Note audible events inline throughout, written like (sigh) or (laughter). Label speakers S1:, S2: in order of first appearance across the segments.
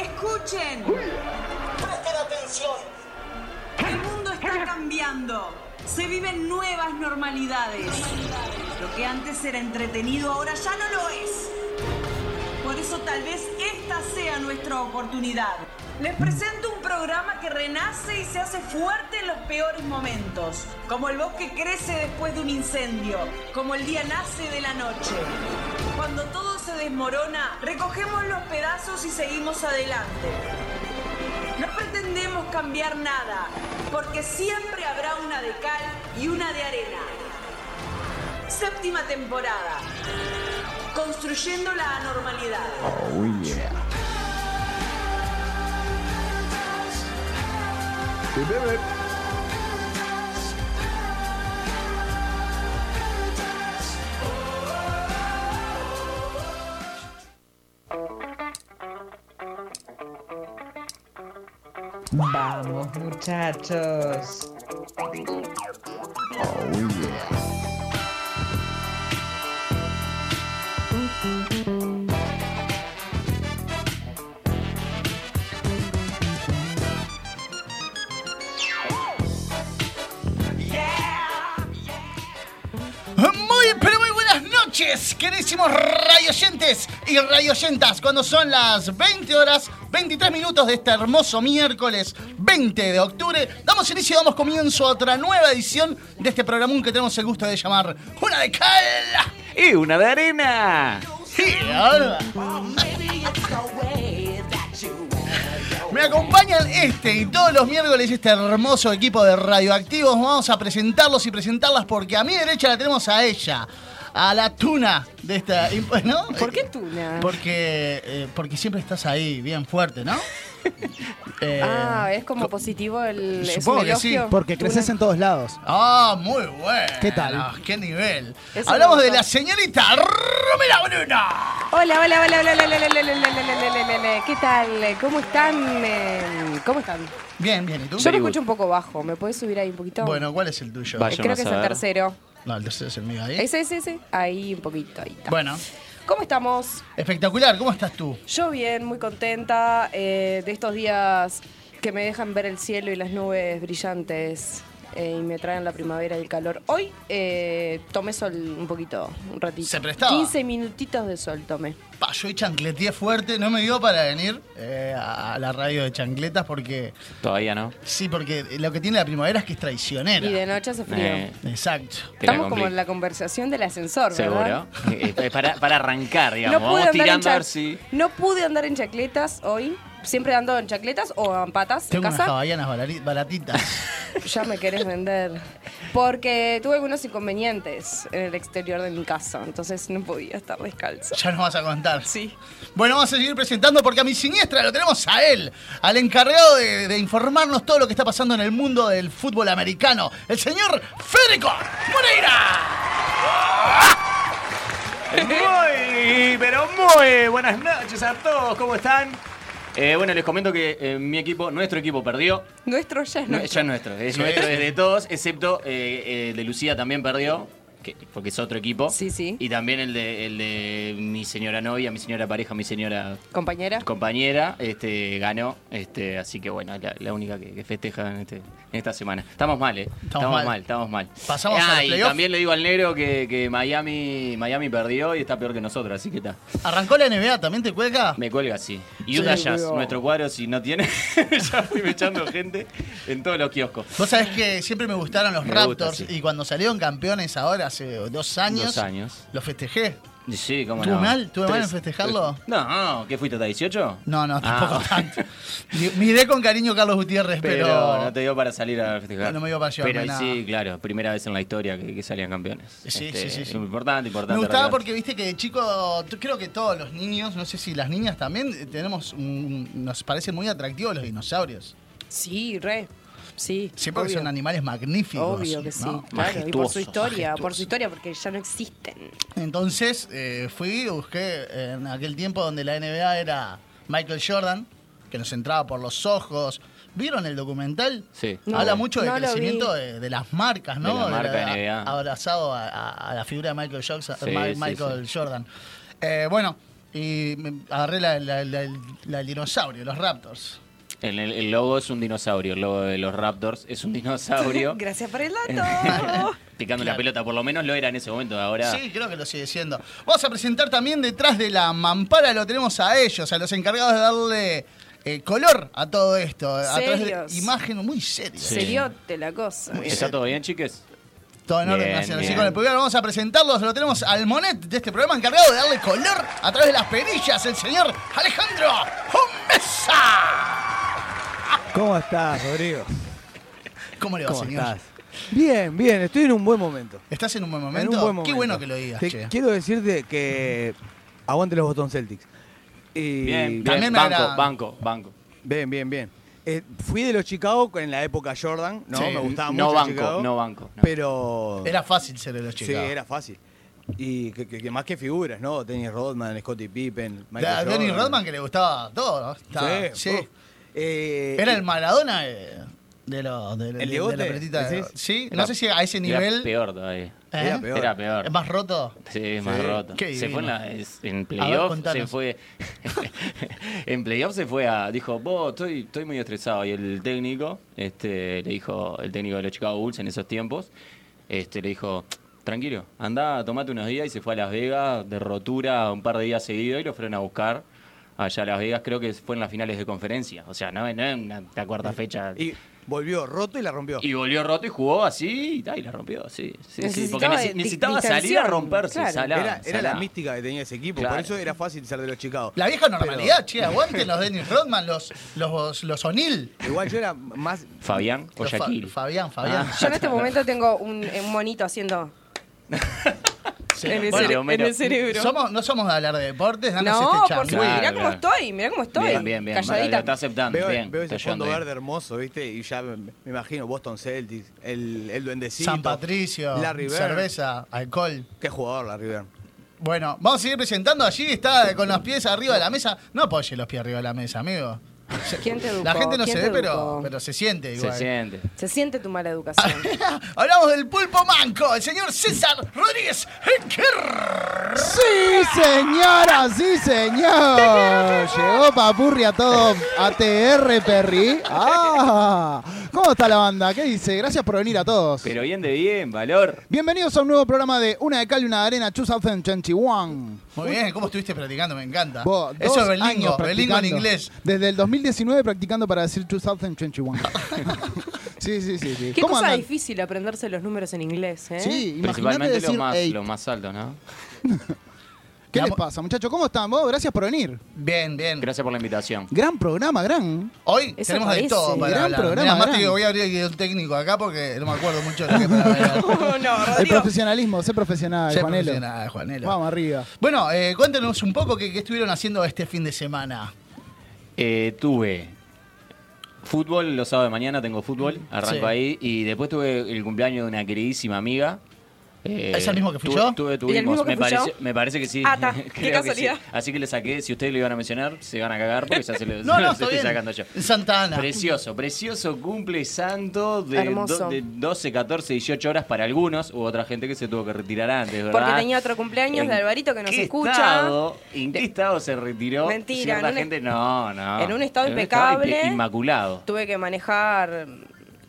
S1: escuchen.
S2: Presten atención.
S1: El mundo está cambiando. Se viven nuevas normalidades. Lo que antes era entretenido ahora ya no lo es. Por eso tal vez esta sea nuestra oportunidad. Les presento un programa que renace y se hace fuerte en los peores momentos. Como el bosque crece después de un incendio. Como el día nace de la noche. Cuando todo se desmorona, recogemos los pedazos y seguimos adelante. No pretendemos cambiar nada, porque siempre habrá una de cal y una de arena. Séptima temporada. Construyendo la anormalidad.
S3: Oh yeah. We did it.
S4: Vamos muchachos.
S3: Oh yeah.
S5: Muy, pero muy buenas noches, queridísimos radioyentes y radioyentas, cuando son las 20 horas, 23 minutos de este hermoso miércoles 20 de octubre, damos inicio, damos comienzo a otra nueva edición de este programón que tenemos el gusto de llamar Una de Cal.
S6: Y una de arena.
S5: Y ahora- Me acompañan este y todos los miércoles este hermoso equipo de radioactivos. Vamos a presentarlos y presentarlas porque a mi derecha la tenemos a ella, a la tuna de esta. y, ¿no?
S7: (laughs) ¿Por qué tuna?
S5: Porque, eh, porque siempre estás ahí, bien
S7: (laughs)
S5: fuerte, ¿no? Eh,
S7: Ah, es como positivo el. es un
S5: Supongo que sí,
S7: elogio.
S8: Porque creces en todos lados.
S5: Ah, muy bueno. Ah,
S8: ¿Qué tal?
S5: Qué nivel.
S7: Eso
S5: Hablamos
S7: me
S5: de
S7: gustó.
S5: la señorita Romina Bruna.
S7: Hola, hola, hola, hola, hola, hola, hola, hola, hola, hola, hola, hola, hola. ¿Qué tal? ¿Cómo están? Eh, ¿Cómo están?
S5: Bien, bien. ¿Y tú?
S7: Yo lo escucho un poco bajo. ¿Me puedes subir ahí un poquito?
S5: Bueno, ¿cuál es el tuyo?
S6: Vaya.
S7: creo
S6: no
S7: que es
S6: saber.
S7: el tercero.
S5: No, el tercero es el mío ahí.
S7: Ese, ese, ese. Ahí un poquito, ahí está.
S5: Bueno,
S7: ¿Cómo estamos?
S5: espectacular. ¿Cómo estás tú?
S7: Yo bien, muy contenta eh, de estos días que me dejan ver el cielo y las nubes brillantes eh, y me traen la primavera y el calor. Hoy eh, tomé sol un poquito, un ratito.
S5: Se prestaba.
S7: 15 minutitos de sol tomé.
S5: Pa, yo hoy chancleteé fuerte, no me dio para venir eh, a la radio de chancletas porque.
S6: Todavía no.
S5: Sí, porque lo que tiene la primavera es que es traicionera.
S7: Y de noche hace frío.
S6: Eh,
S5: Exacto.
S6: te la
S7: Estamos como
S6: cumplí.
S7: en la conversación del ascensor, ¿verdad?
S6: (laughs) Seguro. Eh, eh, para, para arrancar, digamos.
S7: No pude,
S6: Vamos
S7: andar en
S6: tirando a ver
S7: chac-
S6: si.
S7: no pude andar en chacletas hoy. Siempre ando en chacletas o en patas
S5: Tengo
S7: en
S5: unas
S7: casa.
S5: hawaianas balari-
S6: (laughs)
S5: baratitas.
S7: Ya me querés vender. Porque tuve algunos inconvenientes en el exterior de mi casa, entonces no podía estar descalza.
S5: ya nos vas a contar.
S7: Sí.
S5: Bueno, vamos a seguir presentando porque a mi siniestra lo tenemos a él, al encargado de, de informarnos todo lo que está pasando en el mundo del fútbol americano, el señor Federico Moreira.
S6: Muy, pero muy buenas noches a todos. ¿Cómo están? Eh, bueno, les comento que eh, mi equipo, nuestro equipo perdió.
S7: Nuestro ya es nuestro.
S6: No, ya es nuestro, es
S5: Sí.
S6: nuestro es de todos, excepto eh, el de Lucía también perdió, que- porque es otro equipo.
S7: Sí, sí.
S6: Y también el de, el de mi señora novia, mi señora pareja, mi señora
S7: Compañera.
S6: compañera, este ganó. Este, así que bueno, es la, la única que, que festeja en, este- en esta semana. Estamos mal, eh. Estamos,
S5: mal.
S6: mal. estamos mal.
S5: Pasamos a
S6: ah,
S5: los
S6: y
S5: playoffs.
S6: también le digo al negro que, que Miami, Miami perdió y está peor que nosotros, así que está.
S5: Arrancó la NBA, ¿también te cuelga?
S6: Me cuelga así. Y
S5: Sí,
S6: Utah Jazz,
S5: veo.
S6: nuestro cuadro, si no tiene, (laughs) ya fui echando gente en todos los kioscos.
S5: Vos sabés que siempre me gustaron los
S6: Me gusta,
S5: Raptors
S6: sí.
S5: y cuando salieron campeones ahora, hace dos años,
S6: Dos años.
S5: los festejé.
S6: Y Sí, cómo
S5: ¿Tuve
S6: no.
S5: mal? ¿Tuve mal en
S6: Tres-
S5: festejarlo?
S6: No, no, ¿qué fuiste hasta 18?
S5: No, no,
S6: Ah,
S5: tampoco tanto. Mi- Miré con cariño a Carlos Gutiérrez, pero...
S6: (laughs) Pero, no te dio para salir a festejar.
S5: No, no me dio para llevarme
S6: Pero
S5: nada.
S6: sí, claro, primera vez en la historia que, que salían campeones.
S5: Sí,
S6: Este,
S5: sí, sí, sí.
S6: Importante, importante.
S5: Me gustaba
S6: recordar.
S5: porque viste que de chico, t- creo que todos los niños, no sé si las niñas también, eh, tenemos un- nos parecen muy atractivos los dinosaurios.
S7: Sí, re. Sí.
S5: Sí, porque
S7: obvio.
S5: son animales magníficos.
S7: Obvio que sí,
S5: ¿no?
S7: claro. Y por
S5: Majestuosos,
S7: su historia, por
S5: majestuosos.
S7: su historia, porque ya no existen.
S5: Entonces eh, fui, busqué eh, en aquel tiempo donde la NBA era Michael Jordan, que nos entraba por los ojos. ¿Vieron el documental?
S6: Sí.
S7: No,
S5: Habla mucho del
S7: no lo
S5: crecimiento
S7: vi.
S5: de, de las marcas, ¿no?
S6: De la marca
S5: a-
S6: NBA.
S5: Abrazado a, a- a la figura de Michael, Jackson-
S6: Sí,
S5: Ma-
S6: sí,
S5: Michael Jordan. Eh, bueno, y me agarré la, la- la- la- el dinosaurio, los raptors.
S6: El, el- el logo es un dinosaurio, el logo de los Raptors es
S5: (laughs)
S6: un dinosaurio.
S7: (laughs) Gracias por el dato.
S6: (laughs) Picando la pelota, por lo menos lo era en ese momento. Ahora
S5: Sí, creo que lo sigue siendo. Vamos a presentar también detrás de la mampara, lo tenemos a ellos, a los encargados de darle eh, color a todo esto. eh, A través de
S7: Serios.
S5: imagen muy seria.
S6: Sí.
S7: Seriote la cosa.
S6: ¿Está todo bien, chiques?
S5: Todo en orden,
S6: Bien,
S5: Ah, gracias. Así
S6: bien.
S5: con el primero vamos a presentarlos. Lo tenemos al Monet de este programa encargado de darle color a través de las perillas, el señor Alejandro Humesa.
S9: ¿Cómo estás, Rodrigo?
S5: ¿Cómo le va,
S9: ¿Cómo
S5: señor?
S9: estás? Bien, bien, estoy en un buen momento.
S5: ¿Estás en un buen
S9: En
S5: momento?
S9: un buen momento.
S5: Qué bueno que lo digas,
S9: Te
S5: che.
S9: Quiero decirte que aguante los Boston Celtics. Y-
S6: Bien, bien.
S5: También me agrada.
S6: Banco, banco, banco.
S9: Bien, bien, bien. Eh, fui de los Chicago en la época Jordan, ¿no?
S5: Sí,
S9: Me gustaba
S6: no
S9: mucho
S6: banco,
S9: Chicago,
S6: no banco, no.
S9: Pero
S5: Era fácil ser de los chicos.
S9: sí, era fácil. Y que, que- que más que figuras, ¿no? Dennis Rodman, Scottie Pippen, Michael
S5: A Dennis
S9: Jordan.
S5: Rodman que le gustaba todo, ¿no? Estaba-
S9: Sí. uf. Eh,
S5: Era el Maradona eh, de, los de, de- de
S9: bigote,
S5: la pelotita. de-
S9: decís?
S5: Sí,
S6: Era-
S5: no sé si a ese nivel.
S6: Era peor todavía.
S5: ¿eh?
S9: Era peor.
S6: Era peor.
S5: ¿Es más roto?
S6: Sí, más
S9: Sí.
S6: roto.
S5: Qué
S6: Se fue en,
S5: divino.
S6: la- es- en
S5: ver,
S6: playoff, se
S5: contanos.
S6: fue. (laughs) en playoff se fue a. Dijo, vos, estoy, estoy muy estresado. Y el técnico, este, le dijo, el técnico de los Chicago Bulls en esos tiempos, este, le dijo, tranquilo, andá, tomate unos días. Y se fue a Las Vegas de rotura un par de días seguidos y lo fueron a buscar. Allá a Las Vegas, creo que fue en las finales de conferencia. O sea, no, no en una- la cuarta fecha. Y,
S9: Y volvió roto y la rompió.
S6: volvió roto y jugó así y, ta, y la rompió. Sí, sí, sí. Porque
S7: Necesitaba
S6: nece-
S7: di-
S6: necesitaba salir a
S7: distensión,
S6: romperse.
S7: claro.
S6: salá,
S9: era era la
S6: salá.
S9: mística que tenía ese equipo,
S6: Claro.
S9: por eso era fácil ser de los Chicago.
S5: La vieja normalidad, che, aguanten los Dennis Rodman, los, los, los O'Neill.
S9: Igual yo era más
S6: Fabián Ah, o
S5: Los Fa-
S6: Shaquille.
S5: Fabián, Fabián.
S7: Yo en este momento tengo un, un monito
S6: (laughs)
S7: haciendo
S5: Sí.
S7: en, el
S6: Bueno,
S7: cere-
S6: Homero.
S7: en el cerebro.
S5: Somos, no somos de hablar de deportes, danos
S7: no,
S5: este
S7: por
S5: chance.
S6: Claro,
S7: mirá cómo
S6: claro.
S7: estoy, mirá cómo estoy.
S6: Bien, bien, bien. (laughs) Lo está
S7: Calladita.
S6: aceptando.
S9: Veo,
S6: bien,
S9: veo
S6: está
S9: ese fondo
S6: yendo bien.
S9: verde hermoso, ¿viste? Y ya me, me imagino Boston Celtics, el, el Duendecito.
S5: San Patricio,
S9: Larry Bird.
S5: cerveza, alcohol.
S9: Qué jugador, Larry
S5: (laughs)
S9: Bird.
S5: Bueno, vamos a seguir presentando. Allí está con los pies arriba de la mesa. No apoye los pies arriba de la mesa, amigo. Se-
S7: ¿Quién te educó?
S5: La gente no
S7: ¿Quién
S5: se
S7: te
S5: ve, pero,
S7: educó?
S5: pero se siente
S6: Se
S5: igual. Ah,
S6: siente.
S7: Se siente tu mala educación.
S5: Hablamos del pulpo manco, el señor César Rodríguez Henker.
S10: Sí, señora, sí, señor. Llegó Papurri a todo ATR Perry. Ah, ¿Cómo está la banda? ¿Qué dice? Gracias por venir a todos.
S6: Pero bien de bien, valor.
S10: Bienvenidos a un nuevo programa de Eh, Una de Cal y una de Arena 2021.
S5: Muy bien, ¿cómo estuviste practicando? Me encanta.
S10: Vos,
S5: Eso
S10: dos
S5: es
S10: años
S5: belingo, belingo en
S10: practicando.
S5: inglés.
S10: Desde el 2019 practicando para decir 2021. sí, sí, sí. sí.
S7: Qué
S10: ¿Cómo
S7: cosa
S10: andan?
S7: difícil aprenderse los números en inglés, ¿eh?
S10: Sí, imagínate
S6: Principalmente los
S10: decir,
S6: más,
S10: "Ey,
S6: los más altos, ¿no?
S10: ¿qué les pasa, muchachos? ¿Cómo están vos? Gracias por venir.
S5: Bien, bien.
S6: Gracias por la invitación.
S10: Gran programa, gran.
S5: Hoy
S7: Eso
S5: tenemos de
S7: parece.
S5: todo para
S10: Gran
S5: hablar.
S10: programa,
S5: Mirá, más
S10: gran.
S5: te digo, voy a abrir el guión técnico acá porque no me acuerdo mucho de lo que es para hablar.
S7: no,
S10: El
S7: Rodrigo.
S10: profesionalismo, sé profesional,
S5: Sé
S10: Juanelo.
S5: profesional, Juanelo.
S10: Vamos arriba.
S5: Bueno, eh, cuéntenos un poco qué, qué estuvieron haciendo este fin de semana.
S6: Eh, tuve fútbol los sábados de mañana, tengo fútbol, arranco
S5: Sí.
S6: ahí. Y después tuve el cumpleaños de una queridísima amiga. Eh,
S5: ¿Es el mismo que fui
S6: tuve-
S5: yo?
S6: tuve-
S7: ¿Y el mismo
S6: tuvimos,
S7: que
S6: me,
S7: fui yo?
S6: parece, me parece que sí.
S7: Ah,
S6: (laughs)
S7: ta, qué
S6: Creo que
S7: casualidad.
S6: sí. Así que le saqué, si ustedes lo iban a mencionar, se van a cagar porque ya se los, (laughs)
S5: No, no,
S6: los
S5: está
S6: estoy
S5: bien.
S6: sacando yo.
S5: Santa Ana.
S6: Precioso, precioso cumple santo de,
S7: Hermoso.
S6: do- de 12, 14, 18 horas para algunos. Hubo otra gente que se tuvo que retirar antes, ¿verdad?
S7: Porque tenía otro cumpleaños
S6: ¿En
S7: de Alvarito que nos
S6: qué
S7: escucha?
S6: estado- ¿En qué estado se retiró?
S7: Mentira,
S6: Cierta
S7: en un-
S6: gente, no, no.
S7: en un estado
S6: impe-
S7: impecable.
S6: inmaculado.
S7: Tuve que majar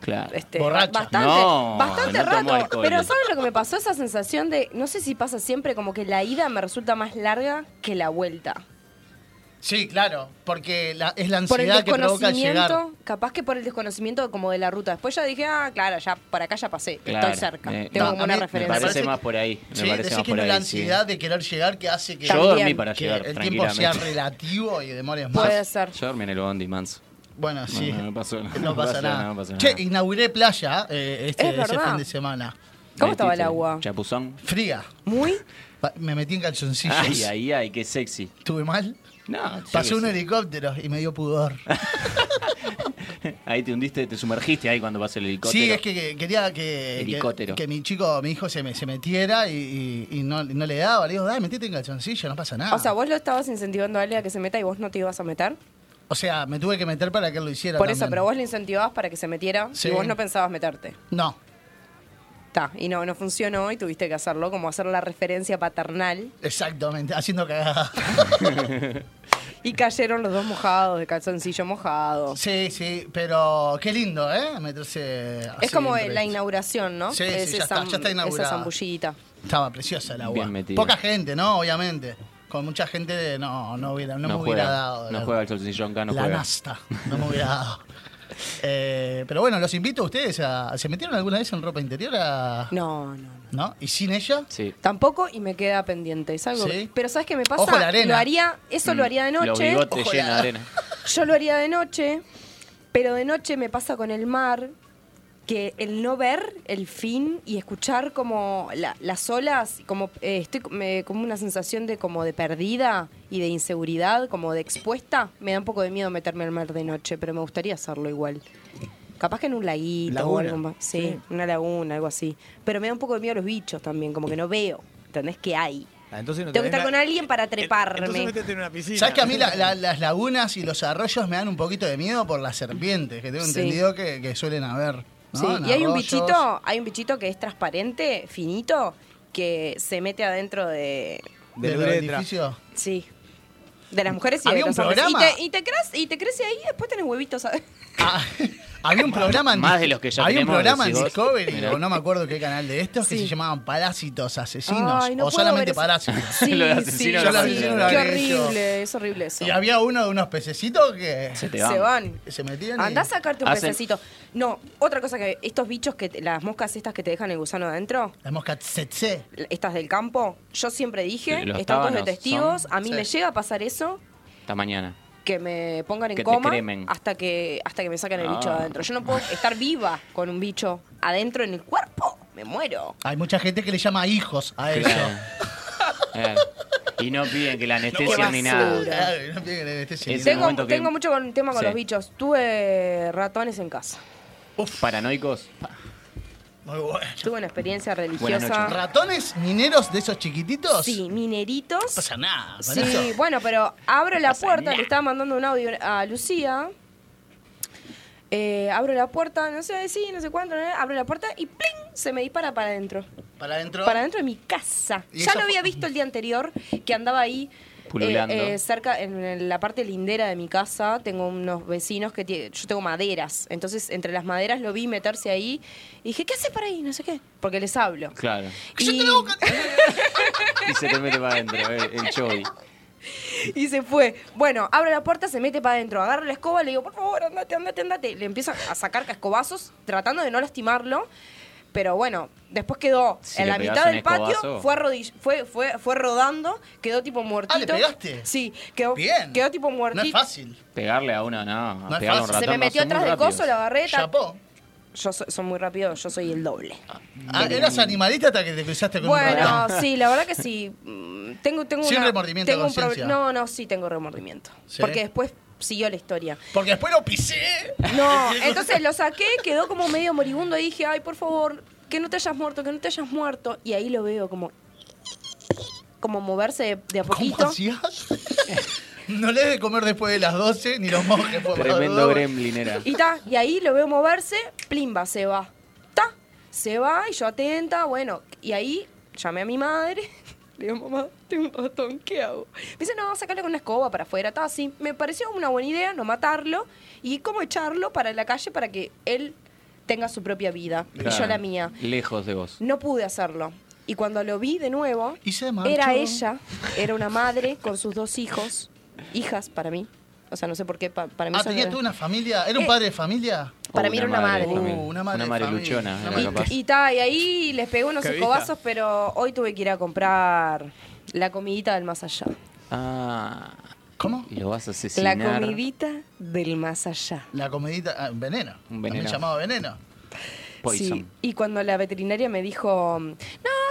S6: Claro.
S7: este,
S5: Borracha.
S7: bastante,
S6: No,
S7: bastante
S6: no tomó
S7: rato.
S6: alcohol.
S7: Pero ¿sabes lo que me pasó? Esa sensación de, no sé si pasa siempre, como que la ida me resulta más larga que la vuelta.
S5: Sí, claro, porque la- es la
S7: Por el
S5: ansiedad que provoca el llegar.
S7: desconocimiento, capaz que por el desconocimiento como de la ruta. Después ya dije, ah, claro, ya por acá ya pasé,
S6: Claro.
S7: estoy cerca.
S6: Eh,
S7: Tengo
S6: no,
S7: como
S5: a
S7: una
S5: mí me
S6: Me
S7: referencia.
S6: parece
S5: Parece-
S6: más por ahí. Me
S5: Sí,
S6: parece
S5: decís
S6: más
S5: que no
S6: por
S5: es
S6: ahí.
S5: la
S6: sí.
S5: ansiedad de querer llegar que hace que,
S6: Yo
S7: También.
S6: dormí para
S5: que
S6: llegar,
S5: el tiempo sea
S6: tranquilamente.
S5: relativo y demores más.
S7: Puede ser.
S6: Yo dormí en el bondi, manso.
S5: Bueno, sí.
S6: No, no pasó nada.
S5: No pasa nada.
S6: No pasó
S5: Che,
S6: nada.
S5: inauguré playa eh, este,
S7: Es
S5: ese
S7: verdad.
S5: fin de semana.
S7: ¿Cómo estaba el
S6: Metiste
S7: agua?
S6: Chapuzón.
S5: Fría.
S7: Muy
S5: Pa- Me metí en calzoncillos.
S6: Ay, ay, ay, qué sexy.
S5: Estuve mal.
S6: No, yo qué
S5: Pasó un
S6: sé.
S5: helicóptero y me dio pudor.
S6: Ahí te hundiste, te sumergiste ahí cuando pasó el helicóptero.
S5: Sí, es que, que- quería que, que,
S6: Helicóptero.
S5: que mi chico, mi hijo se, me- se metiera y, y- y no, no le daba. Le digo, dale, metete en calzoncillo, no pasa nada.
S7: O sea, vos lo estabas incentivando a él a que se meta y vos no te ibas a meter.
S5: O sea, me tuve que meter para que él lo hiciera.
S7: Por eso,
S5: también.
S7: pero vos lo incentivabas para que se metiera
S5: Sí.
S7: y vos no pensabas meterte.
S5: No.
S7: está. Y no, no funcionó y tuviste que hacerlo, como hacer la referencia paternal.
S5: Exactamente, haciendo cagada.
S7: Y cayeron los dos mojados, de calzoncillo (laughs) mojado.
S5: Sí, sí, pero qué lindo, ¿eh? Meterse
S7: Es
S5: así
S7: como
S5: entre-
S7: la inauguración, ¿no?
S5: Sí, sí,
S7: Ese
S5: ya está,
S7: zam-
S5: ya está inaugurada.
S7: Esa zambullita.
S5: Estaba preciosa el agua.
S6: Bien metida.
S5: Poca gente, ¿no? Obviamente. Con mucha gente no, no, hubiera, no,
S6: No
S5: me hubiera
S6: juega,
S5: dado.
S6: no
S5: la-
S6: juega el calzoncillo acá, no
S5: la
S6: juega.
S5: nasta. No me hubiera
S6: (laughs)
S5: dado. Eh, pero bueno, los invito a ustedes a. ¿Se metieron alguna vez en ropa interior? A,
S7: No, no.
S5: ¿No? ¿Y sin ella?
S6: Sí.
S7: Tampoco y me queda pendiente. Es algo.
S5: Sí.
S7: Pero ¿sabes qué me pasa?
S5: Ojo la arena.
S7: Lo haría, eso lo haría de
S6: Mm. Los
S7: noche.
S6: bigotes
S5: Ojo,
S6: llenos de
S5: la-
S6: arena.
S7: Yo lo haría de noche, pero de noche me pasa con el mar que el no ver el fin y escuchar como la- las olas, como eh, estoy co- me- como una sensación de como de perdida y de inseguridad, como de expuesta, me da un poco de miedo meterme al mar de noche, pero me gustaría hacerlo igual. Capaz que en un laguito o
S1: Laguna.
S7: algo más. Sí, una laguna, algo así. Pero me da un poco de miedo los bichos también, como que no veo. ¿Entendés que hay?
S1: Ah, entonces no
S7: Tengo que
S1: tenés
S7: estar
S1: na-
S7: con alguien para
S1: Entonces
S7: treparme.
S1: métete en una piscina.
S5: ¿Sabes que a mí la- la- las lagunas y los arroyos me dan un poquito de miedo por las serpientes, que tengo
S7: Sí.
S5: entendido que, que suelen haber? ¿no?
S7: Sí,
S5: En
S7: y hay un
S5: arroyos.
S7: bichito, hay un bichito que es transparente, finito, que se mete adentro de
S1: De
S5: ¿Del
S1: la uretra.
S5: edificio?
S7: sí, de las mujeres y de
S5: ¿Había un
S7: los hombres. Y
S5: programa?
S7: te, y te crece, y te crece ahí y después tenés huevitos. ¿sabes?
S5: Ah, había un programa en,
S6: Más de los que ya
S5: había
S6: tenemos,
S5: un programa en
S6: decís vos.
S5: Discovery
S6: Mirá.
S5: o no me acuerdo qué canal de estos que
S7: Sí.
S5: se llamaban Parásitos Asesinos
S7: Ay, no
S5: o
S7: puedo ver
S5: solamente
S7: eso.
S5: Parásitos.
S7: Sí,
S6: (laughs) Lo de
S7: sí,
S6: asesino
S5: lo
S7: sí.
S5: asesino lo
S7: Qué
S5: habré hecho.
S7: horrible, es horrible eso.
S5: Y había uno de unos pececitos que
S6: Se te
S7: Se
S6: va.
S7: van.
S5: se metían y-
S7: Andá a sacarte un
S6: Hacen-
S7: pececito. No, otra cosa que estos bichos que te- las moscas estas que te dejan el gusano adentro,
S5: la mosca tsetse.
S7: estas del campo, yo siempre dije,
S6: Sí, los
S7: están todos de
S6: tábanos
S7: testigos,
S6: son-
S7: a mí
S5: sí.
S7: me llega a pasar eso,
S6: Hasta mañana.
S7: que me pongan en
S6: Que te
S7: coma
S6: cremen.
S7: hasta que hasta que me saquen el
S6: Ah.
S7: bicho de adentro. Yo no puedo estar viva con un bicho adentro en el cuerpo. Me muero.
S5: Hay mucha gente que le llama hijos a eso.
S6: Claro. Claro. Eh. Y no piden que la anestesia
S7: Qué
S6: ni
S7: basura.
S6: nada.
S5: Claro, no tiene que tener este
S6: Es
S5: sentido.
S6: el
S7: Tengo,
S6: momento que-
S7: tengo mucho con- tema con
S6: Sí.
S7: los bichos. Tuve ratones en casa.
S6: Paranoicos.
S5: Muy bueno.
S7: Tuve una experiencia
S6: Buenas
S7: religiosa.
S5: ¿Ratones mineros de esos chiquititos?
S7: Ah. Sí,
S5: No
S7: mineritos.
S5: pasa nada. con
S7: Sí,
S5: eso.
S7: bueno, pero abro la puerta, le estaba mandando un audio a Lucía. Eh, abro la puerta, no sé, sí, no sé cuánto, ¿eh? abro la puerta y ¡pling! se me dispara para adentro.
S5: Para adentro.
S7: Para dentro de mi casa.
S5: Y
S7: Ya
S5: esa
S7: lo había
S5: fue-
S7: visto el día anterior, que andaba ahí. eh,
S6: Pululando.
S7: eh, cerca, en, en la parte lindera de mi casa, tengo unos vecinos que tie- yo tengo maderas. Entonces, entre las maderas lo vi meterse ahí y dije, ¿qué haces para ahí? No sé qué. Porque les hablo.
S6: Claro.
S7: Y,
S6: Y se te mete para adentro eh, el Chody.
S7: (laughs) y se fue. Bueno, abro la puerta, se mete para adentro. Agarro la escoba, le digo, por favor, andate, andate, andate. Le empiezo a sacar cascobazos, tratando de no lastimarlo. Pero bueno, después quedó
S6: Si
S7: en
S6: le
S7: la
S6: pegás
S7: mitad
S6: un
S7: del patio,
S6: escobazo.
S7: fue, arrodill- fue, fue, fue rodando, quedó tipo muertito.
S5: Ah, pegaste?
S7: Sí, quedó,
S5: Bien.
S7: quedó tipo
S5: No es
S7: muertito.
S5: fácil.
S6: Pegarle a una, no.
S5: No es
S6: pegarle a
S5: fácil.
S6: un ratón.
S7: se me
S6: no,
S7: metió
S6: son muy
S7: atrás del
S6: rápidos.
S7: coso, la agarré. ta-
S5: Chapó.
S7: Yo so- son muy rápido, yo soy el doble.
S5: Ah, eras animalista hasta que te cruzaste (laughs) con un
S7: Bueno,
S5: ratón.
S7: sí, la verdad que sí. Mm, Tengo, tengo
S5: Sin
S7: una-
S5: remordimiento de
S7: tengo un pro-
S5: conciencia.
S7: No, no, sí tengo remordimiento.
S5: ¿Sí?
S7: Porque después siguió la historia.
S5: Porque después lo pisé. (laughs)
S7: No, entonces lo saqué, quedó como medio moribundo y dije, ay, por favor, que no te hayas muerto, que no te hayas muerto. Y ahí lo veo como... Como moverse de, de a
S5: ¿Cómo
S7: poquito.
S5: hacías? (laughs) No le de comer después de las 12 ni los mojes. por las
S6: Tremendo
S5: dudas.
S6: gremlin era.
S7: Y ta, y ahí lo veo moverse, plimba, se va. Ta, se va y yo atenta, bueno, y ahí llamé a mi madre. (laughs) Le digo, mamá, tengo un ratón, ¿qué hago? Me dice, no, sacarle con una escoba para afuera, ta, así. Me pareció una buena idea no matarlo y cómo echarlo para la calle para que él tenga su propia vida y yo
S6: Claro.
S7: la mía.
S6: Lejos de vos.
S7: No pude hacerlo. Y cuando lo vi de nuevo,
S5: Y se marchó.
S7: era ella, era una madre con sus dos hijos, hijas para mí. O sea, no sé por qué, pa- para mí
S5: Ah,
S7: son
S5: tenías
S7: una-
S5: tú una familia. ¿Era un
S7: Eh.
S5: padre de familia?
S7: Para
S6: O
S7: mí era una madre.
S6: de familia.
S5: Uh, una madre de familia.
S6: luchona.
S5: Una
S6: era
S5: madre.
S6: capaz.
S7: Y, y ta, y ahí les pegué unos
S1: Qué
S7: escobazos, pero hoy tuve que ir a comprar la comidita del más allá.
S6: Ah.
S5: ¿Cómo?
S6: Y lo vas a asesinar.
S7: La comidita del más allá.
S5: La comedita. ah, veneno.
S6: Un
S5: También
S6: veneno.
S5: llamado veneno.
S6: Poison.
S7: Sí, Y cuando la veterinaria me dijo, no,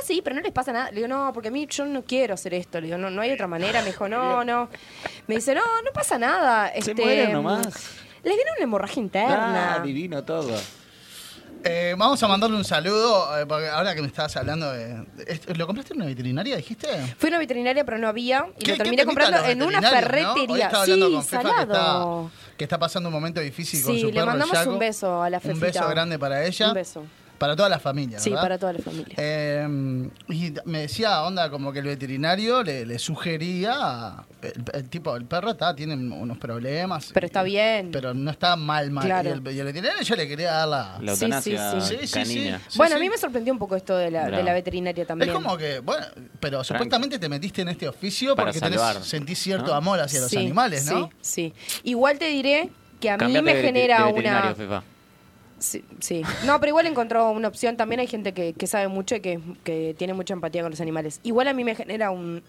S7: sí, pero no les pasa nada. Le digo, no, porque a mí yo no quiero hacer esto. Le digo, no, no hay otra manera. Me dijo,
S6: (laughs)
S7: no, no. Me dice, no, no pasa nada.
S6: Se
S7: este,
S6: mueren nomás.
S7: Les viene una hemorragia interna.
S6: Ah, divino todo.
S5: Eh, vamos a mandarle un saludo. eh, porque ahora que me estabas hablando de. de- esto- ¿Lo compraste en una veterinaria, dijiste?
S7: Fui a una veterinaria, pero no había. Y
S5: ¿Qué-
S7: lo
S5: qué
S7: terminé
S5: temita
S7: comprando
S5: los
S7: en una
S5: veterinarios, no? Hoy
S7: ferretería.
S5: estaba hablando
S7: Sí,
S5: con Fefa, que
S7: salado.
S5: está- Que está pasando un momento difícil con
S7: Sí,
S5: su
S7: le
S5: perro, el
S7: mandamos
S5: Yaco.
S7: un beso a la
S5: Un
S7: Fefita.
S5: beso grande para ella.
S7: Un beso.
S5: Para toda la familia,
S7: Sí,
S5: ¿verdad?
S7: para toda la familia.
S5: Eh, y t- me decía, onda, como que el veterinario le, le sugería, el, el tipo, el perro está, tiene unos problemas.
S7: Pero está bien.
S5: Pero no está mal, mal.
S7: Claro.
S5: Y, el, y el veterinario yo le quería dar la...
S6: La eutanasia
S5: Sí, sí, sí.
S6: canina.
S5: Sí,
S7: bueno, a
S5: sí.
S7: mí me sorprendió un poco esto de la, de
S6: Bravo.
S7: la veterinaria también.
S5: Es como que, bueno, pero supuestamente te metiste en este oficio
S6: Para
S5: porque tenés-
S6: salvar,
S5: sentís cierto
S6: ¿no?
S5: amor hacia los
S7: Sí,
S5: animales, ¿no?
S7: Sí, sí. Igual te diré que a mí
S6: Cambiate
S7: me
S6: de- de-
S7: genera
S6: de
S7: una...
S6: veterinario, Fefa.
S7: Sí, sí. No, pero igual encontró una opción. También hay gente que, que sabe mucho y que, que tiene mucha empatía con los animales. Igual a mí me genera un,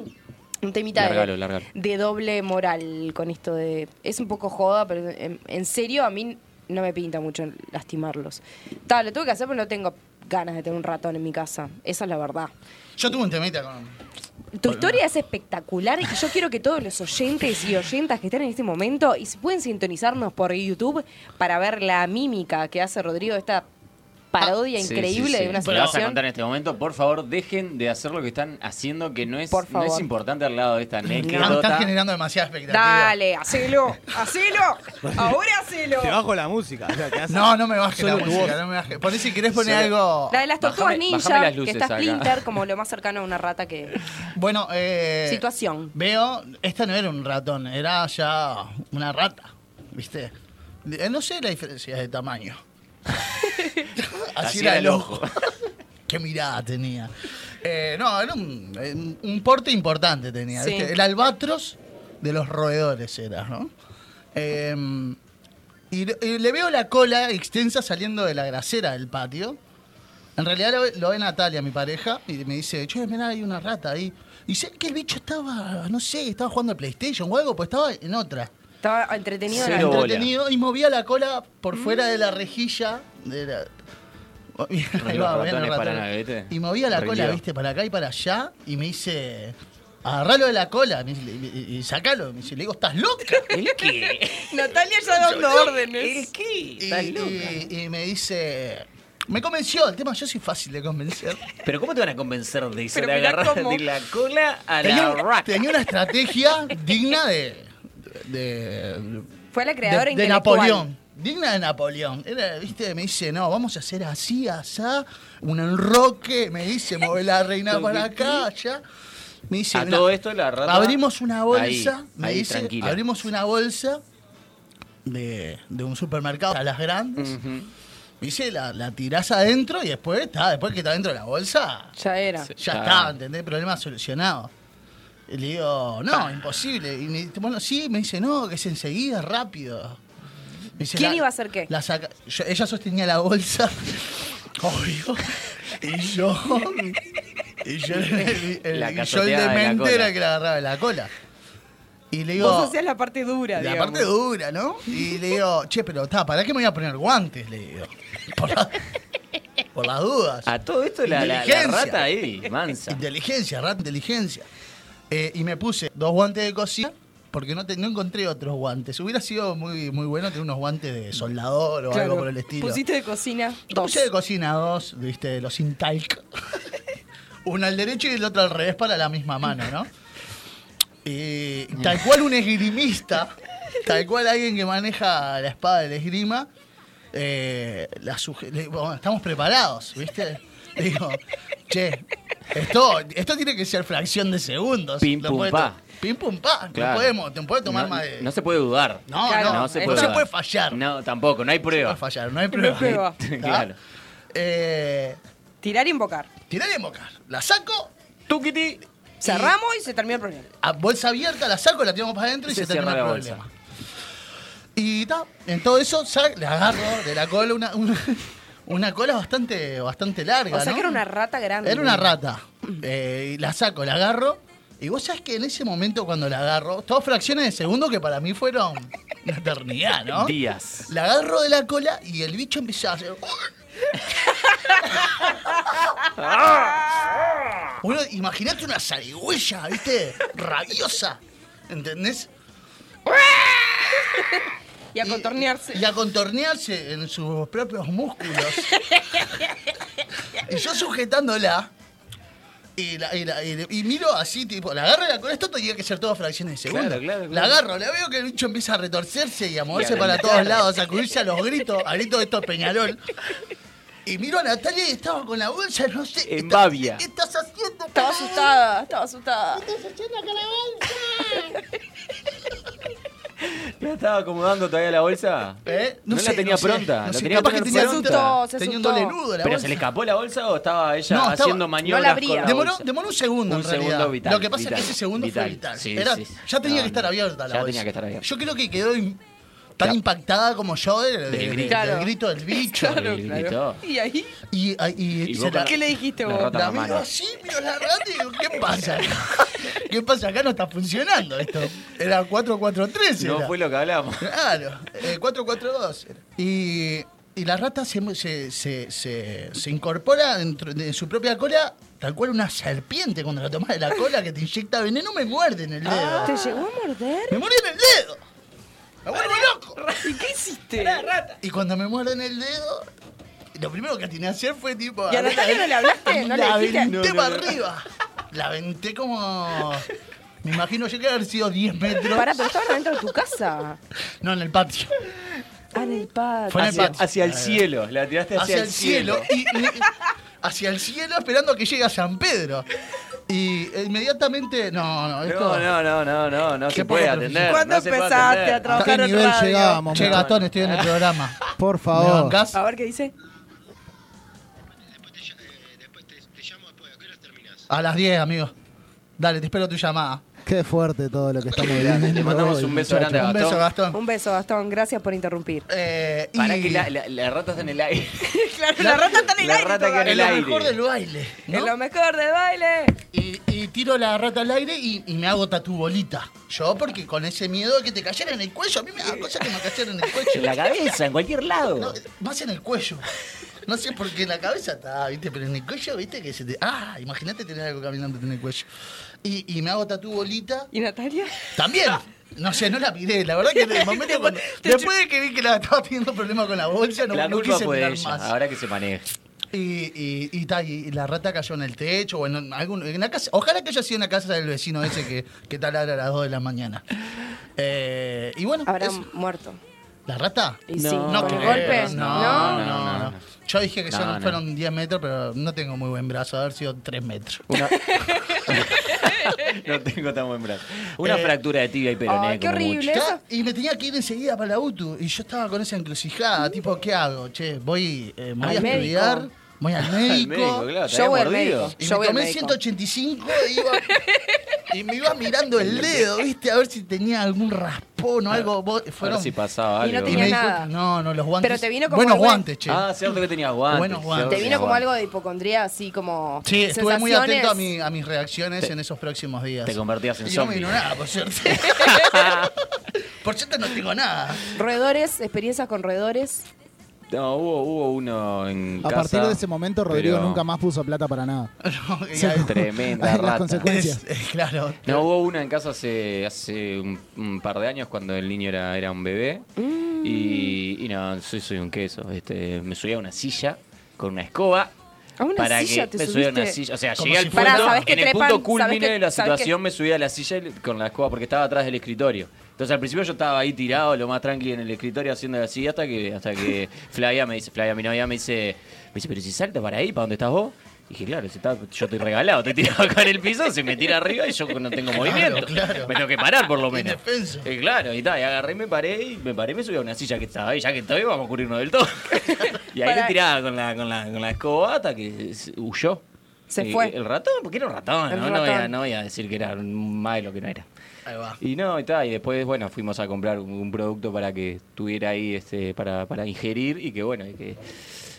S7: (clears throat) un temita
S6: Largalo,
S7: de,
S6: largalo.
S7: de doble moral con esto de... Es un poco joda, pero en, en serio a mí no me pinta mucho lastimarlos. Tal, lo tuve que hacer, pero no tengo ganas de tener un ratón en mi casa. Esa es la verdad.
S5: Yo tuve un temita con...
S7: Tu historia es espectacular y yo quiero que todos los oyentes y oyentas que están en este momento y si pueden sintonizarnos por YouTube para ver la mímica que hace Rodrigo, esta parodia
S6: Ah, Sí,
S7: increíble
S6: sí, sí.
S7: de una
S6: Lo vas a
S7: situación.
S6: contar en este momento. Por favor, dejen de hacer lo que están haciendo, que no es,
S7: Por
S6: no es
S7: favor.
S6: importante al lado de
S5: Ah,
S6: esta
S5: Estás
S6: anécdota.
S5: generando demasiada expectativa.
S7: Dale, hacelo, hacelo, ahora hacelo.
S9: Te bajo la música. o sea, te hace-
S5: No, no me bajes la
S9: Solo tu
S5: música,
S9: voz.
S5: no me bajes. Poné si querés poner
S6: Solo-
S5: algo...
S7: La de las tortugas
S6: Bájame- bájame
S7: ninja,
S6: las
S7: que
S6: luces
S7: está
S6: acá.
S7: Splinter como lo más cercano a una rata que...
S5: Bueno, eh,
S7: Situación.
S5: Veo, esta no era un ratón, era ya una rata, ¿viste? Eh, No sé la diferencia de (laughs) tamaño. Así era el ojo. (laughs) Qué mirada tenía. Eh, no, era un, eh, un porte importante tenía.
S7: Sí.
S5: ¿viste? El albatros de los roedores era, ¿no? Eh, y, le- y le veo la cola extensa saliendo de la grasera del patio. En realidad lo ve, lo ve Natalia, mi pareja, y me dice, che, mirá, hay una rata ahí. Y sé que el bicho estaba, no sé, estaba jugando a PlayStation o algo, pues estaba en otra.
S7: Estaba entretenido. en
S6: Cero
S7: la-
S6: bola.
S5: Entretenido y movía la cola por fuera de la rejilla de
S6: (laughs)
S5: la- Ahí
S6: Los
S5: va, ven
S6: ratones
S5: el ratón.
S6: para nada, ¿viste?
S5: Y movía la cola,
S6: Rendido.
S5: viste, para acá y para allá, y me dice, agarralo de la cola, me dice, y, y- y sacalo. Me dice, le digo, ¿estás loca?
S7: (laughs) Natalia ya
S5: (laughs)
S7: dando órdenes.
S5: Y, y- y me dice, me convenció, el tema, yo soy fácil de convencer.
S6: Pero ¿cómo te van a convencer de eso?
S7: Pero
S6: De
S7: mirá
S6: agarrar
S7: cómo-
S6: (laughs) de la cola a
S5: Tenía,
S6: la
S5: un-
S6: rata.
S5: tenía una estrategia digna de, de, de-
S7: Fue la creadora
S5: de
S7: intelectual.
S5: Napoleón. Digna de Napoleón. Era, ¿viste? Me dice, no, vamos a hacer así, asá, un enroque. Me dice, mueve la reina para acá, allá. Me dice,
S6: A
S5: "No,
S6: todo esto la rata.
S5: abrimos una bolsa.
S6: Ahí,
S5: me
S6: ahí,
S5: dice,
S6: tranquila.
S5: abrimos una bolsa de, de un supermercado a las grandes. Me dice, la, la tirás adentro y después está, después que está dentro de la bolsa,
S7: Ya era.
S5: ya
S6: Ah.
S5: está, ¿entendés? Problema solucionado. Y le digo, no,
S6: Ah.
S5: imposible. Y me dice, bueno, sí, me dice, no, que es enseguida, rápido. Me dice,
S7: ¿Quién
S5: la-
S7: iba a hacer qué?
S5: la saca- yo- ella sostenía la bolsa, (laughs) obvio. Y
S7: (laughs)
S5: yo. Y
S6: (laughs)
S5: yo, el, el-
S6: La
S5: y yo el
S6: cazoteaba de la
S5: demente era
S6: cola.
S5: el que la agarraba de la cola. Y le digo.
S7: Vos hacías la parte dura,
S5: La
S7: digamos.
S5: parte dura, ¿no? Y le digo, che, pero está, ¿para qué me voy a poner guantes? Le digo. Por, la- por las dudas.
S6: A todo esto la, la- la
S5: Inteligencia.
S6: rata ahí, mansa.
S5: Inteligencia, rat inteligencia. Eh, y me puse dos guantes de cocina porque no, te- no encontré otros guantes. Hubiera sido muy, muy bueno tener unos guantes de soldador o
S7: Claro.
S5: algo por el estilo.
S7: Pusiste de cocina dos.
S5: Puse de cocina dos, viste, los
S7: (laughs)
S5: intalc. Uno al derecho y el otro al revés para la misma mano,
S7: (laughs)
S5: ¿no? Y tal cual un esgrimista, tal cual alguien que maneja la espada del esgrima, eh, la suge- le- bueno, estamos preparados, ¿viste? Le Digo, che, esto, esto tiene que ser fracción de segundos.
S6: Pim,
S5: No
S6: pum,
S5: puede
S6: pa.
S5: to- Pim pum pa. No
S6: Claro.
S5: podemos, te puede tomar
S6: no,
S5: más de.
S6: No se puede dudar.
S5: No,
S7: Claro,
S5: no,
S6: no se
S7: no
S6: puede,
S7: se
S6: dudar.
S5: puede fallar.
S6: No, tampoco, no hay
S5: No va a
S6: prueba.
S5: fallar, no hay prueba.
S7: prueba.
S5: ¿Está?
S6: (laughs) Claro.
S5: Eh,
S7: Tirar y invocar.
S5: Tirar y mocar. La saco,
S6: Tuquiti.
S7: Cerramos y se terminó el problema.
S5: a bolsa abierta, la saco, la tiramos para adentro y
S6: Se
S5: se, termina el
S6: cierra la
S5: problema. Y ta, en todo eso, sa- le agarro de la cola una, una, una cola bastante, bastante larga.
S7: O sea
S5: ¿no?
S7: que era una rata Mm. grande.
S5: Era una rata. Eh, y la saco, la agarro. Y vos sabés que en ese momento cuando la agarro, todas fracciones de segundo que para mí fueron una eternidad, ¿no?
S6: Díaz.
S5: La agarro de la cola y el bicho empieza a hacer. Bueno, imaginate una zarigüeya, ¿viste? Rabiosa. ¿Entendés?
S7: Y a contornearse.
S5: Y a contornearse en sus propios músculos. y yo sujetándola. Y, la- y la- y le- y miro así, tipo, la agarro y la cola. Esto tenía que ser todas fracciones de segundo.
S6: Claro, claro, claro.
S5: La agarro, la veo que el bicho empieza a retorcerse y a moverse
S6: Y a
S5: para
S6: gritar.
S5: todos lados, a sacudirse a los gritos, a gritos de estos Peñarol. Y miro a Natalia y estaba con la bolsa, no sé.
S11: En
S5: estaba-
S11: Babia.
S5: ¿Qué estás haciendo?
S7: Estaba asustada, estaba asustada.
S6: ¿La estaba acomodando todavía la bolsa?
S5: ¿Eh?
S6: No, la
S5: sé,
S6: tenía
S5: no sé,
S6: pronta.
S5: no
S6: la
S5: sé,
S6: tenía
S5: capaz que
S6: que tener
S5: tenía
S6: pronta.
S7: asustó, se
S5: Tenía un
S7: asustó.
S5: doble nudo la
S6: ¿Pero
S5: bolsa.
S6: se le escapó la bolsa o estaba ella
S5: No, estaba-
S6: haciendo
S5: no la
S6: maniobras
S7: abría.
S6: con la
S5: Demoró,
S6: bolsa?
S5: demoró un segundo,
S6: Un
S5: en realidad.
S6: segundo vital,
S5: Lo que pasa
S6: vital,
S5: es que ese segundo
S6: vital.
S5: fue vital.
S6: Sí,
S5: Era-
S6: sí, sí.
S5: Ya tenía
S6: No,
S5: que estar
S6: no.
S5: abierta la
S6: Ya
S5: bolsa.
S6: tenía que estar abierta.
S5: Yo creo que quedó im- tan
S6: Ya.
S5: impactada como yo de- de- de-
S6: grito.
S5: del,
S7: Claro.
S5: grito del bicho.
S6: Claro, claro.
S7: Y ahí,
S5: Y, y- y-
S6: Y
S5: se
S6: vos
S5: la-
S6: con-
S7: ¿qué le dijiste
S6: La
S7: vos?
S6: rata
S5: la
S6: mamá,
S5: miro
S6: no.
S5: así, miro la rata y digo, ¿qué pasa? ¿Qué pasa? Acá no está funcionando esto. Era 443.
S6: No
S5: era.
S6: fue lo que hablamos.
S5: Claro, eh, 442. era. Y, y la rata se, se, se, se, se incorpora dentro de su propia cola, tal cual una serpiente cuando la tomas de la cola que te inyecta veneno, me muerde en el dedo.
S7: Ah. ¿Te llegó a morder?
S5: ¡Me muerde en el dedo! ¡Me vuelvo loco!
S7: ¿Y qué hiciste?
S5: Y cuando me muerde en el dedo, lo primero que atiné a hacer fue tipo.
S7: ¿Y a Natalia no le hablaste? Eh, ¿No le
S5: la
S7: dijiste?
S5: aventé para arriba. La aventé como. Me imagino yo que haber sido 10 metros.
S7: Pará, pero estaban adentro de tu casa.
S5: No, en el patio.
S7: Ah, en el patio.
S5: Fue en el
S6: Hacia,
S5: patio.
S6: hacia el cielo. La tiraste hacia,
S5: hacia el cielo. y- y- hacia el cielo esperando a que llegue a San Pedro. Y inmediatamente. No, no, esto.
S6: No, no, no, no, no. No se
S5: Qué
S6: puede
S5: poco
S6: atender.
S7: ¿Cuándo
S6: no se puede
S7: empezaste
S6: atender.
S7: a
S10: ¿A
S7: trabajar
S10: qué
S7: en
S10: nivel
S7: radio?
S10: llegábamos?
S5: Che,
S10: muchachos?
S5: Gatón, estoy en el
S6: (laughs)
S5: programa.
S10: Por
S5: ¿Me
S10: favor.
S5: bancás?
S7: A ver qué dice.
S5: A las 10, amigo. Dale, te espero tu llamada.
S10: Qué fuerte todo lo que
S5: (laughs)
S10: este estamos viviendo.
S6: Le mandamos un beso grande a
S5: Un beso,
S6: Gastón.
S5: Gastón.
S7: Un beso, Gastón. Gracias por interrumpir.
S5: Eh, y-
S6: Para que la, la, la rata está en el aire.
S7: claro, la, rata está en el
S6: la
S7: aire.
S6: rata que
S7: todavía.
S5: Es
S6: en el
S5: lo
S6: aire.
S5: mejor del baile. ¿no?
S7: Es lo mejor del baile.
S5: Y, y tiro la rata al aire y, y me hago tatu bolita. Yo, porque con ese miedo de que te cayera en el cuello, a mí me da cosa que me cayera en el cuello.
S6: En la cabeza, en cualquier lado.
S5: No, más en el cuello. No sé por qué en la cabeza está, ¿viste? Pero en el cuello, ¿viste? Que se te. ¡Ah! Imagínate tener algo caminando en el cuello. Y, y me hago tatu bolita.
S7: ¿Y Natalia?
S5: También. No sé, no la miré. La verdad que en
S7: (laughs)
S5: el momento. cuando- después de que vi que la estaba teniendo problemas con la bolsa, no,
S6: la
S5: no
S6: culpa
S5: quise
S6: fue de
S5: mirar
S6: ella.
S5: más.
S6: Ahora que
S5: (laughs)
S6: se maneja.
S5: Y, y, y ta, y la rata cayó en el techo o en, algún, en la casa. Ojalá que haya sido en la casa del vecino ese que, que taladra a las 2 de la mañana. Eh, y bueno,
S7: Habrá
S5: es-
S7: muerto.
S5: ¿la rata?
S7: Y sí,
S6: No,
S7: con el
S5: creo,
S7: golpe.
S5: No,
S7: No.
S5: no,
S6: No, no,
S5: no.
S6: no.
S5: Yo dije que
S6: No,
S5: solo
S6: no.
S5: fueron 10 metros, pero no tengo muy buen brazo. Haber sido 3 metros.
S6: Una... no tengo tan buen brazo. Una
S5: Eh,
S6: fractura de tibia y peroné.
S7: Ay, qué
S6: como
S7: horrible.
S6: mucho.
S5: Ya, y me tenía que ir enseguida para la UTU. Y yo estaba con esa encrucijada, tipo, ¿qué hago? Che, voy, eh, me
S7: Al
S5: voy a
S7: médico.
S5: estudiar, voy al médico.
S6: Al médico, claro, te
S7: Yo
S6: había
S7: voy al
S6: mordido.
S7: médico.
S5: Y
S7: Yo voy
S5: me
S7: al
S5: tomé
S7: médico.
S5: 185 y, iba- y me iba mirando
S6: (laughs)
S5: el dedo, ¿viste? A ver si tenía algún raspón o algo. Vos-
S6: A ver
S5: Fueron,
S6: si pasaba
S7: Y no
S6: algo.
S5: y
S7: tenía
S5: me di
S7: nada.
S5: cuenta- no, no, los guantes.
S7: Pero te vino como
S5: Buenos
S7: algo de-
S5: guantes, che.
S6: Ah, cierto que tenías guantes.
S5: Buenos
S6: cierto
S5: guantes.
S6: que
S7: Te
S6: tenías
S7: vino como
S6: guantes.
S7: algo de hipocondría, así como.
S5: Sí, estuve muy
S7: sensaciones.
S5: atento a, mi- a mis reacciones en esos próximos días.
S6: Te convertías en
S5: Y no me
S6: zombie.
S5: vino nada, por
S6: (laughs)
S5: suerte. (laughs) por suerte no tengo nada.
S7: Roedores, experiencias con roedores.
S6: No, hubo, hubo uno en
S10: A
S6: casa.
S10: partir de ese momento, Rodrigo
S6: pero (laughs)
S10: nunca más puso plata para nada.
S5: (laughs) No,
S10: (laughs)
S5: y
S10: Sí.
S5: ahí-
S6: Tremenda
S10: Las
S6: rata.
S10: consecuencias.
S5: es- es (laughs) claro.
S6: (laughs) No, hubo una en casa hace, hace un, un par de años cuando el niño era, era un bebé.
S7: Mm.
S6: Y, y no, soy, soy un queso. Este, me subí a una silla con una escoba.
S7: ¿A una
S6: para
S7: silla te
S6: que me subí a una
S7: subiste?
S6: silla. O sea,
S5: Como
S6: llegué
S5: si
S6: al punto.
S5: fuera- Pará,
S7: ¿sabés que
S6: en el
S7: trepan?
S6: punto culmine
S7: ¿Sabés que-
S6: de la
S7: sabés que-
S6: situación me subí a la silla y- con la escoba porque estaba atrás del escritorio. Entonces al principio yo estaba ahí tirado, lo más tranquilo en el escritorio haciendo así hasta que,
S7: (laughs)
S6: hasta que Flavia me dice, Flavia, mi novia me dice, me dice, pero si salta para ahí, ¿para dónde estás vos? Y dije, claro, si está- yo estoy regalado, estoy tirado acá en el piso, se me tira arriba y yo no tengo movimiento.
S5: claro.
S6: Me tengo que parar por lo menos.
S5: Indefenso.
S6: Eh, claro, y tal, y agarré y me paré y me paré y me subí a una silla que estaba ahí, ya que estoy, vamos a cubrirnos
S7: (laughs)
S6: del todo. y ahí
S7: Pará.
S6: le tiraba con la, con la, con la escoba hasta que se- huyó.
S7: Se
S6: Eh,
S7: fue.
S6: El ratón, porque era un ratón,
S7: El
S6: ¿no? No, voy a,
S7: ratón.
S6: no voy a decir que era un más de lo que no era.
S5: Ahí va.
S6: Y no, y tal, y después, bueno, fuimos a comprar un, un producto para que estuviera ahí, este, para, para ingerir y que, bueno, y que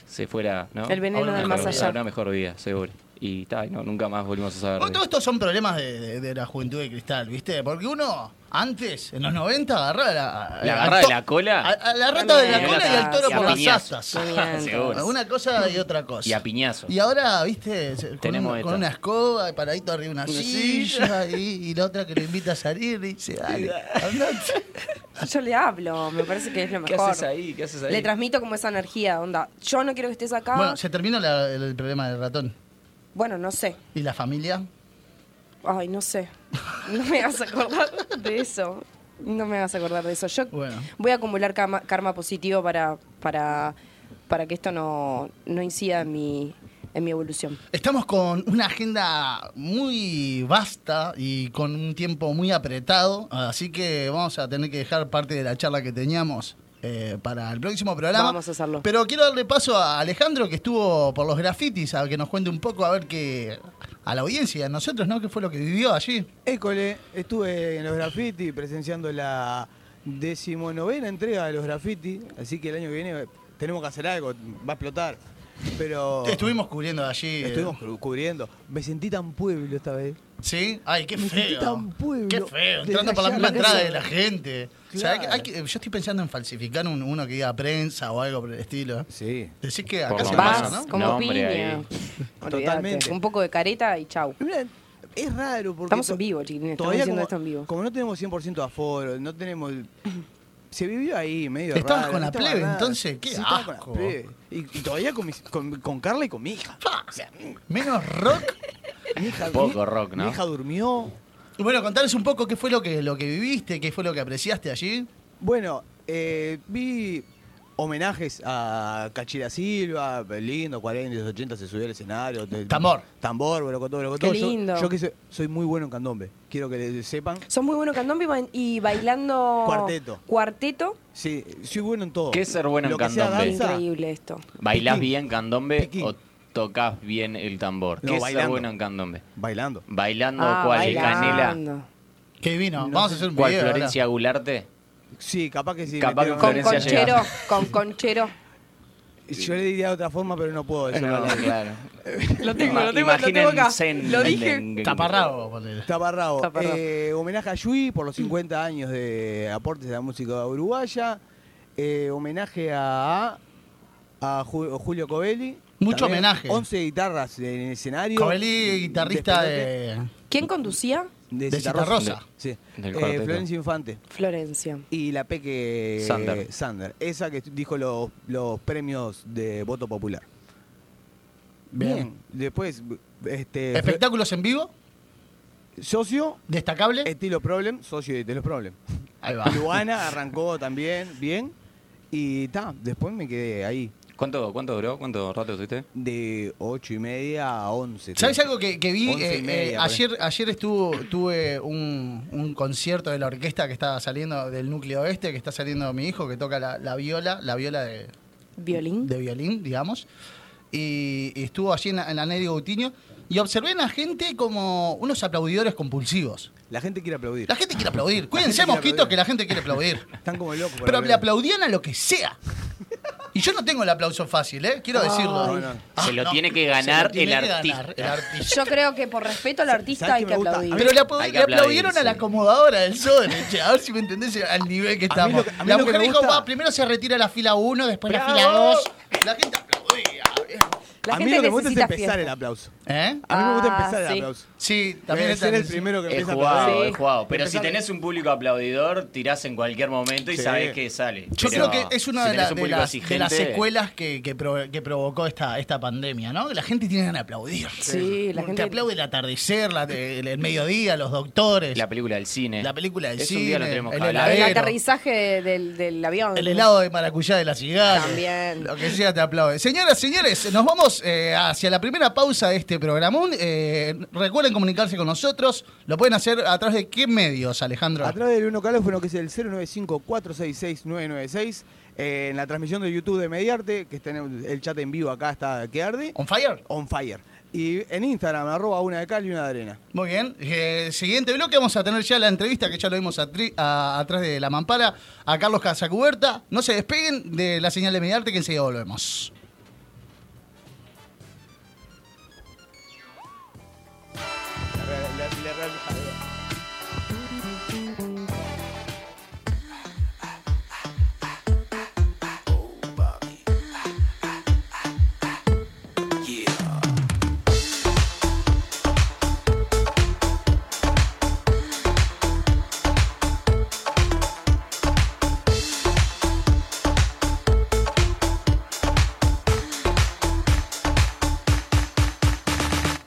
S6: se fuera, ¿no?
S7: El veneno
S6: A una
S7: del
S6: mejor
S7: más
S6: vida,
S7: allá.
S6: a Una mejor vida, seguro. Y tal, y no, nunca más volvimos a saber.
S5: Bueno,
S6: de-
S5: Todos estos son problemas de, de- de la juventud de cristal, ¿viste? Porque uno antes, en los 90, agarraba la,
S6: La
S5: al
S6: agarraba
S5: to-
S6: de la cola.
S5: eh, A, a la rata de la
S6: Y
S5: cola y al toro
S6: y a
S5: por las
S6: piñazos.
S5: astas.
S7: No mientas.
S6: (laughs) Seguro.
S5: Una cosa y otra cosa.
S6: Y a piñazos.
S5: Y ahora, ¿viste? se- Con,
S6: Tenemos
S5: un- con
S6: esto.
S5: una escoba, paradito arriba de una silla, y, y la otra que lo invita a salir y dice, dale, andate.
S7: (laughs) Yo le hablo, me parece que es lo
S6: ¿Qué
S7: mejor.
S6: haces ahí? ¿Qué haces ahí?
S7: Le transmito como esa energía, onda. Yo no quiero que estés acá.
S5: Bueno,
S7: Bueno,
S5: se terminó la- el, el problema del ratón.
S7: no sé.
S5: ¿Y la familia?
S7: Ay, no sé. No me vas a acordar de eso. No me vas a acordar de eso. Yo
S5: Bueno.
S7: voy a acumular karma, karma positivo para, para, para que esto no, no incida en mi, en mi evolución.
S5: Estamos con una agenda muy vasta y con un tiempo muy apretado, así que vamos a tener que dejar parte de la charla que teníamos eh, para el próximo programa.
S7: Vamos a hacerlo.
S5: Pero quiero darle paso a Alejandro, que estuvo por los grafitis, a que nos cuente un poco, a ver qué. a la audiencia, a nosotros, ¿no? ¿Qué fue lo que vivió allí?
S9: École, estuve en los graffiti presenciando la decimonovena entrega de los graffiti, así que el año que viene tenemos que hacer algo, va a explotar. Pero.
S5: Estuvimos cubriendo allí. eh.
S9: Estuvimos cru- cubriendo. Me sentí tan pueblo esta vez.
S5: ¿Sí? Ay, qué
S9: Me sentí
S5: feo.
S9: tan pueblo.
S5: Qué feo, entrando por la misma
S9: Detallar
S5: entrada
S9: eso.
S5: de la gente. O sea, hay que-
S9: Claro.
S5: hay que- yo estoy pensando en falsificar un- uno que diga prensa o algo por el estilo.
S9: Sí.
S5: Decís que
S6: Por
S5: acá
S6: lo
S5: se
S6: menos,
S5: pasa, ¿no?
S7: como
S6: No, hombre,
S7: piña.
S6: ahí.
S7: Olvídate.
S9: Totalmente.
S7: Un poco de careta y chau.
S9: Mirá, es raro porque.
S7: Estamos
S9: to-
S7: en vivo, chiquilines. Estamos
S9: Todavía
S7: haciendo
S9: como,
S7: esto en vivo.
S9: como no tenemos 100% de aforo, no
S7: (laughs)
S9: tenemos. el- Se vivió ahí, medio.
S5: Estabas
S9: raro,
S5: con la
S9: no estaba
S5: plebe,
S9: nada.
S5: entonces, qué
S9: Sí, estaba con la
S5: asco.
S9: plebe. Y, y todavía con, mis- con, con Carla y con mi hija.
S5: Ah, Menos rock.
S9: (laughs) Mi hija
S6: Poco
S9: mi-
S6: rock, ¿no?
S9: Mi hija durmió.
S5: Bueno, contanos un poco qué fue lo que, lo que viviste, qué fue lo que apreciaste allí.
S9: Bueno, eh, vi homenajes a Cachira Silva, lindo, 40 y 80 se subió al escenario. Te-
S5: Tambor.
S9: Tambor, Borocotó, Borocotó.
S7: Qué
S9: Yo-
S7: lindo.
S9: Yo, que soy, soy muy bueno en candombe, quiero que le- sepan.
S7: Son muy buenos candombe y ba- y bailando...
S9: Cuarteto.
S7: Cuarteto.
S9: Sí, soy bueno en todo.
S6: ¿Qué es ser bueno en
S9: Lo que sea
S6: candombe?
S9: danza,
S7: Increíble esto.
S6: ¿Bailás
S9: Piquín.
S6: bien candombe
S9: Piquín.
S6: o tocas bien el tambor?
S9: No,
S6: ¿Qué es ser
S9: bailando.
S6: bueno en candombe?
S9: Bailando.
S6: ¿Bailando
S7: Ah,
S6: cuál? ¿Canela?
S7: bailando.
S5: Qué divino. Vamos a hacer un
S6: ¿Cuál?
S5: video. ahora.
S6: ¿Florencia Gularte?
S9: Sí, capaz que sí.
S6: Capaz
S9: metieron-
S6: que
S7: Con
S6: Florencia
S7: conchero,
S6: llega.
S7: con conchero.
S9: Yo le diría de otra forma, pero no puedo decirlo.
S6: No, claro.
S7: (laughs) Lo
S6: Ima- imagínense en- en- en-
S5: Taparrabo, ponele.
S9: Taparrabo.
S7: Taparrabo.
S9: Eh, homenaje a Yui por los 50 años de aportes de la música uruguaya. Eh, homenaje a, a Ju- Julio Covelli.
S5: Mucho homenaje.
S9: 11 guitarras en el escenario.
S5: Covelli, guitarrista
S9: Despelote.
S5: de.
S7: ¿Quién conducía?
S9: De,
S5: de
S9: Citarrosa.
S5: Citarrosa.
S9: Sí.
S6: Del
S9: Eh,
S6: cuarteto.
S9: Florencia Infante.
S7: Florencia.
S9: Y la Peque
S6: Sander.
S9: Sander. Esa que dijo los, los premios de voto popular.
S5: Bien.
S9: Después, este.
S5: Espectáculos en vivo,
S9: Socio.
S5: destacable.
S9: Estilo Problem, socio de los Problem.
S5: Ahí va. (laughs)
S9: Luana arrancó también, bien. Y ta, después me quedé ahí,
S6: ¿Cuánto, ¿Cuánto duró? ¿Cuánto rato estuviste?
S9: de ocho y media a 11.
S5: ¿Sabes algo que, que vi?
S9: Once y
S5: Eh,
S9: media,
S5: eh,
S9: por ahí.
S5: ayer ayer estuvo, tuve un, un concierto de la orquesta que está saliendo del núcleo oeste, que está saliendo mi hijo, que toca la, la viola, la viola de,
S7: Violín.
S5: de violín, digamos. Y, y estuvo allí en, la- en la Nelly Gautiño. Y observé en la gente como unos aplaudidores compulsivos.
S9: La gente quiere aplaudir.
S5: La gente quiere aplaudir. Cuídense,
S9: quiere
S5: mosquitos,
S9: aplaudir.
S5: que la gente quiere aplaudir.
S9: Están como locos. por
S5: Pero le
S9: aplaudir.
S5: aplaudían a lo que sea. Y yo no tengo el aplauso fácil, ¿eh? Quiero decirlo.
S9: no.
S5: Ah,
S6: Se lo
S5: no.
S6: tiene que
S5: Se lo
S6: ganar
S5: tiene
S6: el Ah.
S5: que
S6: artista.
S5: ganar el artista.
S7: Yo creo que por respeto al artista hay
S9: qué
S7: que
S9: me gusta?
S7: aplaudir.
S5: Pero le, apla-
S6: Hay que
S5: le aplaudieron
S6: aplaudir,
S5: a la
S6: sí.
S5: acomodadora del sobre, che, a ver si me entendés al nivel que
S9: mí
S5: estamos.
S9: lo que- a mí
S5: la
S9: lo que
S5: mujer
S9: me
S5: dijo,
S9: gusta-
S5: va, primero se retira la fila 1, después
S9: ¡Bravo!
S5: la fila 2. La gente aplaudía. bien.
S7: La
S9: a mí
S7: gente
S9: lo que me gusta es
S7: necesita
S9: empezar el
S7: fiesta.
S9: aplauso.
S5: ¿Eh?
S9: A mí me gusta
S7: Ah,
S9: empezar
S7: sí.
S9: el aplauso.
S5: Sí,
S9: También
S5: también
S9: es
S5: está
S9: ser
S5: en
S9: el primero que
S6: Es
S9: empieza a
S6: jugado,
S9: aplaudir.
S6: es jugado. Pero si
S9: Empezar-
S6: tenés un público aplaudidor, tirás en cualquier momento y
S9: Sí.
S6: sabés que sale.
S5: Yo
S6: Pero
S5: creo que es una
S6: si
S5: de,
S6: tenés
S5: la-
S6: un
S5: de
S6: público
S5: las, de
S6: exigente,
S5: las secuelas que, que pro- que provocó esta, esta pandemia, ¿no? Que la gente tiene ganas de aplaudir.
S7: Sí, la
S5: Te
S7: gente-
S5: aplaude el atardecer, la- el, el mediodía, los doctores,
S6: La
S5: la,
S6: película del cine.
S5: película del
S6: Es
S5: cine,
S6: un día lo tenemos
S5: el
S6: que hablar.
S7: El
S5: heladero.
S7: aterrizaje del, del avión.
S5: El helado de maracuyá de la ciudad.
S7: También.
S5: Lo que sea te aplaude. Señoras, señores, nos vamos eh, hacia la primera pausa de este programón. Eh, recuerden comunicarse con nosotros. Lo pueden hacer a través de qué medios, Alejandro.
S9: A través del 1 calófono que es el 095-466-996, eh, en la transmisión de YouTube de Mediarte, que está en el el chat en vivo acá, está que arde,
S5: On Fire.
S9: on fire. Y en Instagram, arroba una de cal y una de arena.
S5: Muy bien. Eh, siguiente bloque vamos a tener ya la entrevista que ya lo vimos atri- a- atrás de la mampara a Carlos Casacuberta. No se despeguen de la señal de Mediarte que enseguida volvemos.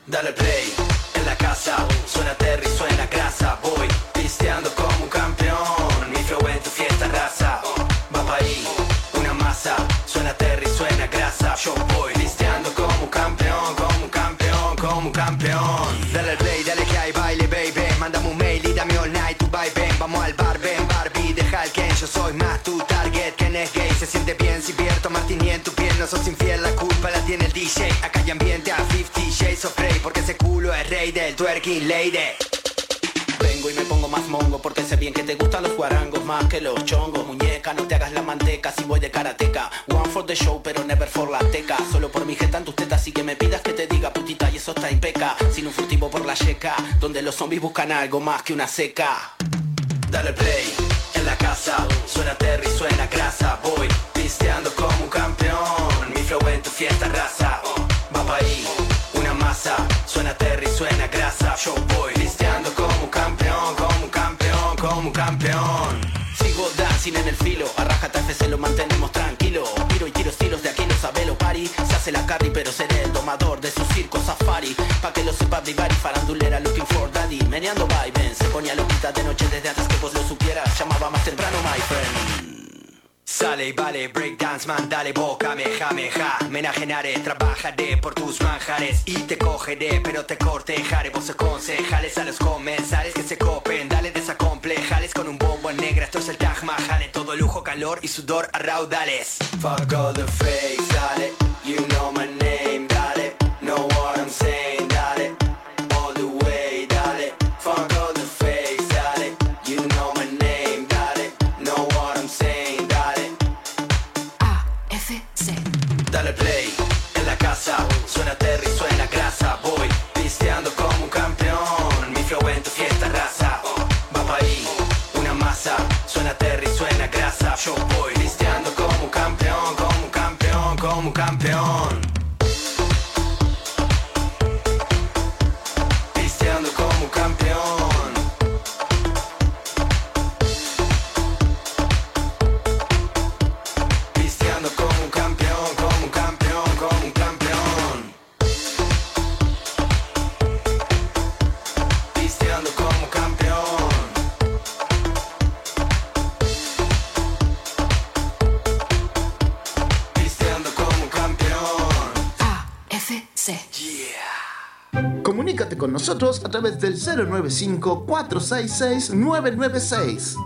S3: Dale play en la casa, suena Terry, suena grasa, voy pisteando como un campeón, mi flow en tu fiesta raza, va pa' ahí, una masa, suena Terry, suena grasa.
S12: DJ Acá hay ambiente a 50 Shades of Grey Porque ese culo es rey del twerking lady Vengo y me pongo más mongo Porque sé bien que te gustan los guarangos Más que los chongos Muñeca, no te hagas la manteca Si voy de karateca One for the show pero never for la teca Solo por mi jeta en tus tetas Así que me pidas que te diga putita Y eso está impeca Sin un furtivo por la yeca Donde los zombies buscan algo más que una seca Dale play en la casa, suena Terry, suena grasa, voy pisteando como un campeón, mi flow en tu fiesta raza, va pa' ahí, una masa, suena Terry, suena grasa, yo voy pisteando como un campeón, como un campeón, como un campeón. Sigo dancing en el filo, a raja se lo mantenemos tranquilo, tiro y tiro estilos de aquí no sabe lo pari, se hace la carry pero seré el domador de su circo safari, pa' que lo sepa vivar y farandulera looking for daddy, meneando vibes, se ponía loquita de noche desde antes que vos lo supieras, llamaba más temprano my friend. Sale y vale, breakdance, man, dale boca, meja, Me enajenaré, trabajaré por tus manjares y te cogeré, pero te cortejaré. Vos aconsejales a los comensales que se copen, dale desacomplejales con un bombo en negra. Esto es el Taj Mahal, todo lujo, calor y sudor a raudales. Fuck all the fakes, dale, you know my name, dale, know what I'm saying, dale, all the way, dale. Fuck all the fakes, dale, you know my name, dale, know what I'm saying, dale.
S13: FC.
S12: Dale play en la casa, suena Terry, suena grasa, voy pisteando como un campeón, mi flow en tu fiesta raza, va pa' ahí, una masa, suena Terry, suena grasa, yo voy pisteando como un campeón, como un campeón, como un campeón. Pisteando como un campeón. Pisteando como un campeón, como un campeón, como un campeón. Pisteando como un campeón. Pisteando como un campeón.
S13: FC.
S14: Comunícate con nosotros a través del 095-466-996.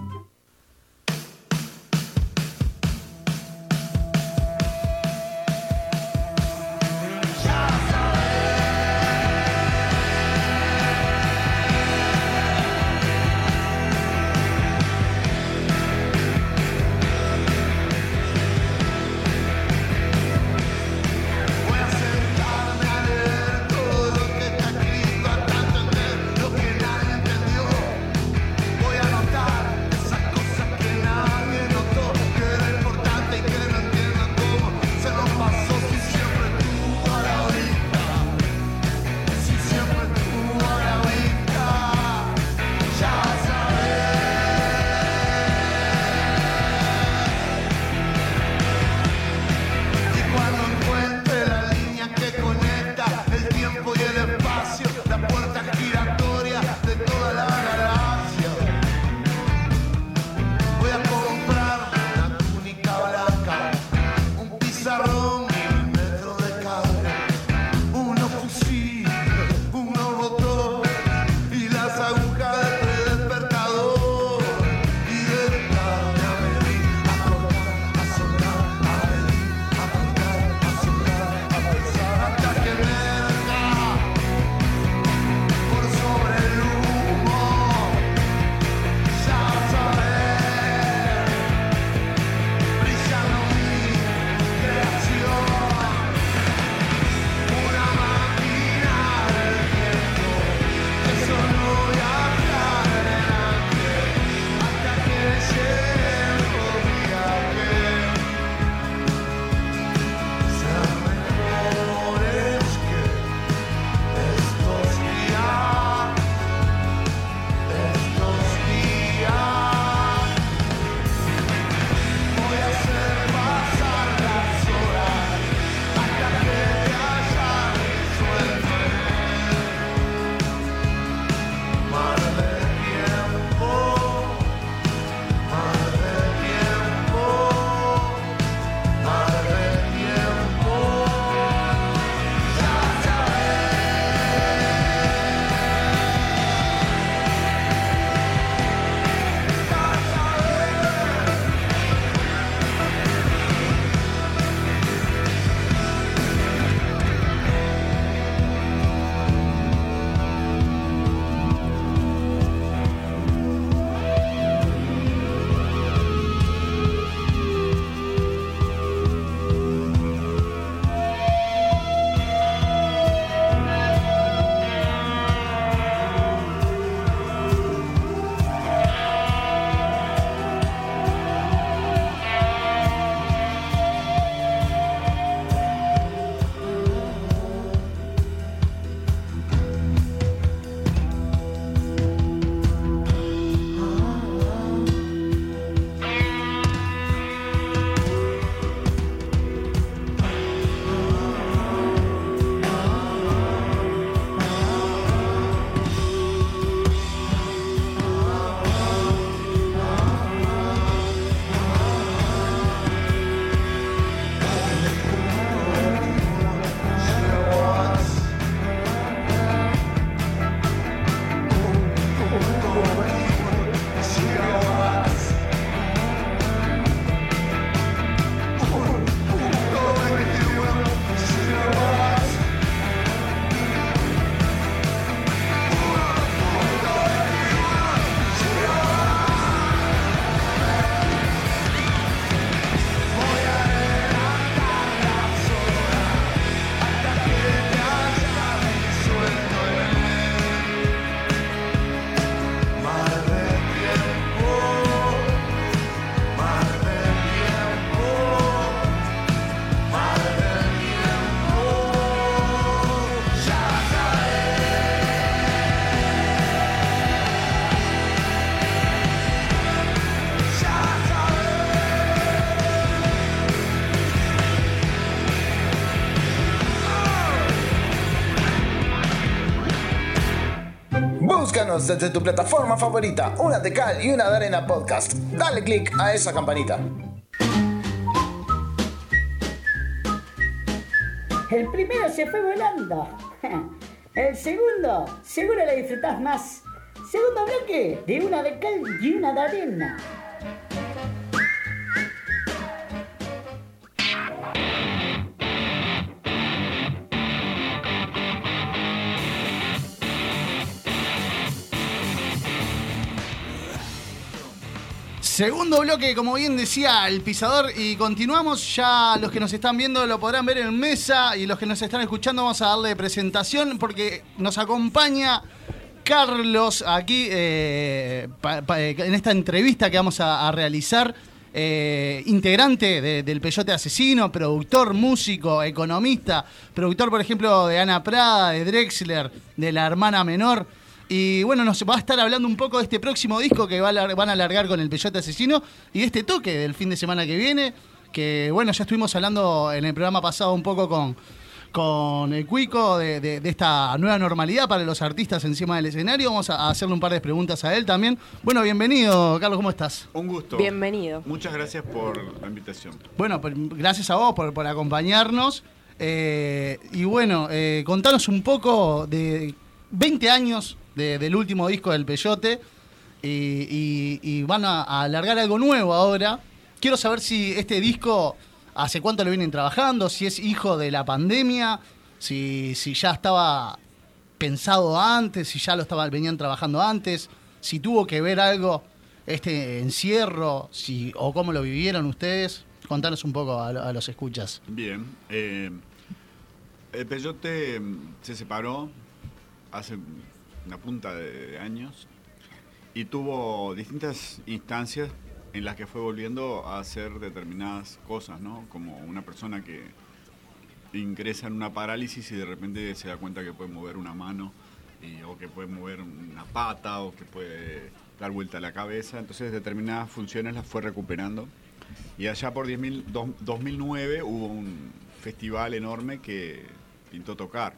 S3: Voy a notar ese
S15: Búscanos desde tu plataforma favorita, una de cal y una de arena podcast. Dale click a esa campanita.
S16: El primero se fue volando. (laughs) El segundo, seguro la disfrutás más. Segundo bloque, de una de cal y una de arena.
S5: Segundo bloque, como bien decía el pisador, y continuamos. Ya los que nos están viendo lo podrán ver en mesa y los que nos están escuchando vamos a darle presentación porque nos acompaña Carlos aquí eh, pa- pa- eh, en esta entrevista que vamos a, a realizar. eh, integrante de- del Peyote Asesino, productor, músico, economista, productor, por ejemplo, de Ana Prada, de Drexler, de la hermana menor. Y bueno, nos va a estar hablando un poco de este próximo disco que va a lar- van a largar con el Peyote Asesino y de este toque del fin de semana que viene. Que bueno, ya estuvimos hablando en el programa pasado un poco con, con el Cuico de, de- de esta nueva normalidad para los artistas encima del escenario. Vamos a a hacerle un par de preguntas a él también. Bueno, bienvenido, Carlos, ¿cómo estás?
S17: Un gusto.
S18: Bienvenido.
S17: Muchas gracias por la invitación.
S5: Bueno, pues, gracias a vos por, por acompañarnos. Eh, y bueno, eh, contanos un poco de 20 años de- del último disco del Peyote. Y, y- y van a, a alargar algo nuevo ahora. Quiero saber si este disco, hace cuánto lo vienen trabajando, si es hijo de la pandemia, si, si ya estaba pensado antes, si ya lo estaba, venían trabajando antes, si tuvo que ver algo este encierro, si, o cómo lo vivieron ustedes. Contanos un poco a, lo- a los escuchas.
S17: Bien. eh, el Peyote eh, se separó hace una punta de años y tuvo distintas instancias en las que fue volviendo a hacer determinadas cosas, ¿no? Como una persona que ingresa en una parálisis y de repente se da cuenta que puede mover una mano y- o que puede mover una pata o que puede dar vuelta a la cabeza. Entonces determinadas funciones las fue recuperando. Y allá por 10.000 dos- 2009 hubo un festival enorme que pintó tocar.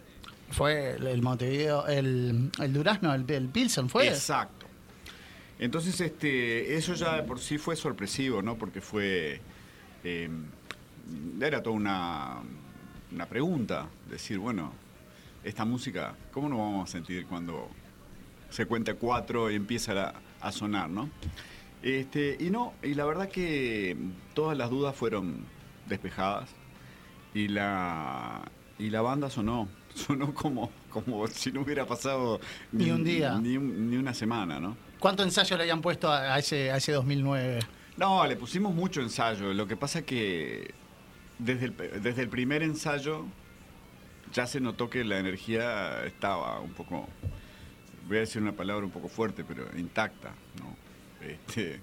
S5: Fue el, el Montevideo, el, el Durazno, el, el Pilsen, ¿fue?
S17: Exacto. Entonces, este, eso ya de por sí fue sorpresivo, ¿no? Porque fue. eh, era toda una, una pregunta. Decir, bueno, esta música, ¿cómo nos vamos a sentir cuando se cuenta cuatro y empieza la- a sonar, ¿no? Este, y no, y la verdad que todas las dudas fueron despejadas y la, y la banda sonó. (laughs) Sonó como, como si no hubiera pasado
S5: Ni un día.
S17: Ni, un- ni una semana, ¿no?
S5: ¿Cuánto ensayo le habían puesto a, a ese, a ese 2009?
S17: No, le pusimos mucho ensayo. Lo que pasa que desde el, pe- desde el primer ensayo ya se notó que la energía estaba un poco, voy a decir una palabra un poco fuerte, pero intacta, ¿no? Este,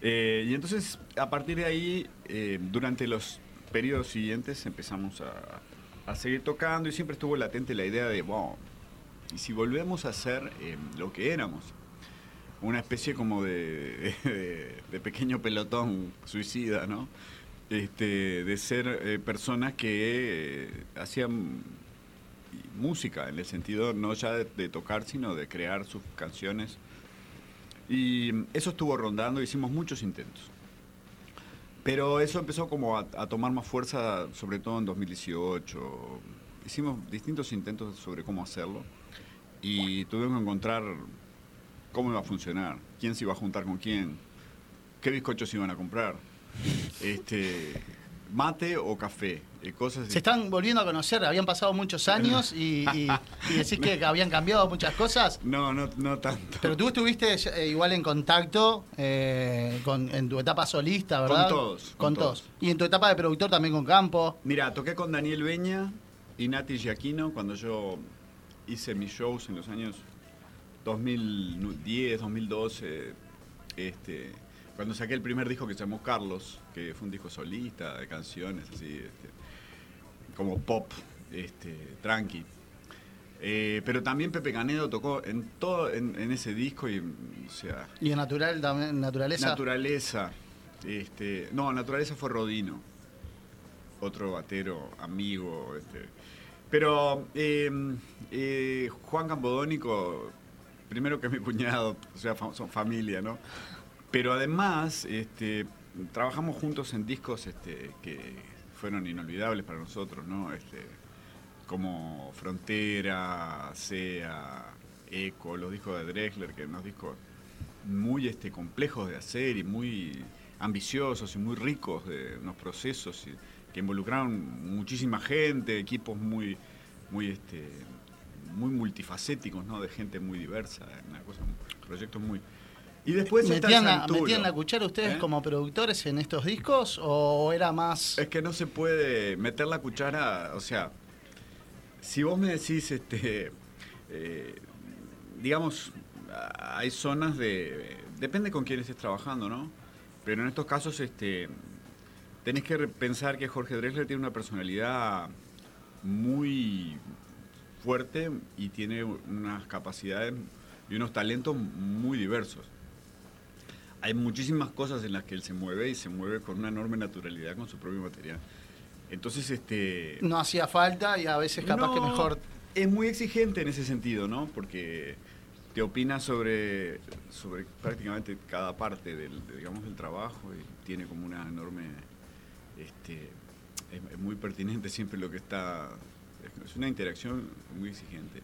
S17: eh, y entonces, a partir de ahí, eh, durante los periodos siguientes empezamos a, a seguir tocando y siempre estuvo latente la idea de, wow, y si volvemos a ser eh, lo que éramos, una especie como de, (laughs) de- de pequeño pelotón suicida, ¿no? Este, de ser eh, personas que eh, hacían música, en el sentido no ya de, de tocar, sino de crear sus canciones. Y mm, eso estuvo rondando, hicimos muchos intentos. Pero eso empezó como a, a tomar más fuerza, sobre todo en 2018. Hicimos distintos intentos sobre cómo hacerlo y tuvimos que encontrar cómo iba a funcionar, quién se iba a juntar con quién, qué bizcochos iban a comprar, este, mate o café, eh, cosas
S5: Se están volviendo a conocer, habían pasado muchos años y, y, y decís que (laughs) habían cambiado muchas cosas.
S17: No, no, no tanto.
S5: Pero tú estuviste eh, igual en contacto eh, con, en tu etapa solista,
S17: Con
S5: ¿verdad?
S17: todos, con
S5: Con, todos. Y en tu etapa de productor también con Campo.
S17: Mira, toqué con Daniel Beña y Nati Giaquino cuando yo hice mis shows en los años 2010, 2012. Este, cuando saqué el primer disco que se llamó Carlos, que fue un disco solista de canciones así, este, como pop, este, tranqui. Eh, pero también Pepe Canedo tocó en todo en, en ese disco y o sea,
S5: Y en natural también, naturaleza.
S17: Naturaleza. Este, no, Naturaleza fue Rodino. Otro batero, em, amigo. este. Pero eh, eh, Juan Campodónico primero que mi cuñado, o sea, fa- son familia, ¿no? Pero además, este, trabajamos juntos en discos este, que fueron inolvidables para nosotros, ¿no? Este, como Frontera, Sea, Eco, los discos de Drexler, que unos discos muy este, complejos de hacer y muy ambiciosos y muy ricos de unos procesos y- que involucraron muchísima gente, equipos muy, muy, este, muy multifacéticos, ¿no? De gente muy diversa, una cosa, proyectos muy... Y después está
S5: ¿Metían la,
S17: Santulo.
S5: metían la cuchara ustedes
S17: ¿Eh?
S5: como productores en estos discos o era más...
S17: Es que no se puede meter la cuchara, o sea, si vos me decís, este, eh, digamos, a- hay zonas de, depende con quién estés trabajando, ¿no? Pero en estos casos, este, tenés que re- pensar que Jorge Drexler tiene una personalidad muy fuerte y tiene unas capacidades y unos talentos muy diversos hay muchísimas cosas en las que él se mueve y se mueve con una enorme naturalidad con su propio material. Entonces, este.
S5: No hacía falta y a veces capaz que
S17: No,
S5: mejor...
S17: Es muy exigente en ese sentido, ¿no? Porque te opinas sobre, sobre prácticamente cada parte del, de- digamos, del trabajo y tiene como una enorme. Este, es, es muy pertinente siempre lo que está. Es una interacción muy exigente.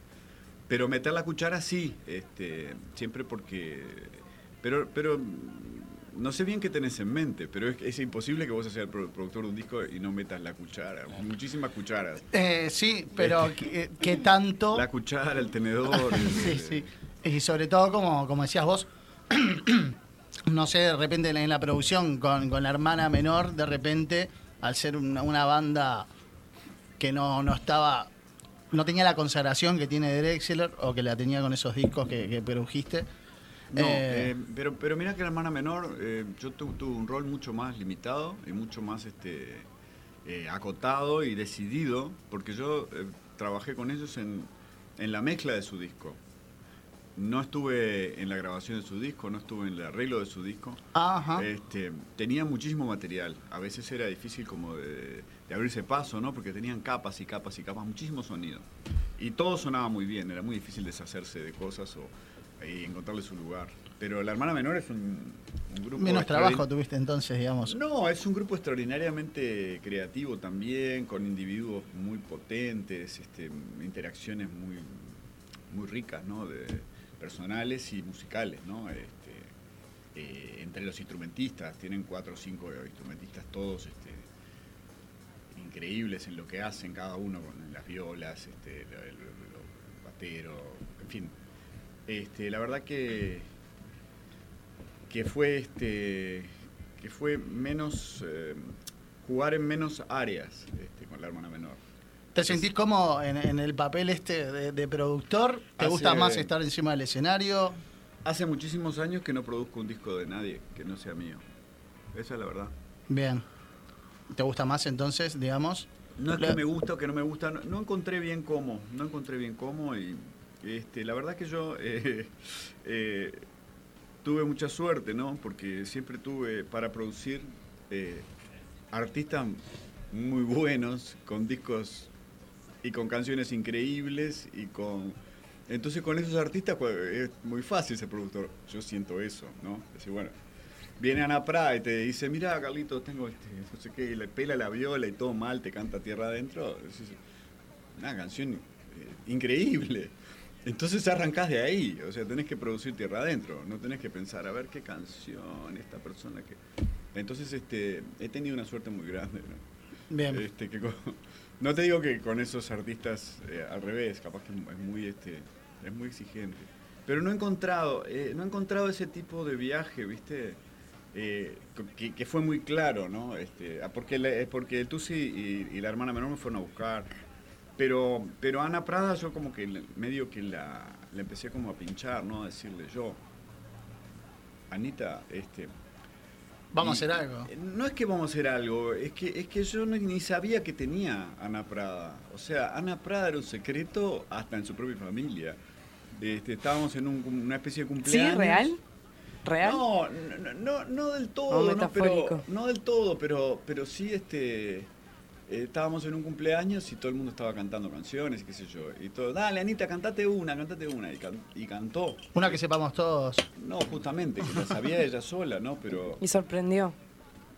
S17: Pero meter la cuchara sí, este, siempre porque. Pero, pero mm, no sé bien qué tenés en mente, pero es, es imposible que vos seas el pro- productor de un disco y no metas la cuchara. Muchísimas cucharas.
S5: Eh, sí, pero ¿qué, eh, qué tanto?
S17: La cuchara, el tenedor.
S5: (laughs) Sí, sí. Y sobre todo, como, como decías vos, (clears throat) no sé, de repente en la- en la producción con, con la hermana menor, de repente, al ser una, una banda que no, no estaba, no tenía la consagración que tiene Drexler o que la tenía con esos discos que, que produjiste.
S17: No,
S5: eh,
S17: eh, pero, pero mira que la hermana menor, eh, yo tu- tuve un rol mucho más limitado y mucho más este, eh, acotado y decidido, porque yo eh, trabajé con ellos en, en la mezcla de su disco. No estuve en la grabación de su disco, no estuve en el arreglo de su disco.
S5: Ajá.
S17: Este, tenía muchísimo material. A veces era difícil como de, de abrirse paso, ¿no? Porque tenían capas y capas y capas, muchísimo sonido. Y todo sonaba muy bien, era muy difícil deshacerse de cosas o y encontrarle su lugar. Pero la hermana menor es un, un grupo...
S5: menos trabajo
S17: extraordin-
S5: tuviste entonces, digamos.
S17: No, es un grupo extraordinariamente creativo también, con individuos muy potentes, este, interacciones muy, muy ricas, ¿no? De, personales y musicales, ¿no? Este, eh, entre los instrumentistas, tienen cuatro o cinco instrumentistas todos este, increíbles en lo que hacen cada uno, con las violas, este, lo- el- lo- lo batero, en fin. Este, la verdad que, que fue este que fue menos eh, jugar en menos áreas este, con la hermana menor.
S5: ¿Te sentís cómodo en, en el papel este de, de productor? ¿Te
S17: Hace-
S5: gusta más estar encima del escenario?
S17: Hace muchísimos años que no produzco un disco de nadie que no sea mío. Esa es la verdad.
S5: Bien. ¿Te gusta más entonces, digamos?
S17: No es
S5: La-
S17: que me gusta o que no me gusta, no, no encontré bien cómo, no encontré bien cómo y este, la verdad que yo (laughs) eh, eh, tuve mucha suerte, ¿no? Porque siempre tuve para producir eh, artistas muy buenos, con discos y con canciones increíbles y con... Entonces con esos artistas pues, es muy fácil ser productor, yo siento eso, ¿no? Decir, bueno, Viene Ana Prada y te dice, mira Carlitos, tengo este, no sé qué, y le pela la viola y todo mal, te canta tierra adentro. Es una canción eh, increíble. Entonces arrancás de ahí, o sea, tenés que producir tierra adentro, no tenés que pensar, a ver qué canción esta persona que... Entonces este, he tenido una suerte muy grande. ¿no?
S5: Bien.
S17: Este, que con- no te digo que con esos artistas eh, al revés, capaz que es muy, este, es muy exigente. Pero no he encontrado, eh, no he encontrado ese tipo de viaje, ¿viste? Eh, co- que, que fue muy claro, ¿no? Este, ah, porque, la- eh, porque Tusi y, y la hermana menor me fueron a buscar. Pero, pero a Ana Prada yo como que le- medio que la, la empecé como a pinchar, ¿no? A decirle yo, Anita, este...
S5: Vamos
S17: y-
S5: a hacer algo.
S17: eh, No es que vamos a hacer algo, es que, es que yo no- ni sabía que tenía Ana Prada. O sea, Ana Prada era un secreto hasta en su propia familia. Este, estábamos en un- una especie de cumpleaños.
S7: ¿Sí? ¿Real? ¿Real? Oh,
S17: No, no, no, no del todo,
S7: O
S17: no, pero,
S7: metafórico.
S17: no del todo, pero, pero sí este eh, estábamos en un cumpleaños y todo el mundo estaba cantando canciones y qué sé yo. Y todo, dale, Anita, cantate una, cantate una. Y, can- y cantó.
S5: Una que sepamos todos.
S17: No, justamente, que la sabía ella sola, ¿no? Pero,
S7: Y sorprendió.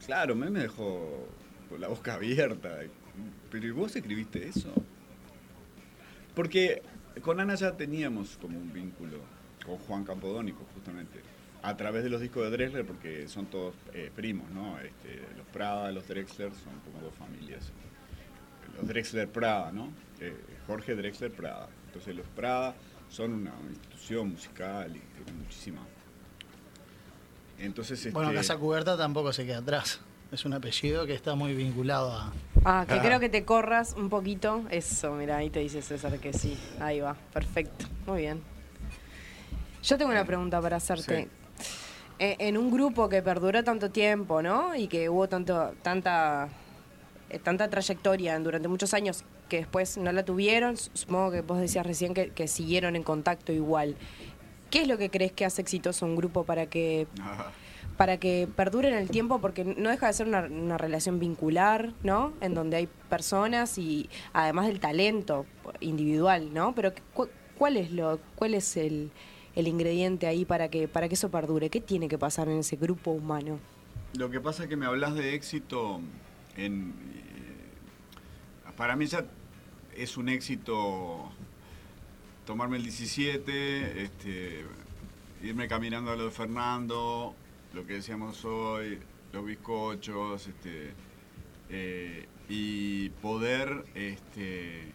S17: claro, me, me dejó con la boca abierta. Pero ¿y vos escribiste eso? Porque con Ana ya teníamos como un vínculo con Juan Campodónico, justamente. A través de los discos de Drexler, porque son todos eh, primos, ¿no? Este, los Prada, los Drexler, son como dos familias. Los Drexler Prada, ¿no? Eh, Jorge Drexler Prada. Entonces los Prada son una institución musical y tienen muchísima... Entonces, este,
S5: Bueno, Casa Cubierta tampoco se queda atrás. Es un apellido que está muy vinculado a.
S7: Ah, que
S5: Ah.
S7: creo que te corras un poquito. Eso, mira, ahí te dice César que sí. Ahí va, perfecto. Muy bien. Yo tengo una pregunta para hacerte. Eh, En un grupo que perduró tanto tiempo, ¿no? Y que hubo tanto, tanta, eh, tanta trayectoria durante muchos años que después no la tuvieron, s- supongo que vos decías recién que, que siguieron en contacto igual. ¿Qué es lo que crees que hace exitoso un grupo para que para que perdure en el tiempo, porque no deja de ser una, una relación vincular, ¿no? En donde hay personas y además del talento individual, ¿no? Pero cu- ¿cuál es lo, cuál es el, el ingrediente ahí para que para que eso perdure? ¿Qué tiene que pasar en ese grupo humano?
S17: Lo que pasa es que me hablas de éxito en... eh, para mí ya es un éxito tomarme el 17, este, irme caminando a lo de Fernando, lo que decíamos hoy, los bizcochos, este, eh, y poder este,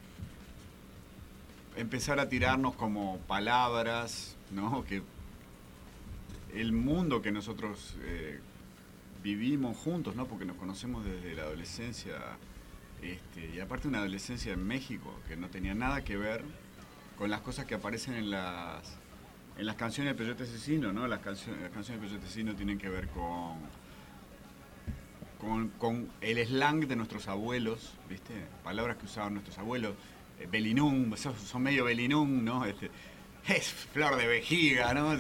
S17: empezar a tirarnos como palabras, ¿no? Que el mundo que nosotros eh, vivimos juntos, ¿no? Porque nos conocemos desde la adolescencia. Este, y aparte una adolescencia en México que no tenía nada que ver con las cosas que aparecen en las en las canciones de Peyote Asesino, ¿no? Las, cancio- las canciones de Peyote Asesino tienen que ver con, con con el slang de nuestros abuelos, ¿viste? Palabras que usaban nuestros abuelos. Eh, Belinum, son, son medio Belinum, ¿no? Este, es flor de vejiga, ¿no?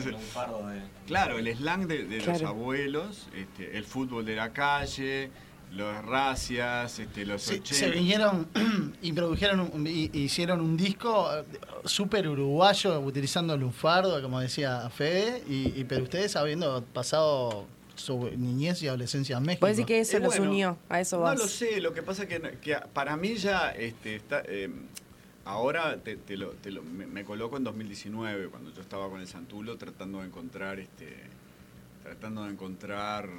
S17: Claro, el slang de, de
S19: Claro.
S17: los abuelos, este, el fútbol de la calle, las racias, este, los
S5: Se,
S17: ochenta.
S5: se vinieron (clears throat) y produjeron un- y, y hicieron un disco eh, súper uruguayo utilizando lunfardo, como decía Fede, y, y- pero ustedes habiendo pasado su niñez y adolescencia en México.
S7: Puede decir que eso
S17: Eh,
S7: los
S17: bueno,
S7: unió, a eso
S17: No
S7: vas.
S17: lo sé, lo que pasa que, que para mí ya este, está, eh, ahora te, te lo, te lo- me, me coloco en 2019, cuando yo estaba con el Santulo tratando de encontrar este tratando de encontrar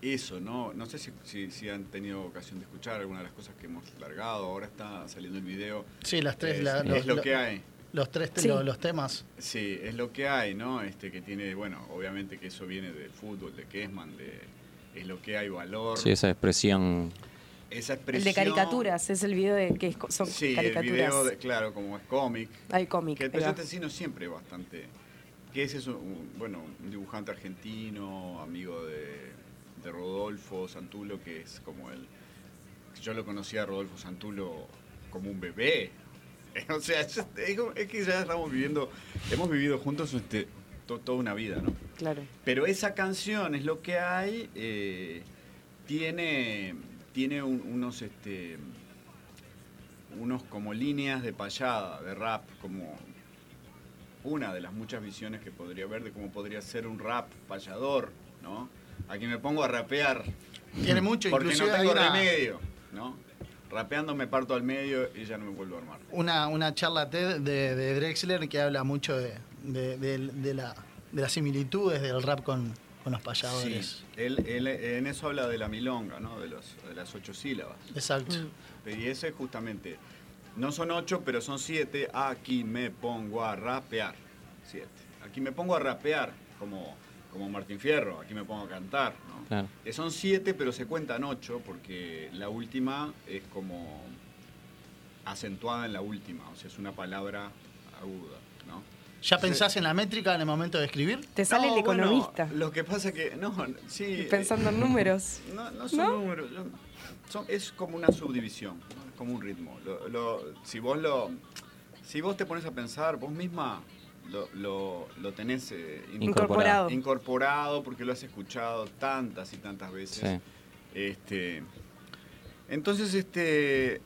S17: eso, ¿no? No sé si, si, si han tenido ocasión de escuchar alguna de las cosas que hemos largado, ahora está saliendo el video.
S5: Sí, las tres,
S17: Es,
S5: la-
S17: es
S5: los-
S17: lo
S5: lo-
S17: que hay.
S5: Los tres te-
S17: Sí.
S5: lo- los temas.
S17: Sí, es lo que hay, ¿no? Este que tiene, bueno, obviamente que eso viene del fútbol, de Kessman, de es lo que hay valor.
S6: Sí, esa expresión.
S17: Esa
S7: El
S17: expresión.
S7: de caricaturas, es el video de que es co- son
S17: Sí, el
S7: caricaturas.
S17: video, de- claro, como es cómic.
S7: Hay cómic.
S17: Que el
S7: ahí va.
S17: Peyote Sino siempre es bastante. Que ese es un- un, bueno, un dibujante argentino, amigo de, de Rodolfo Santulo, que es como el. Yo lo conocía a Rodolfo Santulo como un bebé. (laughs) O sea, es, es como- es que ya estamos viviendo, hemos vivido juntos este, to- toda una vida, ¿no?
S7: Claro.
S17: Pero esa canción es lo que hay. eh, tiene tiene un- unos este unos como líneas de payada, de rap, como una de las muchas visiones que podría haber de cómo podría ser un rap payador, ¿no? Aquí me pongo a rapear.
S5: Tiene mucho,
S17: Porque no
S5: inclusive hay
S17: tengo
S5: una-
S17: remedio, ¿no? Rapeando me parto al medio y ya no me vuelvo a armar.
S5: una, una charla TED de, de Drexler que habla mucho de, de- de- de la- de las similitudes del rap con, con los payadores.
S17: Sí, él, él en eso habla de la milonga, ¿no? De, los, de las ocho sílabas. Mm.
S5: Exacto.
S17: Y ese es justamente, no son ocho, pero son siete. Aquí me pongo a rapear. Siete. Aquí me pongo a rapear, como, como Martín Fierro. Aquí me pongo a cantar, ¿no?
S6: Claro.
S17: Eh, Son siete, pero se cuentan ocho, porque la última es como acentuada en la última. O sea, es una palabra aguda, ¿no?
S5: ¿Ya pensás en la métrica en el momento de escribir?
S7: Te sale el
S17: bueno,
S7: economista.
S17: lo que pasa que, no, sí. eh,
S7: Pensando en números.
S17: No, no son números. yo- son- es como una subdivisión, ¿no? es como un ritmo. Lo- lo- si vos lo, si vos te pones a pensar, vos misma lo, lo- lo tenés eh, in-
S7: Incorporado.
S17: incorporado porque lo has escuchado tantas y tantas veces.
S6: Sí.
S17: Este, Entonces, este,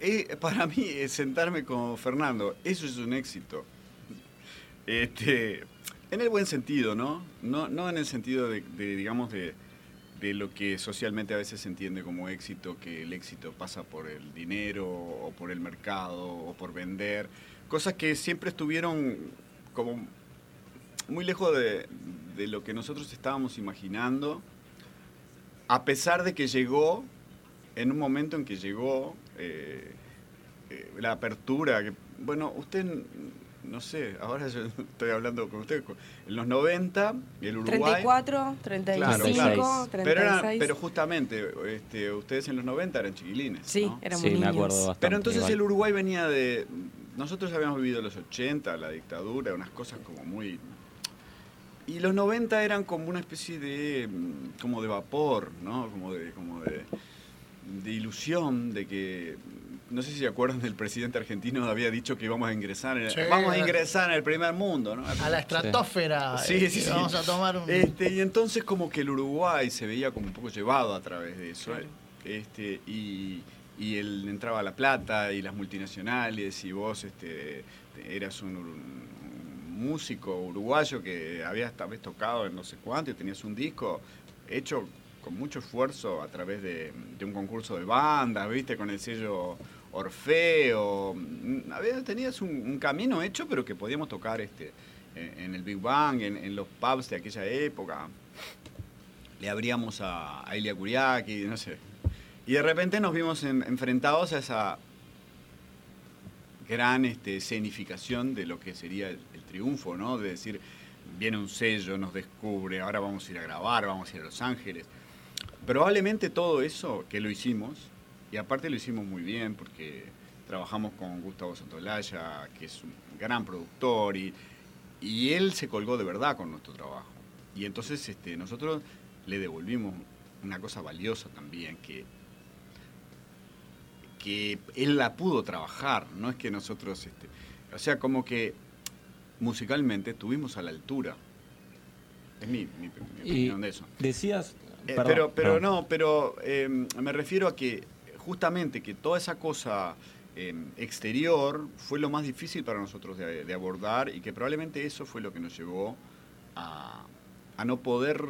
S17: eh, para mí, eh, sentarme con Fernando, eso es un éxito. Este, en el buen sentido, ¿no? No, no en el sentido de, de, digamos, de, de lo que socialmente a veces se entiende como éxito, que el éxito pasa por el dinero o por el mercado o por vender, cosas que siempre estuvieron como muy lejos de, de lo que nosotros estábamos imaginando, a pesar de que llegó, en un momento en que llegó eh, eh, la apertura, que, bueno, usted, no sé, ahora yo (laughs) estoy hablando con usted, en los 90, el Uruguay...
S7: 34, 35,
S17: Claro, claro.
S7: 36.
S17: Pero, era- pero justamente, este, ustedes en los 90 eran chiquilines.
S7: Sí,
S17: ¿no?
S7: éramos Sí, me niños. acuerdo bastante,
S17: Pero entonces
S7: igual.
S17: el Uruguay venía de. Nosotros habíamos vivido los 80, la dictadura, unas cosas como muy. Y los 90 eran como una especie de. mm, como de vapor, ¿no? Como de. Como de, de ilusión de que. No sé si se acuerdan del presidente argentino había dicho que íbamos a ingresar en-
S5: Sí.
S17: vamos a ingresar en el primer mundo, ¿no?
S5: A la estratosfera.
S17: Sí,
S5: eh,
S17: sí, sí.
S5: Vamos a tomar un.
S17: Este, y entonces como que el Uruguay se veía como un poco llevado a través de eso. Este, y, y él entraba la plata y las multinacionales y vos este, eras un, ur- un músico uruguayo que habías tal vez tocado en no sé cuánto y tenías un disco hecho con mucho esfuerzo a través de, de un concurso de bandas, viste, con el sello Orfeo. Mm, había- Tenías un, un camino hecho, pero que podíamos tocar este, en, en el Big Bang, en, en los pubs de aquella época. Le abríamos a, a Elia Kuriaki, no sé. Y de repente nos vimos en- enfrentados a esa gran este, escenificación de lo que sería el, el triunfo, ¿no? De decir, viene un sello, nos descubre, ahora vamos a ir a grabar, vamos a ir a Los Ángeles. Probablemente todo eso que lo hicimos, y aparte lo hicimos muy bien porque trabajamos con Gustavo Santolaya, que es un gran productor, y, y él se colgó de verdad con nuestro trabajo. Y entonces este, nosotros le devolvimos una cosa valiosa también, que, que él la pudo trabajar, no es que nosotros... Este, o sea, como que musicalmente estuvimos a la altura. Es mi, mi- mi
S6: Y
S17: opinión de eso.
S6: Decías.
S17: Eh,
S6: perdón,
S17: pero, pero
S6: perdón.
S17: no, pero eh, me refiero a que justamente que toda esa cosa eh, exterior fue lo más difícil para nosotros de, de abordar y que probablemente eso fue lo que nos llevó a, a no poder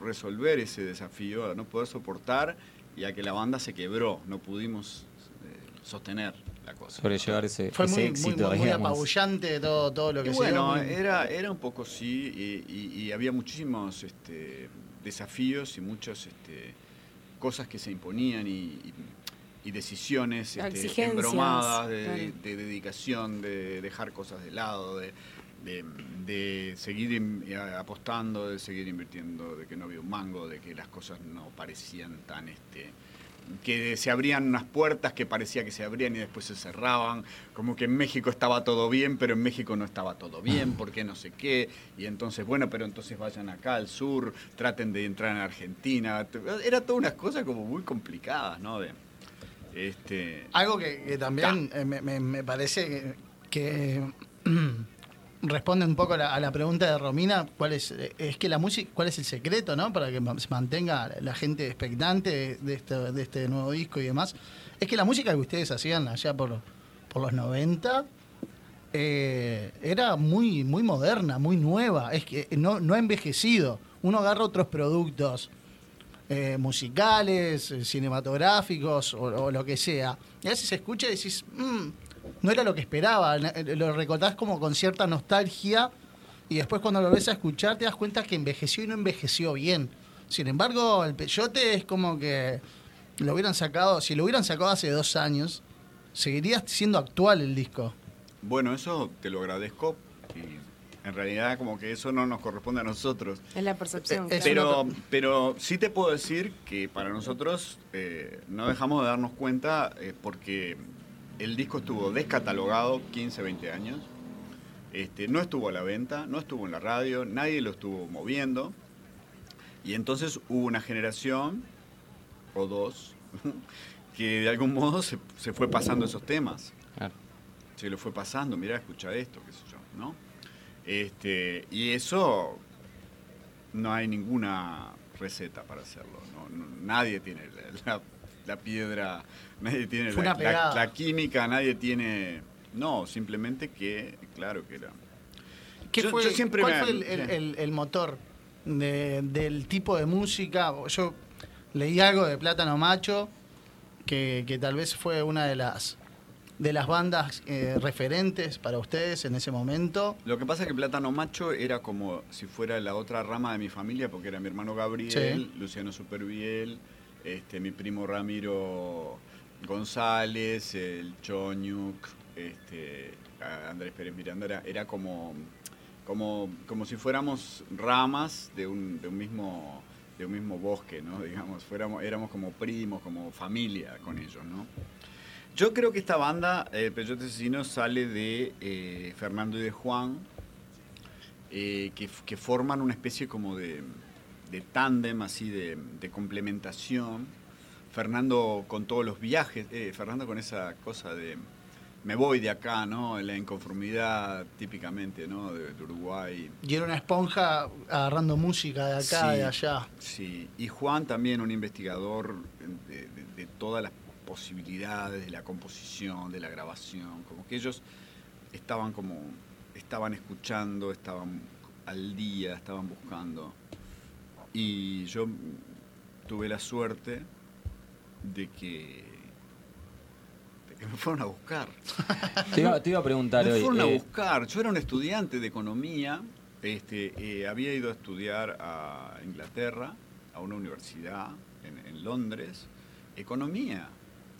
S17: resolver ese desafío, a no poder soportar y a que la banda se quebró, no pudimos eh, sostener la cosa.
S6: Sobrellevar ese,
S17: Fue
S6: ese
S17: muy- muy-
S6: éxito,
S5: muy, muy
S6: digamos.
S5: apabullante todo, todo lo que
S17: Y
S5: se
S17: bueno,
S5: dio.
S17: era, era un poco sí, y, y- y había muchísimos este, desafíos y muchas este, cosas que se imponían y, y- y decisiones este,
S5: Exigencias,
S17: embromadas de,
S5: claro.
S17: de dedicación, de dejar cosas de lado, de, de- de seguir in- a- apostando, de seguir invirtiendo, de que no había un mango, de que las cosas no parecían tan... Este, que se abrían unas puertas que parecía que se abrían y después se cerraban, como que en México estaba todo bien, pero en México no estaba todo bien, porque no sé qué, y entonces, bueno, pero entonces vayan acá al sur, traten de entrar en Argentina, era todas unas cosas como muy complicadas, ¿no? De, este,
S5: Algo que, que también eh, me, me- me parece que, que, mm, responde un poco a la, a la pregunta de Romina, cuál es, eh, es que la música, cuál es el secreto, ¿no? Para que ma- se mantenga la gente expectante de, de este, de este nuevo disco y demás. Es que la música que ustedes hacían allá por, por los 90 eh, era muy, muy moderna, muy nueva, es que eh, no, no ha envejecido. Uno agarra otros productos eh, musicales, eh, cinematográficos o, o lo que sea. Y a veces se escucha y decís, "Mm, no era lo que esperaba. Na- eh, Lo recordás como con cierta nostalgia y después cuando lo ves a escuchar te das cuenta que envejeció y no envejeció bien. Sin embargo, el peyote es como que lo hubieran sacado, si lo hubieran sacado hace dos años, seguiría siendo actual el disco.
S17: bueno, eso te lo agradezco, y en realidad como que eso no nos corresponde a nosotros,
S7: Es la percepción.
S17: Eh,
S7: claro.
S17: Pero, pero sí te puedo decir que para nosotros eh, no dejamos de darnos cuenta eh, porque el disco estuvo descatalogado 15, 20 años. Este, no estuvo a la venta, no estuvo en la radio, nadie lo estuvo moviendo. Y entonces hubo una generación, o dos, (laughs) que de algún modo se, se fue pasando esos temas. Se lo fue pasando, mirá, escucha esto, qué sé yo, ¿no? Este, y eso no hay ninguna receta para hacerlo. ¿no? No- nadie tiene la, la la piedra, nadie tiene
S5: Fue
S17: la,
S5: una
S17: la-
S5: pegada.
S17: la química, nadie tiene... No, simplemente que, claro que era...
S5: ¿Qué
S17: Yo-
S5: fue,
S17: yo siempre
S5: ¿Cuál
S17: me-
S5: fue el, el-
S17: sí.
S5: el- el motor de- del tipo de música? Yo leí algo de Plátano Macho, que, que tal vez fue una de las de las bandas eh, referentes para ustedes en ese momento.
S17: Lo que pasa es que Plátano Macho era como si fuera la otra rama de mi familia, porque era mi hermano Gabriel, Luciano Superviel, este, mi primo Ramiro González, el Choñuc, este, a- Andrés Pérez Miranda, era, era como, como, como si fuéramos ramas de un, de un mismo de un mismo bosque, ¿no? (laughs) Digamos, fuéramos, éramos como primos, como familia con ellos, ¿no? Yo creo que esta banda, eh, Peyote Asesino, sale de eh, Fernando y de Juan, eh, que, f- que forman una especie como de, de tándem, así de, de complementación. Fernando con todos los viajes, eh, Fernando con esa cosa de me voy de acá, ¿no? La inconformidad típicamente, ¿no? De, de Uruguay.
S5: Y era una esponja agarrando música de acá,
S17: Sí.
S5: de allá.
S17: Sí, y Juan también, un investigador de, de- de todas las posibilidades de la composición, de la grabación, como que ellos estaban como, estaban escuchando, estaban al día, estaban buscando. Y yo tuve la suerte de que, de que me fueron a buscar.
S6: Te iba, te iba a preguntar
S17: Me
S6: hoy.
S17: fueron a
S6: eh,
S17: buscar. Yo era un estudiante de economía. Este, eh, había ido a estudiar a Inglaterra, a una universidad en, en Londres, economía,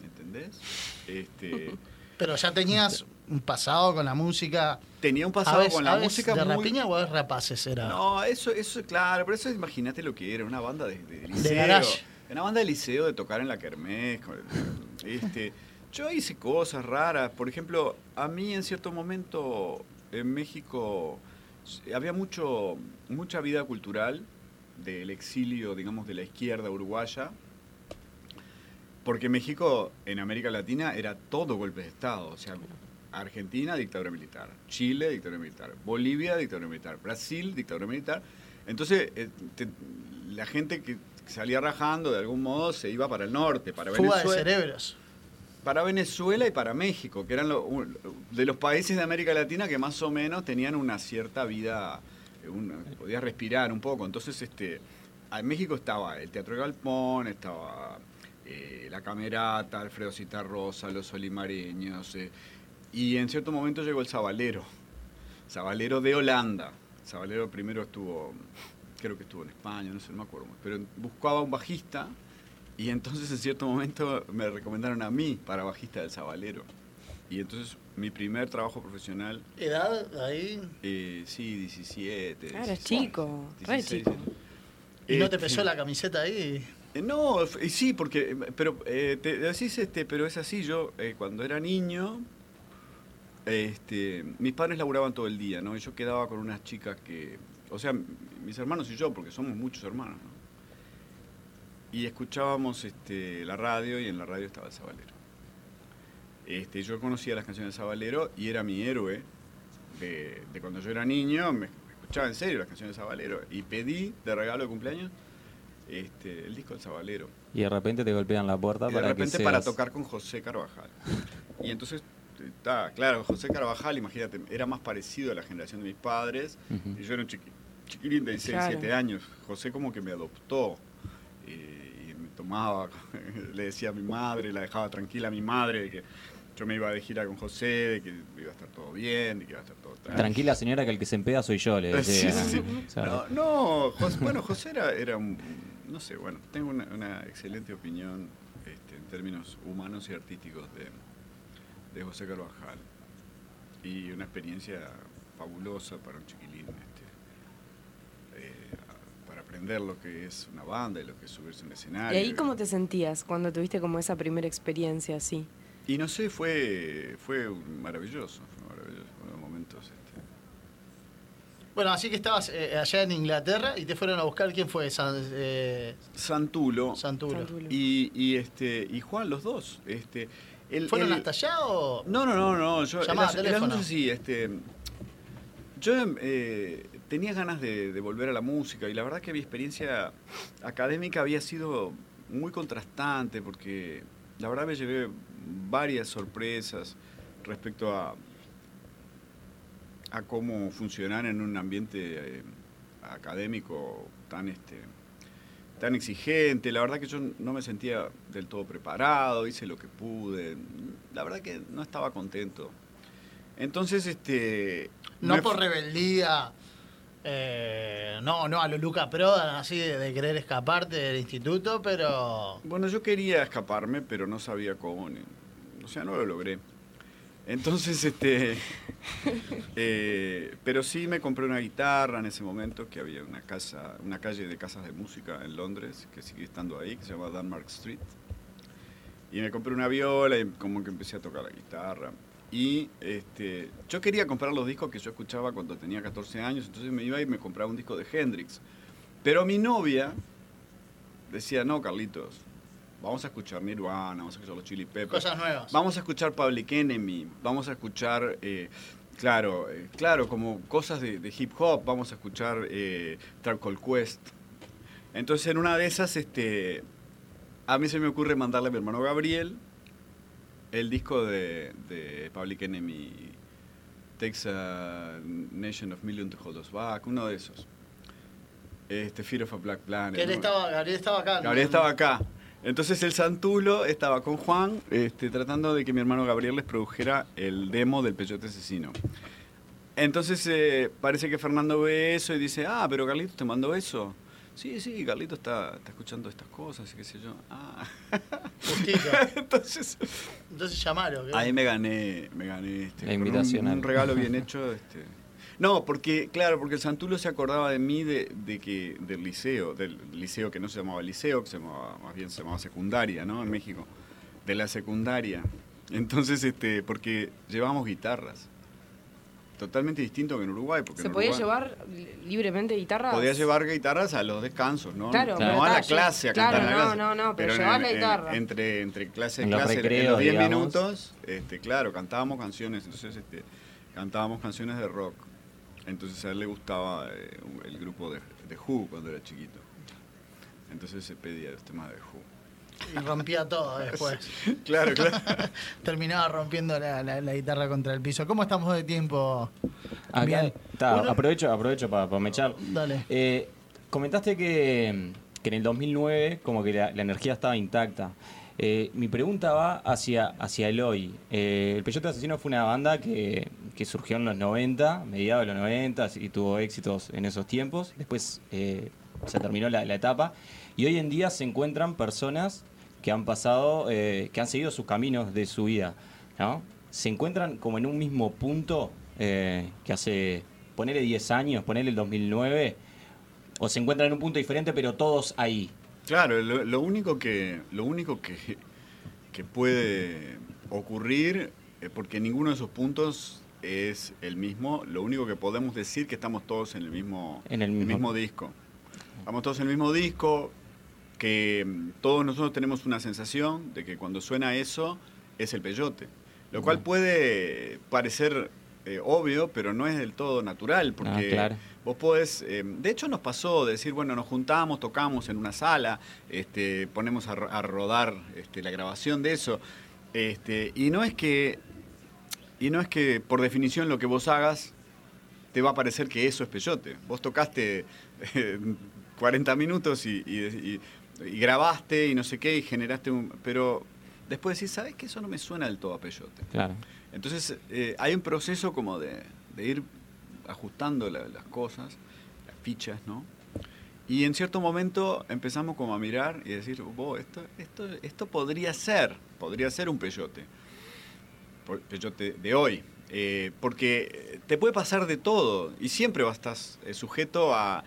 S17: ¿entendés?
S6: (laughs)
S17: Este,
S5: Pero ya tenías un pasado con la música.
S17: Tenía un pasado con la música
S5: ¿De
S17: muy-
S5: rapiña o de rapaces era?
S17: no, eso, eso, claro, pero eso imagínate lo que era, una banda de, de- de liceo.
S5: garage.
S17: una banda de liceo de tocar en la kermés. con- Este, yo hice cosas raras. Por ejemplo, a mí en cierto momento en México s- había mucho, mucha vida cultural del exilio, digamos, de la izquierda uruguaya. Porque México en América Latina era todo golpe de Estado. O sea, Argentina, dictadura militar. Chile, dictadura militar. Bolivia, dictadura militar. Brasil, dictadura militar. Entonces, eh, te- la gente que salía rajando de algún modo se iba para el norte, para
S5: Fuga de
S17: Venezuela.
S5: cerebros.
S17: Para Venezuela y para México, que eran lo- un- de los países de América Latina que más o menos tenían una cierta vida, eh, un- podías respirar un poco. Entonces, este, a- en México estaba el Teatro Galpón, estaba eh, la Camerata, Alfredo Citarrosa, los Olimareños, eh, y en cierto momento llegó el Sabalero, Sabalero de Holanda. Sabalero primero estuvo, creo que estuvo en España, no sé, no me acuerdo, pero buscaba un bajista. Y entonces en cierto momento me recomendaron a mí para bajista del Sabalero. Y entonces mi primer trabajo profesional,
S5: Edad ahí.
S17: eh, sí, 17.
S7: Ah, eras
S17: 16,
S7: chico, re
S17: 16,
S7: chico.
S5: ¿Y no te
S17: Este,
S5: pesó la camiseta ahí?
S17: eh, No, f- y sí, porque, eh, pero eh, te decís, este, pero es así, yo eh, cuando era niño, este, mis padres laburaban todo el día, ¿no? Y yo quedaba con unas chicas que, o sea, m- mis hermanos y yo, porque somos muchos hermanos, ¿no? Y escuchábamos este, la radio y en la radio estaba el Sabalero. Este, yo conocía las canciones de Sabalero y era mi héroe de, de cuando yo era niño, me escuchaba en serio las canciones de Sabalero y pedí de regalo de cumpleaños este, el disco del Sabalero.
S6: Y de repente te golpean la puerta
S17: Y de
S6: para
S17: repente
S6: que
S17: para
S6: seas-
S17: tocar con José Carvajal. Y entonces, está, claro, José Carvajal, imagínate, era más parecido a la generación de mis padres.
S6: Ujú.
S17: Y yo era un chiqui- chiquilín de 16,
S6: Claro.
S17: 17 años. José como que me adoptó. eh, y me tomaba, (laughs) le decía a mi madre, la dejaba tranquila a mi madre, de que yo me iba de gira con José, de que iba a estar todo bien, de que iba a estar todo
S6: Tranquila señora que el que se empeda soy
S5: (laughs)
S6: yo, le
S17: Sí,
S6: decía.
S17: sí, sí.
S6: O sea,
S17: No, no, José- bueno, José era, era un- no sé, bueno, tengo una, una excelente opinión este, en términos humanos y artísticos de, de José Carvajal. Y una experiencia fabulosa para un chiquilín, este, eh, para aprender lo que es una banda y lo que es subirse a un
S7: ¿Y
S17: escenario.
S7: ahí cómo te sentías cuando tuviste como esa primera experiencia así?
S17: Y no sé, fue, fue un maravilloso, fue maravilloso, fueron momentos. este,
S5: Bueno, así que estabas eh, allá en Inglaterra y te fueron a buscar. ¿Quién fue? San- eh,
S17: Santulo.
S5: Santulo.
S17: Y, y, este y Juan, los dos. Este, el-
S5: ¿Fueron
S17: el-
S5: hasta allá o...?
S17: No, no, no, no. Yo, el,
S5: Llamada,
S17: as- el
S5: teléfono.
S17: asunto es así, este. Yo eh, tenía ganas de, de volver a la música y la verdad que mi experiencia académica había sido muy contrastante porque la verdad me llevé varias sorpresas respecto a, a cómo funcionar en un ambiente eh, académico tan este tan exigente. La verdad que yo no me sentía del todo preparado, hice lo que pude. La verdad que no estaba contento. Entonces, este...
S5: No
S17: me
S5: por
S17: fu-
S5: rebeldía, eh, no, no a lo Luca Prodan, así de, de querer escaparte del instituto, pero...
S17: Bueno, yo quería escaparme, pero no sabía cómo. ni- O sea, no lo logré. Entonces, este... (laughs) eh, pero sí me compré una guitarra en ese momento, que había una casa, una calle de casas de música en Londres, que sigue estando ahí, que se llama Denmark Street. Y me compré una viola y como que empecé a tocar la guitarra. Y este, yo quería comprar los discos que yo escuchaba cuando tenía 14 años, entonces me iba y me compraba un disco de Hendrix. Pero mi novia decía, no, Carlitos, vamos a escuchar Nirvana, vamos a escuchar los Chili Peppers.
S5: Cosas nuevas.
S17: Vamos a escuchar Public Enemy, vamos a escuchar, eh, claro, eh, claro, como cosas de, de hip hop, vamos a escuchar eh, Tribe Called Quest. Entonces en una de esas, este, a mí se me ocurre mandarle a mi hermano Gabriel el disco de, de Public Enemy, Takes a Nation of Million to Hold Us Back, uno de esos. Este, Fear of a Black Planet.
S5: Que él
S17: ¿no?
S5: estaba, Gabriel estaba acá. ¿no?
S17: Gabriel estaba acá. Entonces el Santulo estaba con Juan este, tratando de que mi hermano Gabriel les produjera el demo del Peyote Asesino. Entonces eh, parece que Fernando ve eso y dice, ah, pero Carlitos te mandó eso. Sí, sí, Carlitos está, está escuchando estas cosas y qué sé yo. Ah. (laughs) Entonces,
S5: Entonces llamaron. ¿qué?
S17: Ahí me gané, me gané este,
S6: La
S17: con un-
S6: invitación
S17: Un,
S6: al- (laughs)
S17: regalo bien hecho. Este. No, porque, claro, porque el Santulo se acordaba de mí de, de que, del liceo, del liceo que no se llamaba liceo, que se llamaba, más bien se llamaba secundaria, ¿no? En México. De la secundaria. Entonces, este, porque llevábamos guitarras. Totalmente distinto que en Uruguay. Porque
S7: ¿Se
S17: en
S7: podía
S17: Uruguay
S7: llevar li- libremente guitarra?
S17: Podía llevar guitarras a los descansos, ¿no?
S7: Claro,
S17: no,
S7: pero
S17: a la
S7: está, yo-
S17: clase, a
S7: claro,
S17: cantar a la
S7: no,
S17: clase.
S7: no, no, pero
S17: en-
S7: llevar la
S17: en-
S7: guitarra.
S17: Entre, entre clase y
S6: En los
S17: clase, en
S6: recreos,
S17: los 10
S6: digamos.
S17: minutos, este, claro, cantábamos canciones, entonces este, cantábamos canciones de rock. Entonces a él le gustaba eh, el grupo de, de Who cuando era chiquito. Entonces se pedía los temas de Who.
S5: Y rompía todo Ah,
S17: (laughs)
S5: después.
S17: Claro, claro.
S5: (laughs) Terminaba rompiendo la, la- la guitarra contra el piso. ¿Cómo estamos de tiempo?
S6: Acá,
S5: Bien.
S6: ta,
S5: Uno-
S6: aprovecho, aprovecho para mechar.
S5: Dale.
S6: Eh, comentaste que, que en el 2009 como que la, la energía estaba intacta. Eh, mi pregunta va hacia, hacia el hoy. Eh, el Peyote Asesino fue una banda que, que surgió en los 90, mediados de los 90, y tuvo éxitos en esos tiempos. Después eh, se terminó la, la etapa. Y hoy en día se encuentran personas que han pasado, eh, que han seguido sus caminos de su vida. ¿no? Se encuentran como en un mismo punto eh, que hace, ponerle 10 años, ponerle el 2009, o se encuentran en un punto diferente, pero todos ahí.
S17: Claro, lo, lo único que lo único que, que puede ocurrir, eh, porque ninguno de esos puntos es el mismo, lo único que podemos decir que estamos todos en el mismo,
S6: En el mismo-
S17: disco. Estamos todos en el mismo disco, que mm, todos nosotros tenemos una sensación de que cuando suena eso es el peyote. Lo cual puede parecer eh, obvio, pero no es del todo natural, porque
S6: Ah, claro.
S17: Vos podés, eh, de hecho nos pasó de decir, bueno, nos juntamos, tocamos en una sala, este, ponemos a, ro- a rodar este, la grabación de eso, este, y no es que, y no es que por definición lo que vos hagas te va a parecer que eso es peyote. Vos tocaste eh, 40 minutos y, y- y- y grabaste y no sé qué y generaste un, pero después decís, sabes que eso no me suena del todo a peyote.
S6: Claro.
S17: Entonces eh, hay un proceso como de, de ir ajustando la- las cosas, las fichas, ¿no? Y en cierto momento empezamos como a mirar y decir, "Bo, esto, esto, esto podría ser, podría ser un peyote, Por- peyote de hoy. Eh, porque te puede pasar de todo y siempre vas a estar eh, sujeto a,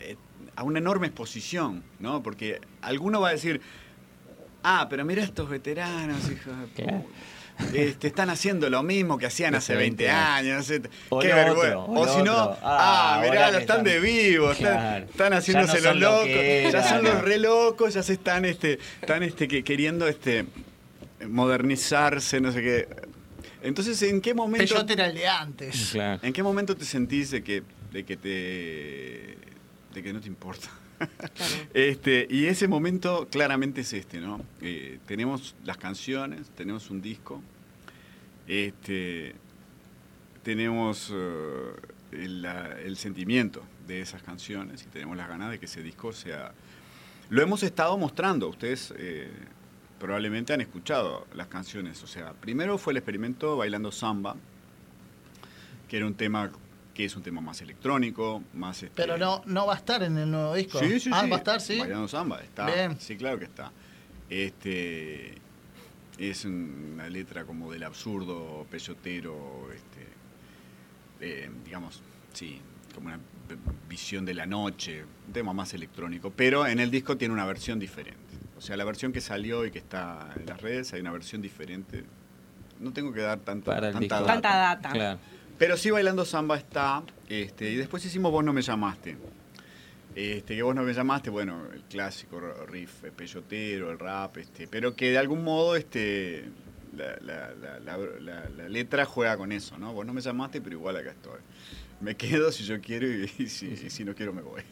S17: eh, a una enorme exposición, ¿no? Porque alguno va a decir, ah, pero mira estos veteranos, hijo de
S6: Claro.
S17: pu- este, están haciendo lo mismo que hacían (laughs) hace 20 años. no sé,
S6: O
S17: Qué
S6: lo
S17: vergüenza.
S6: otro, o
S17: O
S6: lo
S17: si no,
S6: otro. Ah,
S17: ah, mirá,
S6: ahora
S17: lo
S6: que
S17: están de
S6: están-
S17: vivo, están,
S6: Claro.
S17: están
S6: Ya
S17: haciéndose
S6: no son
S17: los
S6: lo
S17: locos,
S6: que
S17: ya son
S6: eran,
S17: los
S6: ¿no?
S17: re locos, ya se están, este, están este, que, queriendo este, modernizarse, no sé qué. Entonces, ¿en qué momento?
S5: Peyote era el de antes.
S17: ¿En qué momento te sentís de que, de que te. de que no te importa? (laughs) Este, y ese momento claramente es este, ¿no? Eh, tenemos las canciones, tenemos un disco, este, tenemos eh, el, la- el sentimiento de esas canciones y tenemos las ganas de que ese disco sea... Lo hemos estado mostrando, ustedes eh, probablemente han escuchado las canciones, o sea, primero fue el experimento Bailando Samba, que era un tema que es un tema más electrónico, más... este,
S5: Pero no, no va a estar en el nuevo disco.
S17: Sí, sí,
S5: ah,
S17: sí.
S5: va a estar, sí.
S17: Mariano Zamba está.
S5: Bien.
S17: Sí, claro que está. Este es una letra como del absurdo, peyotero, este, eh, digamos, sí, como una v- visión de la noche, un tema más electrónico. Pero en el disco tiene una versión diferente. O sea, la versión que salió y que está en las redes, hay una versión diferente. No tengo que dar tanta, tanta data.
S7: Tanta data.
S17: Pero sí bailando samba está. Este, y después hicimos Vos no me llamaste. Este, que vos no me llamaste, bueno, el clásico r- riff eh, peyotero, el rap, este, pero que de algún modo este, la, la- la- la- la- la letra juega con eso, ¿no? Vos no me llamaste, pero igual acá estoy. Me quedo si yo quiero y, y si, y si no quiero me voy.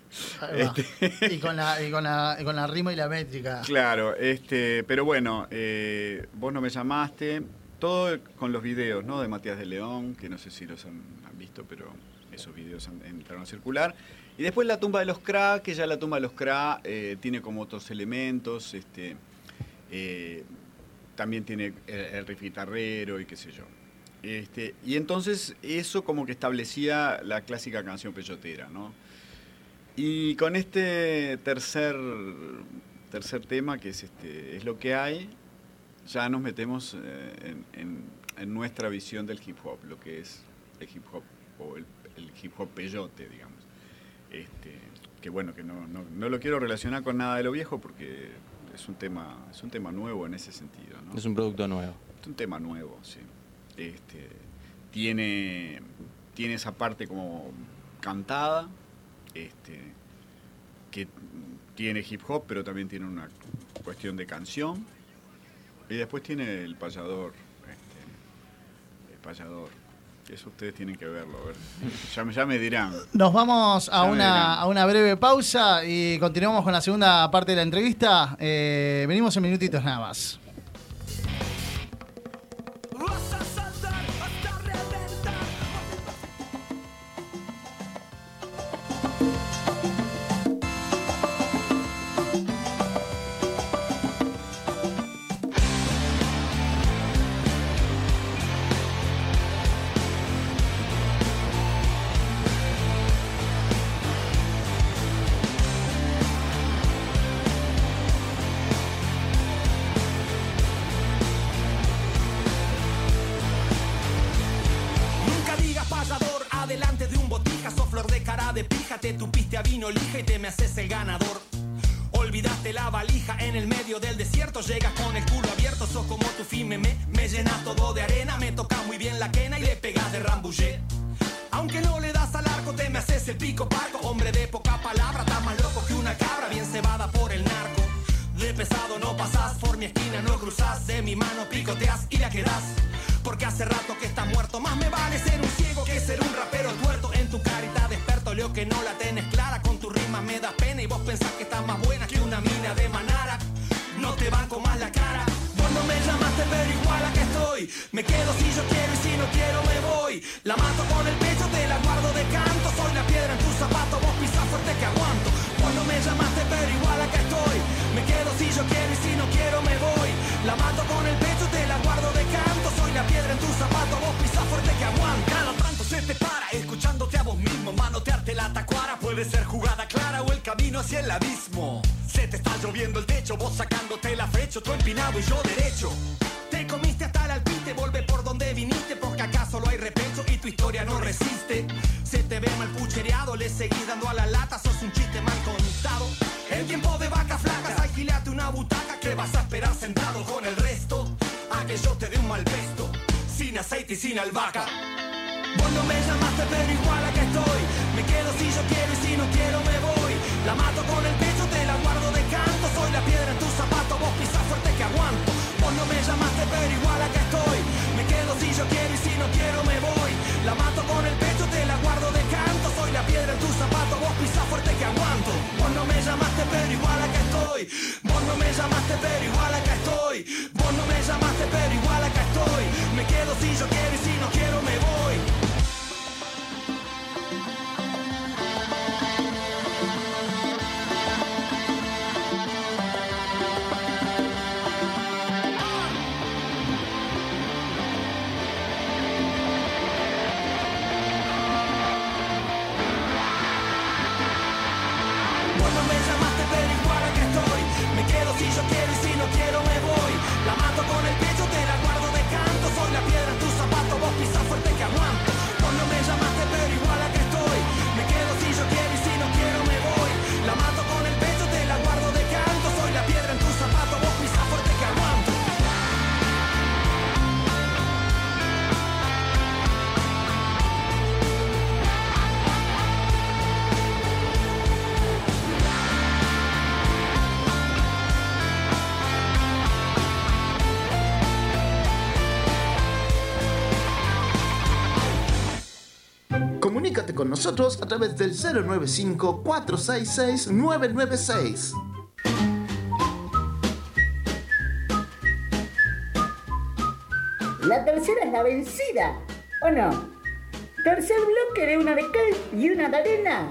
S17: Este,
S5: Ahí va. Y, con la, y con la- y con la rima y la métrica.
S17: (laughs) Claro, este, pero bueno, eh, vos no me llamaste. Todo con los videos, ¿no? De Matías de León, que no sé si los han, han visto, pero esos videos han- entraron a circular. Y después la tumba de los Kra, que ya la tumba de los Kra eh, tiene como otros elementos, este, eh, también tiene el, el riff guitarrero y qué sé yo. Este, y entonces eso como que establecía la clásica canción peyotera, ¿no? Y con este tercer, tercer tema, que es, este, es lo que hay, ya nos metemos eh, en, en- en nuestra visión del hip hop, lo que es el hip hop o el, el hip hop peyote, digamos. Este, que bueno, que no, no- no lo quiero relacionar con nada de lo viejo porque es un tema, es un tema nuevo en ese sentido. ¿no?
S6: Es un producto nuevo.
S17: Es un tema nuevo, sí. Este, tiene, tiene esa parte como cantada, este, que tiene hip hop, pero también tiene una cuestión de canción. Y después tiene el payador. este, el payador. Eso ustedes tienen que verlo, a ver. Ya, me- ya me dirán.
S5: Nos vamos
S17: Ya
S5: a
S17: me
S5: una,
S17: dirán.
S5: a una breve pausa y continuamos con la segunda parte de la entrevista. Eh, venimos en minutitos nada más.
S19: Nunca digas payador adelante de un botijazo flor de cara de pija. Te tupiste a vino lija y te me haces el ganador. Olvidaste la valija en el medio del desierto. Llegas con el culo abierto, sos como tu fime. Me, me llenas todo de arena, me tocas muy bien la quena y le pegas de rambullé. Aunque no le das al arco, te me haces el pico parco. Hombre de poca palabra, estás más loco que una cabra, bien cebada por el narco. De pesado no pasás, por mi esquina no cruzás. De mi mano picoteas y la quedás. Porque hace rato que estás muerto. Más me vale ser un ciego que ser un rapero tuerto. En tu carita desperto, leo que no la tenés clara. Con tu rima me das pena y vos pensás que estás más buena que una mina de manara. No te banco más la cara. Vos no me llamaste, pero igual acá estoy. Me quedo si yo quiero y si no quiero me voy. La mato con el pecho, te la guardo de canto. Soy la piedra en tu zapato, vos pisás fuerte que aguanto. Vos no me llamaste, pero igual acá estoy. Me quedo si yo quiero y si no quiero me voy. La mato con el pecho, te la guardo de canto. Soy la piedra en tu zapato, vos pisás fuerte que aguanto. Cada tanto se te para, escuchándote a vos mismo. Manotearte la tacuara puede ser jugada clara o el camino hacia el abismo. Se te está lloviendo el techo, vos sacándote la fecha, tú empinado y yo derecho. Te comiste hasta el alpiste, vuelve por donde viniste, porque acá solo hay repecho y tu historia no resiste. Se te ve mal puchereado, le seguís dando a la lata, sos un chiste mal contado. En tiempo de vacas flacas, alquilate una butaca que vas a esperar sentado con el resto. A que yo te dé un mal pesto, sin aceite y sin albahaca. Vos no me llamaste, pero igual acá estoy. Me quedo si yo quiero y si no quiero me voy. La mato con el pecho, te la guardo de canto. Soy la piedra en tu zapato, vos pisás fuerte que aguanto. Vos no me llamaste, pero igual acá estoy. Me quedo si yo quiero y si no quiero me voy. La mato con el pecho, te la guardo de canto. Soy la piedra en tu zapato, vos pisás fuerte que aguanto. Vos no me llamaste.
S14: Comunícate con nosotros a través del 095-466-996.
S16: La tercera es la vencida, ¿o no? Tercer bloque de una de cal y una de arena.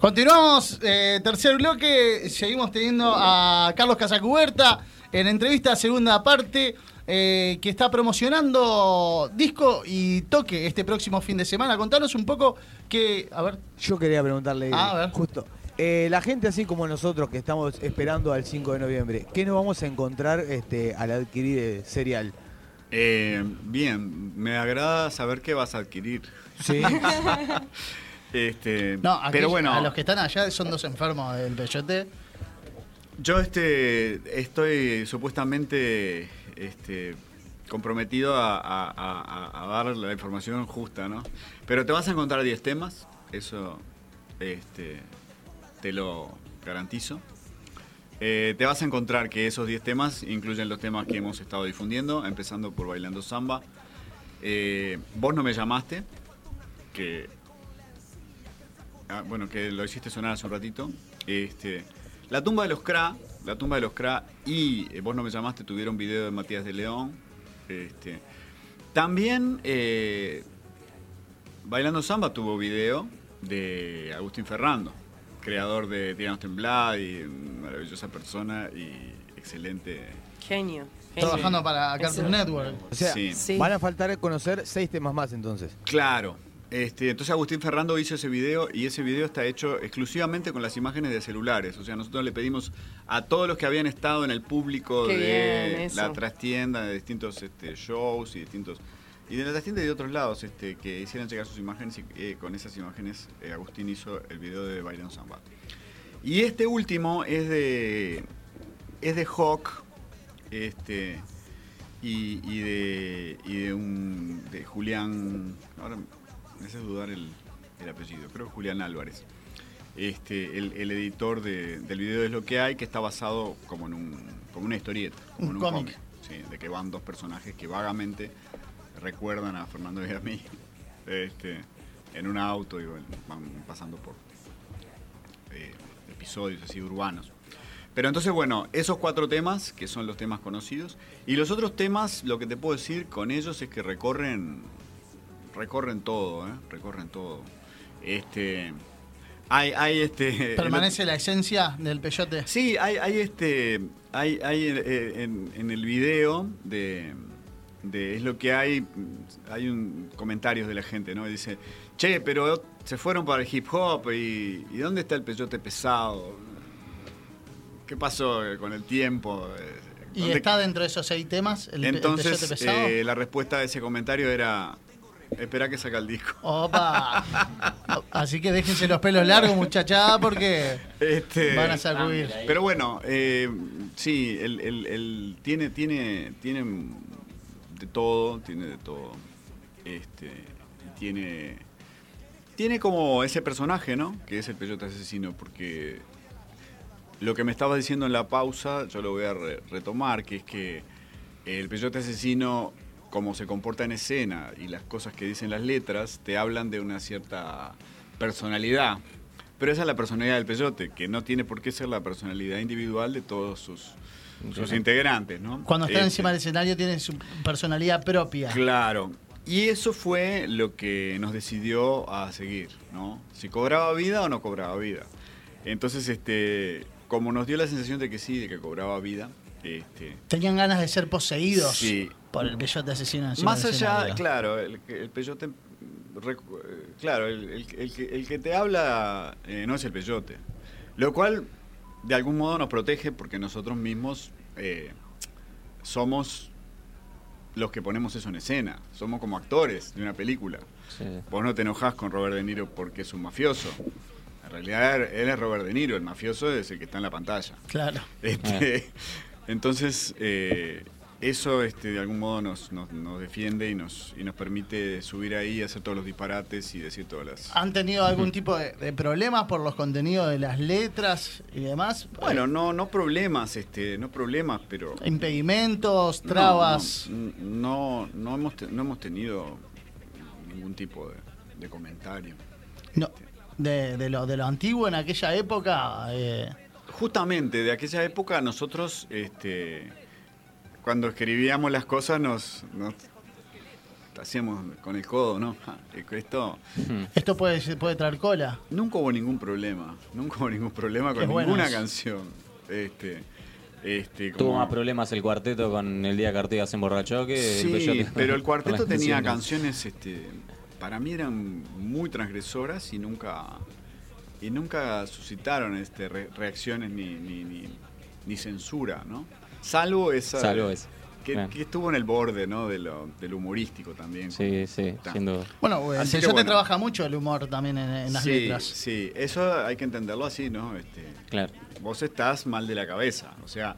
S20: Continuamos, eh, tercer bloque, seguimos teniendo a Carlos Casacuberta en entrevista segunda parte, eh, que está promocionando disco y toque este próximo fin de semana. Contanos un poco que, a ver,
S9: Yo quería preguntarle,
S20: Ah, a
S9: justo, eh, la gente así como nosotros que estamos esperando al 5 de noviembre, ¿qué nos vamos a encontrar este, al adquirir eh, cereal?
S17: Eh, bien, me agrada saber qué vas a adquirir.
S9: Sí.
S17: (laughs) este,
S5: No, aquellos-
S17: pero bueno, Eh,
S5: a los que están allá son dos enfermos del peyote.
S17: yo este, estoy supuestamente este, comprometido a, a- a- a- a dar la información justa, ¿no? Pero te vas a encontrar 10 temas, eso este, te lo garantizo. Eh, te vas a encontrar que esos 10 temas incluyen los temas que hemos estado difundiendo, empezando por Bailando Samba. Eh, Vos no me llamaste, que. ah, bueno, que lo hiciste sonar hace un ratito. Este, la tumba de los Cra, la tumba de los Cra y eh, Vos no me llamaste tuvieron video de Matías de León. Este, también eh, Bailando Samba tuvo video de Agustín Ferrando, creador de Tiranos Temblad y mm, maravillosa persona y excelente.
S7: Genio. genio.
S5: Trabajando para Cartoon Network.
S9: O sea,
S17: Sí.
S9: van a faltar conocer seis temas más entonces.
S17: Claro. Este, entonces Agustín Ferrando hizo ese video y ese video está hecho exclusivamente con las imágenes de celulares. O sea, nosotros le pedimos a todos los que habían estado en el público
S10: Qué bien,
S17: de
S10: eso.
S17: la trastienda, de distintos este, shows y distintos y de la trastienda y de otros lados, este, que hicieran llegar sus imágenes y eh, con esas imágenes eh, Agustín hizo el video de Bailando Samba. Y este último es de es de Hawk, este y, y de y de un de Julián ahora me hace dudar el, el apellido creo que Julián Álvarez este el, el editor de- del video es lo que hay que está basado como en un como una historieta como
S5: Un
S17: en
S5: cómic.
S17: sí, de que van dos personajes que vagamente recuerdan a Fernando y a mí (laughs) este en un auto y bueno, van pasando por eh, episodios así urbanos pero entonces, bueno, esos cuatro temas, que son los temas conocidos, y los otros temas, lo que te puedo decir con ellos es que recorren, recorren todo, ¿eh? Recorren todo. Este, hay, hay este... (laughs) el
S5: Permanece la esencia del peyote.
S17: Sí, hay, hay este. Hay, hay eh, en, en el video de, de Es lo que hay. Hay un comentarios de la gente, ¿no? Y dice, che, pero se fueron para el hip hop y, ¿y dónde está el peyote pesado? ¿Qué pasó eh, con el tiempo? Eh,
S5: Y
S17: ¿dónde-
S5: está dentro de esos seis temas el, pe- el
S17: Entonces,
S5: peyote pesado.
S17: eh, la respuesta de ese comentario era. Espera que saca el disco. (laughs)
S5: Opa. Así que déjense los pelos largos, muchachada, porque
S17: Este,
S5: van a sacudir.
S17: Pero bueno, eh, sí, el, el- el- tiene, tiene, tiene de todo, tiene de todo. Este, tiene, tiene como ese personaje, ¿no? Que es el peyote asesino, porque lo que me estabas diciendo en la pausa, yo lo voy a re- retomar, que es que el peyote asesino, como se comporta en escena y las cosas que dicen las letras, te hablan de una cierta personalidad. Pero esa es la personalidad del peyote, que no tiene por qué ser la personalidad individual de todos sus, sus integrantes, ¿no?
S5: Cuando están
S17: Eh,
S5: encima del escenario tienen su personalidad propia.
S17: Claro. Y eso fue lo que nos decidió a seguir, ¿no? Si cobraba vida o no cobraba vida. Entonces, este, como nos dio la sensación de que sí, de que cobraba vida, este,
S5: Tenían ganas de ser poseídos
S17: Sí.
S5: por el peyote asesino. encima
S17: más
S5: del
S17: allá,
S5: escenario.
S17: claro, el, que- el peyote, recu- eh, claro, el, el que- el que, el que te habla eh, no es el peyote, lo cual de algún modo nos protege porque nosotros mismos eh, somos los que ponemos eso en escena, somos como actores de una película. Vos no te enojás con Robert De Niro porque es un mafioso. En realidad él- él es Robert De Niro, el (laughs) mafioso es el que está en la pantalla.
S5: Claro.
S17: Este, Entonces, eh, eso este, de algún modo nos, nos, nos defiende y nos, y nos permite subir ahí, y hacer todos los disparates y decir todas las...
S5: ¿Han tenido algún
S17: (laughs)
S5: tipo de, de problemas por los contenidos de las letras y demás?
S17: Bueno, no, no problemas, este, no problemas, pero...
S5: ¿Impedimentos, trabas?
S17: No, no, no, no hemos, te- no hemos tenido ningún tipo de, de comentario.
S5: No. De, de lo, de lo antiguo en aquella época. eh,
S17: Justamente de aquella época nosotros, este, cuando escribíamos las cosas, nos, nos hacíamos con el codo, ¿no? (laughs) Ja, Esto
S5: esto puede, ser- puede traer cola.
S17: nunca hubo ningún problema, nunca hubo ningún problema con
S5: Qué bueno
S17: ninguna
S5: eso.
S17: canción. Este, este,
S6: Tuvo
S17: como-
S6: más problemas el cuarteto con el día que Artigas se emborrachó que el
S17: Sí,
S6: Peyote con-
S17: pero el
S6: (laughs) con
S17: cuarteto
S6: las
S17: tenía
S6: canciones.
S17: canciones, este, para mí eran muy transgresoras y nunca, y nunca suscitaron este, re- reacciones ni, ni, ni- ni censura, ¿no? Salvo esa.
S6: Salvo esa.
S17: Que,
S6: Bien.
S17: que estuvo en el borde, ¿no? De lo, del humorístico también.
S6: Sí, sí,
S17: Está.
S6: siendo.
S5: Bueno, eh, el
S17: Así que
S5: Peyote
S17: bueno.
S5: trabaja mucho el humor también en, en las
S17: sí,
S5: letras.
S17: Sí, eso hay que entenderlo así, ¿no? Este,
S6: claro.
S17: Vos estás mal de la cabeza, o sea,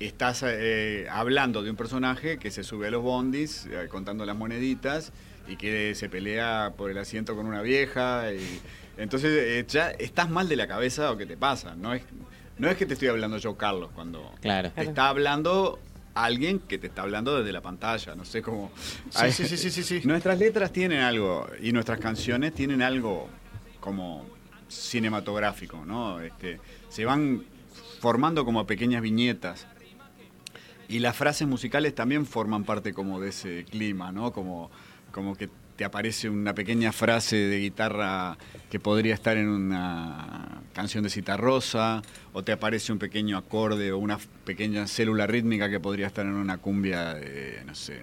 S17: estás eh, hablando de un personaje que se sube a los bondis eh, contando las moneditas y que se pelea por el asiento con una vieja. y- entonces eh, ya estás mal de la cabeza o que te pasa, no es, no es que te estoy hablando yo, Carlos, cuando
S6: Claro.
S17: te está hablando alguien que te está hablando desde la pantalla, no sé cómo.
S5: Sí, sí, sí, sí,
S17: Nuestras letras tienen algo y nuestras canciones tienen algo como cinematográfico, ¿no? Este, se van formando como pequeñas viñetas. Y las frases musicales también forman parte como de ese clima, ¿no? Como, como que te aparece una pequeña frase de guitarra que podría estar en una canción de citarrosa, o te aparece un pequeño acorde o una f- pequeña célula rítmica que podría estar en una cumbia, de, no sé,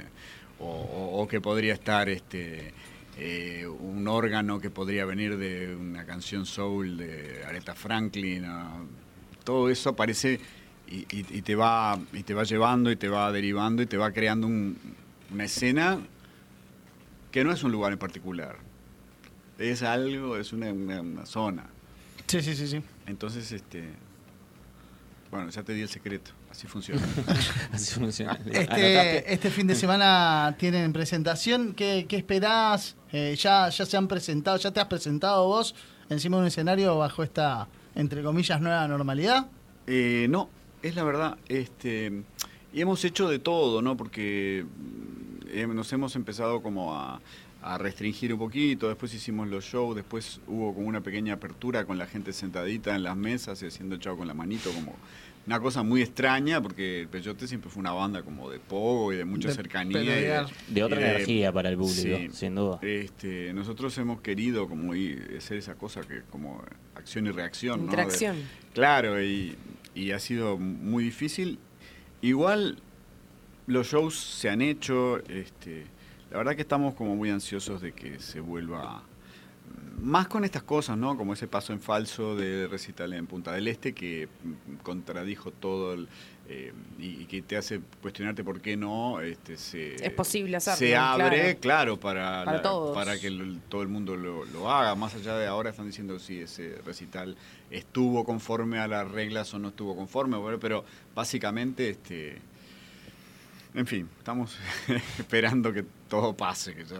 S17: o, o- o que podría estar este, eh, un órgano que podría venir de una canción soul de Aretha Franklin. o- todo eso aparece y, y- y te va, y te va llevando y te va derivando y te va creando un- una escena que no es un lugar en particular. Es algo, es una, una- una zona.
S5: Sí, sí, sí, sí.
S17: Entonces, este. Bueno, ya te di el secreto. Así funciona.
S6: (laughs) Así funciona.
S5: Este, este fin de
S17: Hmm.
S5: semana tienen presentación. ¿Qué, qué esperás? Eh, ya, ya se han presentado, ya te has presentado vos encima de un escenario bajo esta, entre comillas, nueva normalidad.
S17: Eh, no, es la verdad. Este, y hemos hecho de todo, ¿no? Porque mm, eh, nos hemos empezado como a, a restringir un poquito, después hicimos los shows, después hubo como una pequeña apertura con la gente sentadita en las mesas y haciendo chao con la manito, como una cosa muy extraña, porque el Peyote siempre fue una banda como de pogo y de mucha
S6: De
S17: cercanía. y
S6: pelear. De otra energía para el público, sin duda.
S17: Este, nosotros hemos querido como ir, hacer esa cosa que como acción y reacción, ¿no? De-
S7: Interacción.
S17: Claro, y, y ha sido muy difícil. Igual los shows se han hecho, este, la verdad que estamos como muy ansiosos de que se vuelva, mm, más con estas cosas, ¿no? Como ese paso en falso de recital en Punta del Este que mm, contradijo todo el, eh, y, y que te hace cuestionarte por qué no este, se,
S7: Es posible hacerlo,
S17: se abre, claro,
S7: claro.
S17: para,
S7: Para todos.
S17: para que lo- todo el mundo lo, lo haga. Más allá de ahora están diciendo si ese recital estuvo conforme a las reglas o no estuvo conforme, bueno, pero básicamente, este, en fin, estamos (laughs) esperando que todo pase, que ya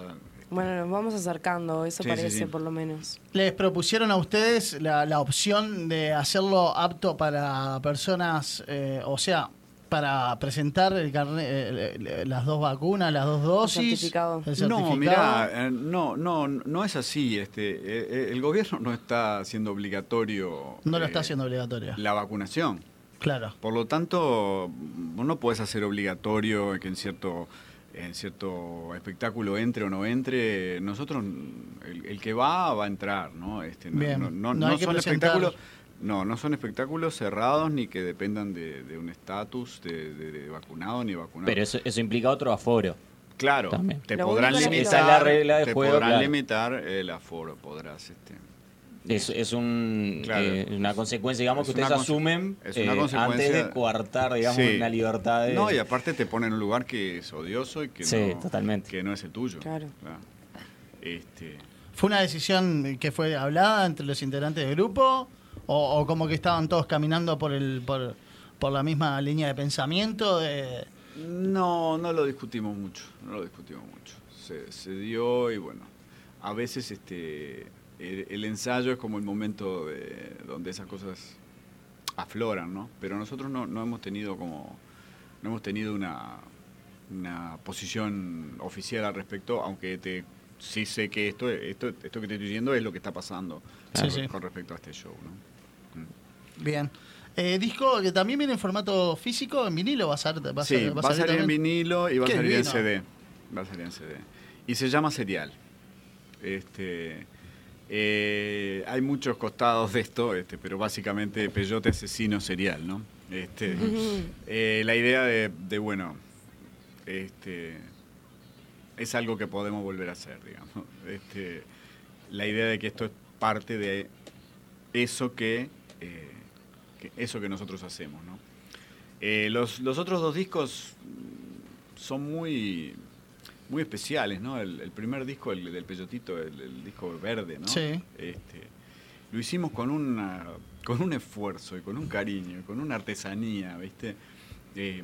S7: Bueno, nos vamos acercando, eso
S17: Sí, sí,
S7: parece
S17: sí.
S7: por lo menos.
S5: ¿Les propusieron a ustedes la, la opción de hacerlo apto para personas, eh, o sea, para presentar el carne- eh, el- el- las dos vacunas, las dos dosis? el certificado?
S17: No, mirá, eh, no, no, no es así. Este, eh, eh, el gobierno no está haciendo obligatorio
S5: No lo
S17: eh,
S5: está haciendo obligatorio.
S17: la vacunación.
S5: Claro.
S17: Por lo tanto, vos no podés hacer obligatorio que en cierto en cierto espectáculo entre o no entre, nosotros el, el que va va a entrar, ¿no? Este, no,
S5: Bien.
S17: no, no- no
S5: No hay que
S17: son
S5: presentar-
S17: espectáculos, no, no son espectáculos cerrados ni que dependan de, de un estatus de, de- de vacunado ni vacunado.
S6: Pero eso, eso implica otro aforo.
S17: Claro,
S6: También.
S17: te
S6: Lo
S17: podrán
S6: único que-
S17: limitar.
S6: Esa es la regla de
S17: te
S6: juego,
S17: podrán
S6: claro.
S17: limitar el aforo, podrás. Este,
S6: Es, es un,
S17: Claro.
S6: eh, una consecuencia, pues, digamos,
S17: Es
S6: que
S17: una
S6: ustedes
S17: conse-
S6: asumen
S17: es una
S6: eh,
S17: consecuencia-
S6: antes de coartar, digamos,
S17: Sí.
S6: una libertad de...
S17: No, y aparte te pone en un lugar que es odioso y que,
S6: Sí,
S17: no, que no es el tuyo.
S5: Claro.
S17: Este,
S5: ¿Fue una decisión que fue hablada entre los integrantes del grupo? ¿O, o como que estaban todos caminando por, el, por, por la misma línea de pensamiento? De,
S17: No, no lo discutimos mucho, no lo discutimos mucho. Se, se dio y bueno, a veces este el, el ensayo es como el momento de, donde esas cosas afloran, ¿no? Pero nosotros no, no hemos tenido como no hemos tenido una, una posición oficial al respecto, aunque te sí sé que esto esto esto que te estoy diciendo es lo que está pasando
S5: Sí,
S17: con,
S5: sí.
S17: con respecto a este show, ¿no?
S5: Bien. Eh, disco que también viene en formato físico, en vinilo va a ser. Va a
S17: sí,
S5: ser-
S17: va a salir en
S5: también.
S17: vinilo y va a
S5: Qué
S17: salir en
S5: divino.
S17: CD. Va a salir en CD. Y se llama Serial. Este, eh, hay muchos costados de esto, este, pero básicamente peyote asesino serial, ¿no? Este, eh, la idea de, de, bueno, este, es algo que podemos volver a hacer, digamos. Este, la idea de que esto es parte de eso que, eh, que- eso que nosotros hacemos, ¿no? Eh, los, los otros dos discos mm, son muy, muy especiales, ¿no? El, el primer disco, el del Peyotito, el, el disco verde, ¿no?
S5: Sí.
S17: Este, lo hicimos con, una, con un esfuerzo y con un cariño, y con una artesanía, ¿viste? Eh,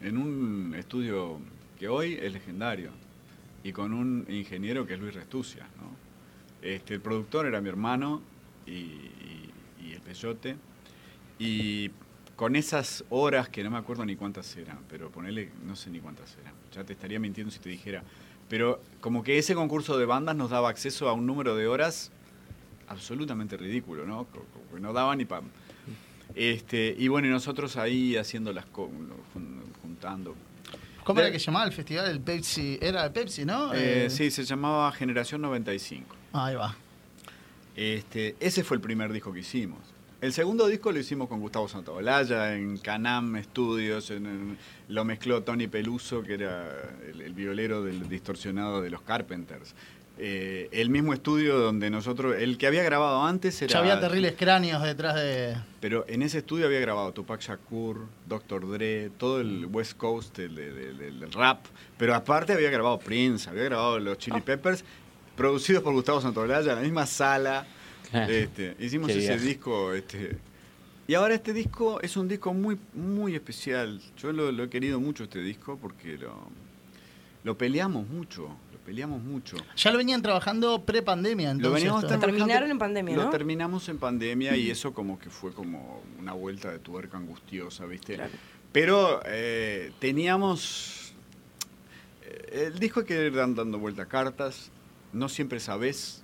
S17: en un estudio que hoy es legendario y con un ingeniero que es Luis Restucia, ¿no? Este, el productor era mi hermano y, y- y el peyote. Y con esas horas que no me acuerdo ni cuántas eran, pero ponele, no sé ni cuántas eran. Ya te estaría mintiendo si te dijera. Pero como que ese concurso de bandas nos daba acceso a un número de horas absolutamente ridículo, ¿no? Co- co- Que no daba ni pam. Este, y bueno, y nosotros ahí haciendo las co- jun- juntando.
S5: ¿Cómo era
S17: De-
S5: que se llamaba el festival? El Pepsi. Era el Pepsi, ¿no?
S17: Eh,
S5: Eh,
S17: sí, se llamaba Generación 95.
S5: Ahí va.
S17: Este, ese fue el primer disco que hicimos. El segundo disco lo hicimos con Gustavo Santaolalla en Canam Studios. en- en- lo mezcló Tony Peluso, que era el, el violero del distorsionado de los Carpenters. Eh, el mismo estudio donde nosotros. El que había grabado antes era.
S5: Ya había terribles cráneos detrás de.
S17: Pero en ese estudio había grabado Tupac Shakur, Dr. Dre, todo el West Coast del, del- del- del rap. Pero aparte había grabado Prince, había grabado los
S5: Ah.
S17: Chili Peppers, producidos por Gustavo Santaolalla en la misma sala.
S6: Claro.
S17: Este, hicimos
S6: Qué
S17: ese
S6: viaje.
S17: disco. Este, y ahora este disco es un disco muy, muy especial. Yo lo, lo he querido mucho este disco porque lo, lo peleamos mucho. Lo peleamos mucho.
S5: Ya lo venían trabajando pre-pandemia, entonces.
S17: Lo veníamos
S5: esto.
S17: trabajando- Lo terminamos en pandemia y eso como que fue como una vuelta de tuerca angustiosa, ¿viste? Pero eh, teníamos... eh, El disco hay que ir dan- dando vuelta a cartas. No siempre sabes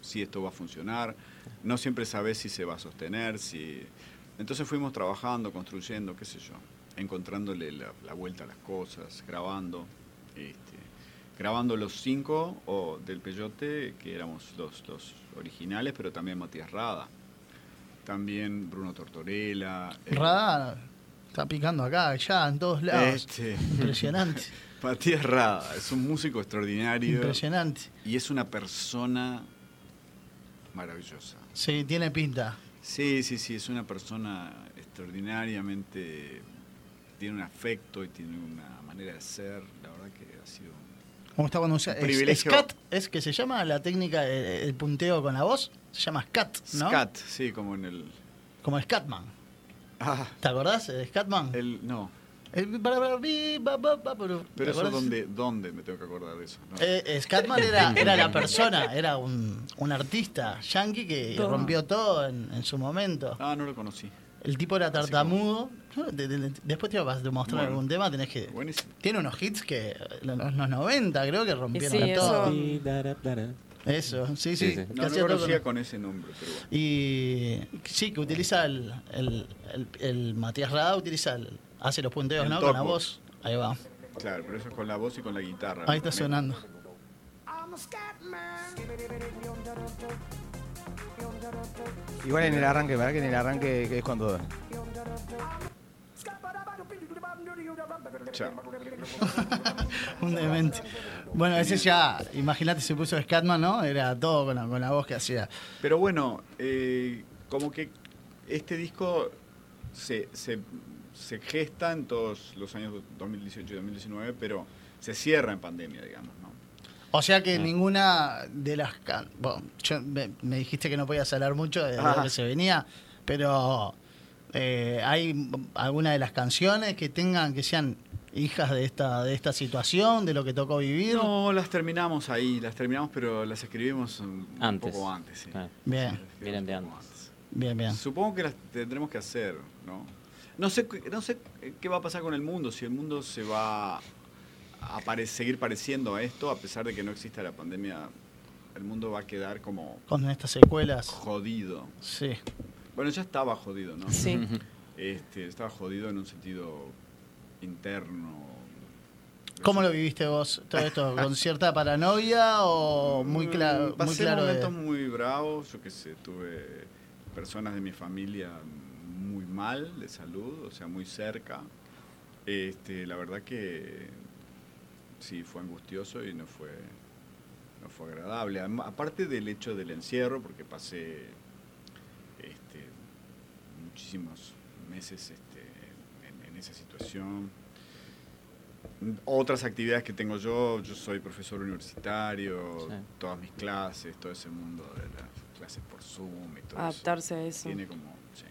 S17: si esto va a funcionar. No siempre sabes si se va a sostener. si Entonces fuimos trabajando, construyendo, qué sé yo. Encontrándole la, la vuelta a las cosas, grabando. Este, grabando los cinco o del Peyote, que éramos los, los originales, pero también Matías Rada, también Bruno Tortorella, eh,
S5: Radar está picando acá, allá, en todos lados.
S17: Este.
S5: Impresionante.
S17: (laughs) Matías Rada, es un músico extraordinario
S5: Impresionante.
S17: y es una persona maravillosa.
S5: Sí, tiene pinta.
S17: Sí, sí, sí, es una persona extraordinariamente, tiene un afecto y tiene una manera de ser, la verdad que ha sido...
S5: ¿Cómo está cuando usa?
S17: Un
S5: es-
S17: privilegio.
S5: Scat es que se llama la técnica, el, el punteo con la voz, se llama scat, ¿no?
S17: Scat, sí, como en el...
S5: Como Scatman.
S17: Ah,
S5: ¿Te acordás de Scatman?
S17: el no,
S5: El ba- ba- bi- ba- ba- ba- pero- ¿te
S17: Pero eso,
S5: acordás?
S17: ¿dónde, ¿dónde me tengo que acordar de eso? ¿no?
S5: Eh, eh, Scatman era, era la persona, era un, un artista yankee que
S17: Toma.
S5: rompió todo en, en su momento.
S17: Ah, no lo conocí.
S5: El tipo era tartamudo. Yo te- te- te- Después te vas a mostrar
S17: Bueno.
S5: algún tema, tenés que.
S17: Buenísimo.
S5: Tiene unos hits que en los, los 90 creo que rompieron
S7: sí,
S5: todo.
S7: eso-
S5: Eso, sí, sí.
S6: Sí, sí.
S5: que
S17: No, no
S5: hacía
S17: lo
S5: todo
S17: conocía
S5: con-
S17: con ese nombre, pero bueno.
S5: Y sí, que utiliza el, el, el- el Matías Rada, utiliza el- hace los punteos,
S17: El
S5: ¿no?
S17: top
S5: Con la
S17: box.
S5: voz. Ahí va.
S17: Claro, pero eso es con la voz y con la guitarra.
S5: Ahí está sonando.
S9: Igual en el arranque, ¿verdad? Que en el arranque que es cuando.
S17: Chao.
S5: (laughs) Un demente. Bueno, ese ya, imagínate, se puso Scatman, ¿no? Era todo con la, con la voz que hacía.
S17: Pero bueno, eh, como que este disco se, se- se gesta en todos los años 2018 y 2019, pero se cierra en pandemia, digamos, ¿no?
S5: O sea que ninguna de las. can- Bueno, yo- me, me dijiste que no podías hablar mucho de lo
S17: Ajá.
S5: que se venía, pero eh, hay alguna de las canciones que tengan, que sean hijas de esta, de esta situación, de lo que tocó vivir?
S17: No, las terminamos ahí, las terminamos, pero las escribimos un, un
S6: Antes.
S17: poco antes. sí.
S5: Bien.
S6: Miren de antes.
S5: Bien, bien.
S17: Supongo que las tendremos que hacer, ¿no? No sé, cu- no sé eh, qué va a pasar con el mundo, si el mundo se va a pare- seguir pareciendo a esto, a pesar de que no exista la pandemia, el mundo va a quedar como
S5: Con estas secuelas.
S17: jodido.
S5: Sí.
S17: Bueno, ya estaba jodido, ¿no?
S5: Sí.
S17: Este, estaba jodido en un sentido interno.
S5: ¿Cómo lo viviste vos todo esto? ¿Con cierta paranoia o muy, claro muy
S17: Pasé
S5: claro? de-
S17: momentos muy bravos, yo qué sé, tuve personas de mi familia muy mal de salud, o sea, muy cerca. Este, la verdad que sí fue angustioso y no fue no fue agradable. Am- Aparte del hecho del encierro, porque pasé este, muchísimos meses este, en- en esa situación. Otras actividades que tengo yo, yo soy profesor universitario,
S6: Sí.
S17: todas mis clases, todo ese mundo de las clases por Zoom y todo eso.
S7: Adaptarse a eso.
S17: Tiene como, sí,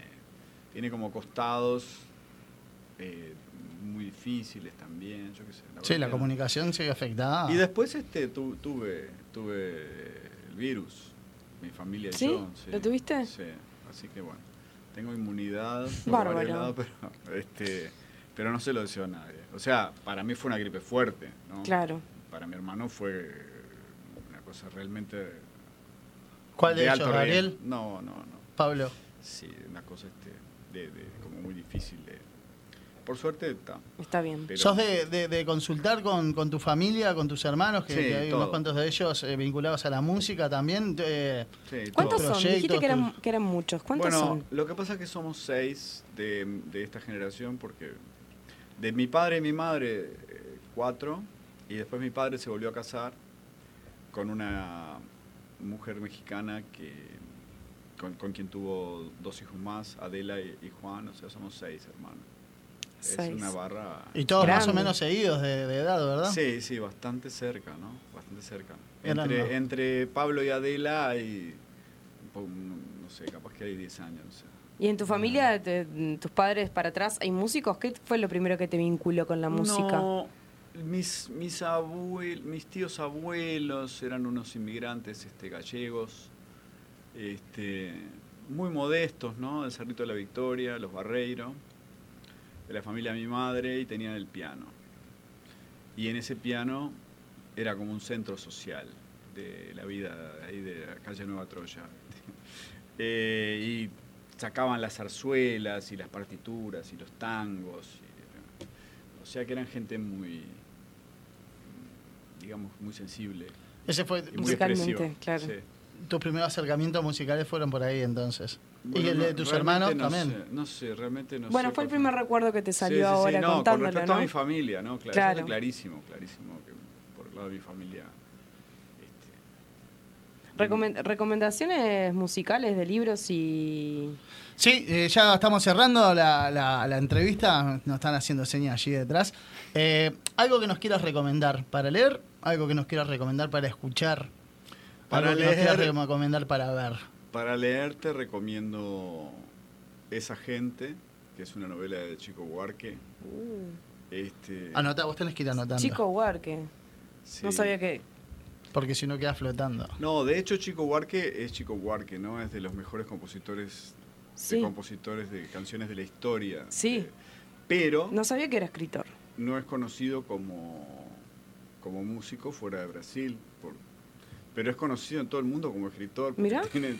S17: tiene como costados eh, muy difíciles también, yo qué sé.
S5: Sí,
S17: verdad
S5: la
S17: que-
S5: comunicación sigue afectada.
S17: y después este tu- tuve tuve el virus, mi familia y
S7: ¿Sí?
S17: yo.
S7: ¿Lo tuviste?
S17: Sí, así que bueno, tengo inmunidad por
S7: Bárbaro.
S17: varios lados, pero este pero no se lo deseo a nadie. O sea, para mí fue una gripe fuerte, ¿no?
S7: Claro.
S17: Para mi hermano fue una cosa realmente
S5: ¿Cuál de,
S17: de
S5: ellos,
S17: alto
S5: Gabriel?
S17: riesgo. No, no, no.
S5: Pablo.
S17: Sí, una cosa este de, de- como muy difícil de por suerte está.
S7: Está bien.
S17: Pero-
S5: ¿Sos de, de- de consultar con, con tu familia, con tus hermanos, que,
S17: Sí,
S5: que hay unos
S17: todo.
S5: cuantos de ellos eh, vinculados a la música también? eh,
S17: Sí,
S7: ¿Cuántos
S5: tus
S7: son? Dijiste
S5: proyectos,
S7: que eran,
S5: tus-
S7: que eran muchos. ¿Cuántos
S17: bueno,
S7: son?
S17: lo que pasa es que somos seis de, de esta generación porque de mi padre y mi madre, eh, cuatro, y después mi padre se volvió a casar con una mujer mexicana que con, con quien tuvo dos hijos más, Adela y, y Juan, o sea, somos seis hermanos. Es
S5: Seis.
S17: una barra...
S5: Y todos más o menos seguidos de, de edad, ¿verdad?
S17: Sí, sí, bastante cerca, ¿no? Bastante cerca.
S5: Grande.
S17: Entre, entre Pablo y Adela hay, un po- no, no sé, capaz que hay 10 años. o sea.
S7: ¿Y en tu familia, te- tus padres para atrás, hay músicos? ¿Qué fue lo primero que te vinculó con la música?
S17: No, mis, mis, abue- mis tíos abuelos eran unos inmigrantes este, gallegos, este, muy modestos, ¿no? Del Cerrito de la Victoria, los Barreiro, de la familia de mi madre, y tenían el piano. Y en ese piano era como un centro social de la vida ahí de la calle Nueva Troya. (laughs) Eh, y sacaban las zarzuelas y las partituras y los tangos. y- o sea que eran gente muy, digamos, muy sensible.
S5: Ese fue
S17: y muy expresiva. Sí.
S5: Tus primeros acercamientos musicales fueron por ahí entonces.
S17: Bueno,
S5: y el de
S17: no,
S5: tus
S17: realmente
S5: hermanos
S17: no
S5: también.
S17: sé, no sé, realmente no
S7: bueno,
S17: sé.
S7: fue el
S17: cuál
S7: primer recuerdo que te salió
S17: Sí, sí, sí,
S7: ahora
S17: no, con
S7: contándolo,
S17: respecto
S7: ¿no?
S17: a mi familia, ¿no? Claro,
S7: Claro.
S17: eso es clarísimo, clarísimo. que por el lado de mi familia.
S7: Recomen- recomendaciones musicales de libros y...
S5: Sí, eh, ya estamos cerrando la, la- la entrevista, nos están haciendo señas allí detrás. Eh, algo que nos quieras recomendar para leer, algo que nos quieras recomendar para escuchar,
S17: Para
S5: algo que nos
S17: leer.
S5: quieras recomendar para ver.
S17: Para leer te recomiendo Esa gente, que es una novela de Chico Huarque. Este,
S5: Anota, Uh. vos tenés que ir anotando,
S7: Chico Huarque. No
S17: Sí.
S7: sabía que...
S5: porque si no quedas flotando.
S17: No, de hecho Chico Huarque es Chico Huarque, ¿no? Es de los mejores compositores
S7: Sí.
S17: de compositores de canciones de la historia. Eh,
S7: Sí.
S17: Pero
S7: No sabía que era escritor.
S17: no es conocido como, como músico fuera de Brasil, por- pero es conocido en todo el mundo como escritor. porque
S7: Mirá.
S17: tiene-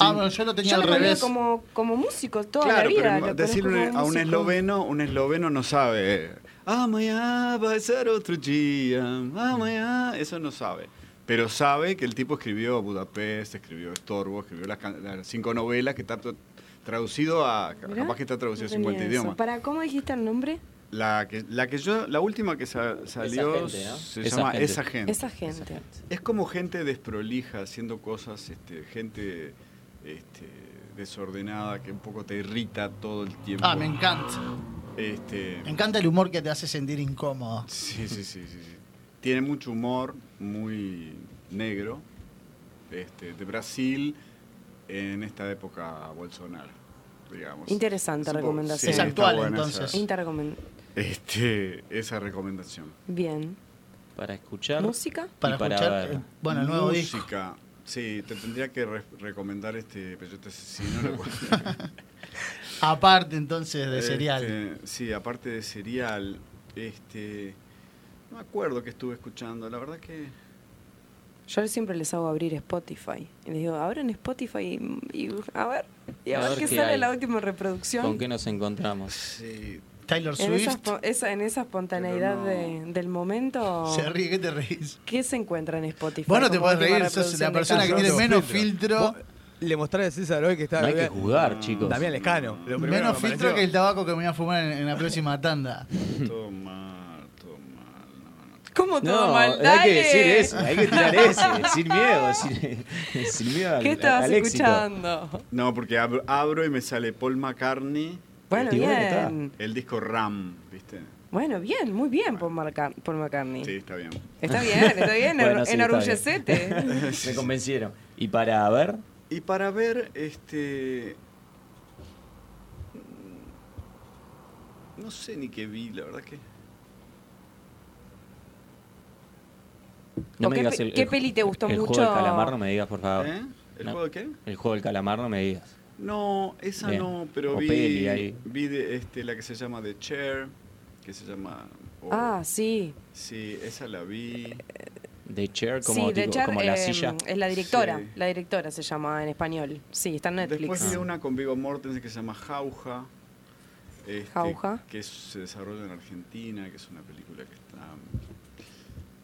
S5: Ah, bueno, yo lo tenía
S7: Yo
S5: al
S7: lo conozco
S5: revés.
S7: como, como músico toda
S17: claro,
S7: la vida.
S17: pero
S7: lo
S17: decirle
S7: conozco como
S17: a un
S7: músico.
S17: esloveno, un esloveno no sabe. eh, Amanhã vai ser otro día, amanhã. Eso no sabe. Pero sabe que el tipo escribió Budapest, escribió Estorbo, escribió las, can- las cinco novelas que está tra- traducido a.
S7: Mirá,
S17: capaz que está traducido a
S7: no tenía
S17: 50
S7: eso.
S17: idiomas.
S7: ¿Para cómo dijiste el nombre?
S17: La que, la que yo, la última que sa- salió
S6: gente, ¿no?
S17: se
S6: Esa
S17: llama
S6: gente.
S17: Esa gente.
S7: Esa gente.
S17: Es como gente desprolija haciendo cosas, este, gente este, desordenada que un poco te irrita todo el tiempo.
S5: Ah, me encanta.
S17: Este,
S5: Me encanta el humor que te hace sentir incómodo.
S17: Sí, sí, sí, sí, sí. Tiene mucho humor, muy negro, este, de Brasil en esta época Bolsonaro, digamos.
S7: Interesante
S17: Es un poco-
S7: recomendación.
S17: sí, está buena esa.
S7: Interrecomen-
S17: este, esa recomendación.
S7: Bien.
S6: Para escuchar.
S7: ¿Música?
S6: y
S17: Para escuchar,
S6: ver.
S17: eh,
S5: bueno, nuevo disco.
S17: Música. Sí, te tendría que re- recomendar este Peyote Asesino. lo cual-
S5: (laughs) Aparte entonces de cereal.
S17: Este, sí, aparte de cereal. Este, no me acuerdo que estuve escuchando. La verdad que
S7: Yo siempre les hago abrir Spotify. Y les digo, abren Spotify y, y a ver, y a, ver, qué sale
S6: hay.
S7: la última reproducción.
S6: ¿Con qué nos encontramos?
S5: Taylor
S7: En, esa espo- esa, en esa espontaneidad
S6: Pero
S7: de- del momento.
S5: Se ríe, ¿qué te reís?
S7: ¿Qué se encuentra en Spotify?
S5: Vos no te
S7: como
S5: podés
S7: última
S5: reír, sos la
S7: reproducción de
S5: persona que
S7: canción?
S5: tiene menos filtro.
S9: Le mostraré a César hoy que está.
S6: No hay que jugar, chicos.
S9: Damián Lescano. lo primero
S5: Menos
S9: que me
S5: filtro
S9: pareció.
S5: que el tabaco que me voy a fumar en, en la próxima tanda.
S17: todo mal, todo
S7: ¿Cómo todo
S6: No,
S7: mal?
S6: hay que
S7: Dale.
S6: decir eso, hay que tirar ese, sin miedo, (laughs) sin, sin miedo al,
S7: ¿Qué estabas
S6: al éxito.
S7: escuchando?
S17: No, porque abro, abro y me sale Paul McCartney.
S7: Bueno, Y bueno, está. bien.
S17: El disco Ram, ¿viste?
S7: Bueno, bien, muy bien por, Marca- por McCartney.
S17: Sí, está bien.
S7: Está bien, está
S6: (laughs)
S7: bien,
S6: Bueno,
S7: enor-
S6: sí, está
S7: enorgullecete.
S6: bien. (laughs) Me convencieron. Y para ver,
S17: (laughs) Y para ver, este. No sé ni qué vi, la verdad que.
S6: no
S7: ¿O
S6: me
S7: qué
S6: digas
S7: pe-
S6: el,
S7: qué
S6: el-
S7: peli te gustó
S6: el
S7: mucho?
S6: juego del calamar, no me digas, por favor.
S17: ¿Eh? ¿El
S6: No.
S17: juego de qué?
S6: El juego del calamar, no me digas.
S17: No, esa
S6: Bien.
S17: no, pero
S6: O
S17: vi.
S6: peli ahí.
S17: Vi de, este, la que se llama The Chair, que se llama. o-
S7: Ah, sí. Eh,
S17: Sí, esa la vi.
S6: The Chair, como,
S7: Sí, de
S6: tipo,
S7: Char
S6: como la
S7: eh,
S6: silla.
S7: es la directora.
S17: Sí.
S7: La directora se llama en español. Sí, está en Netflix.
S17: Después vi
S5: Ah.
S17: una con Vigo Mortensen que se llama Jauja. este,
S7: Jauja.
S17: Que es- se desarrolla en Argentina, que es una película que está.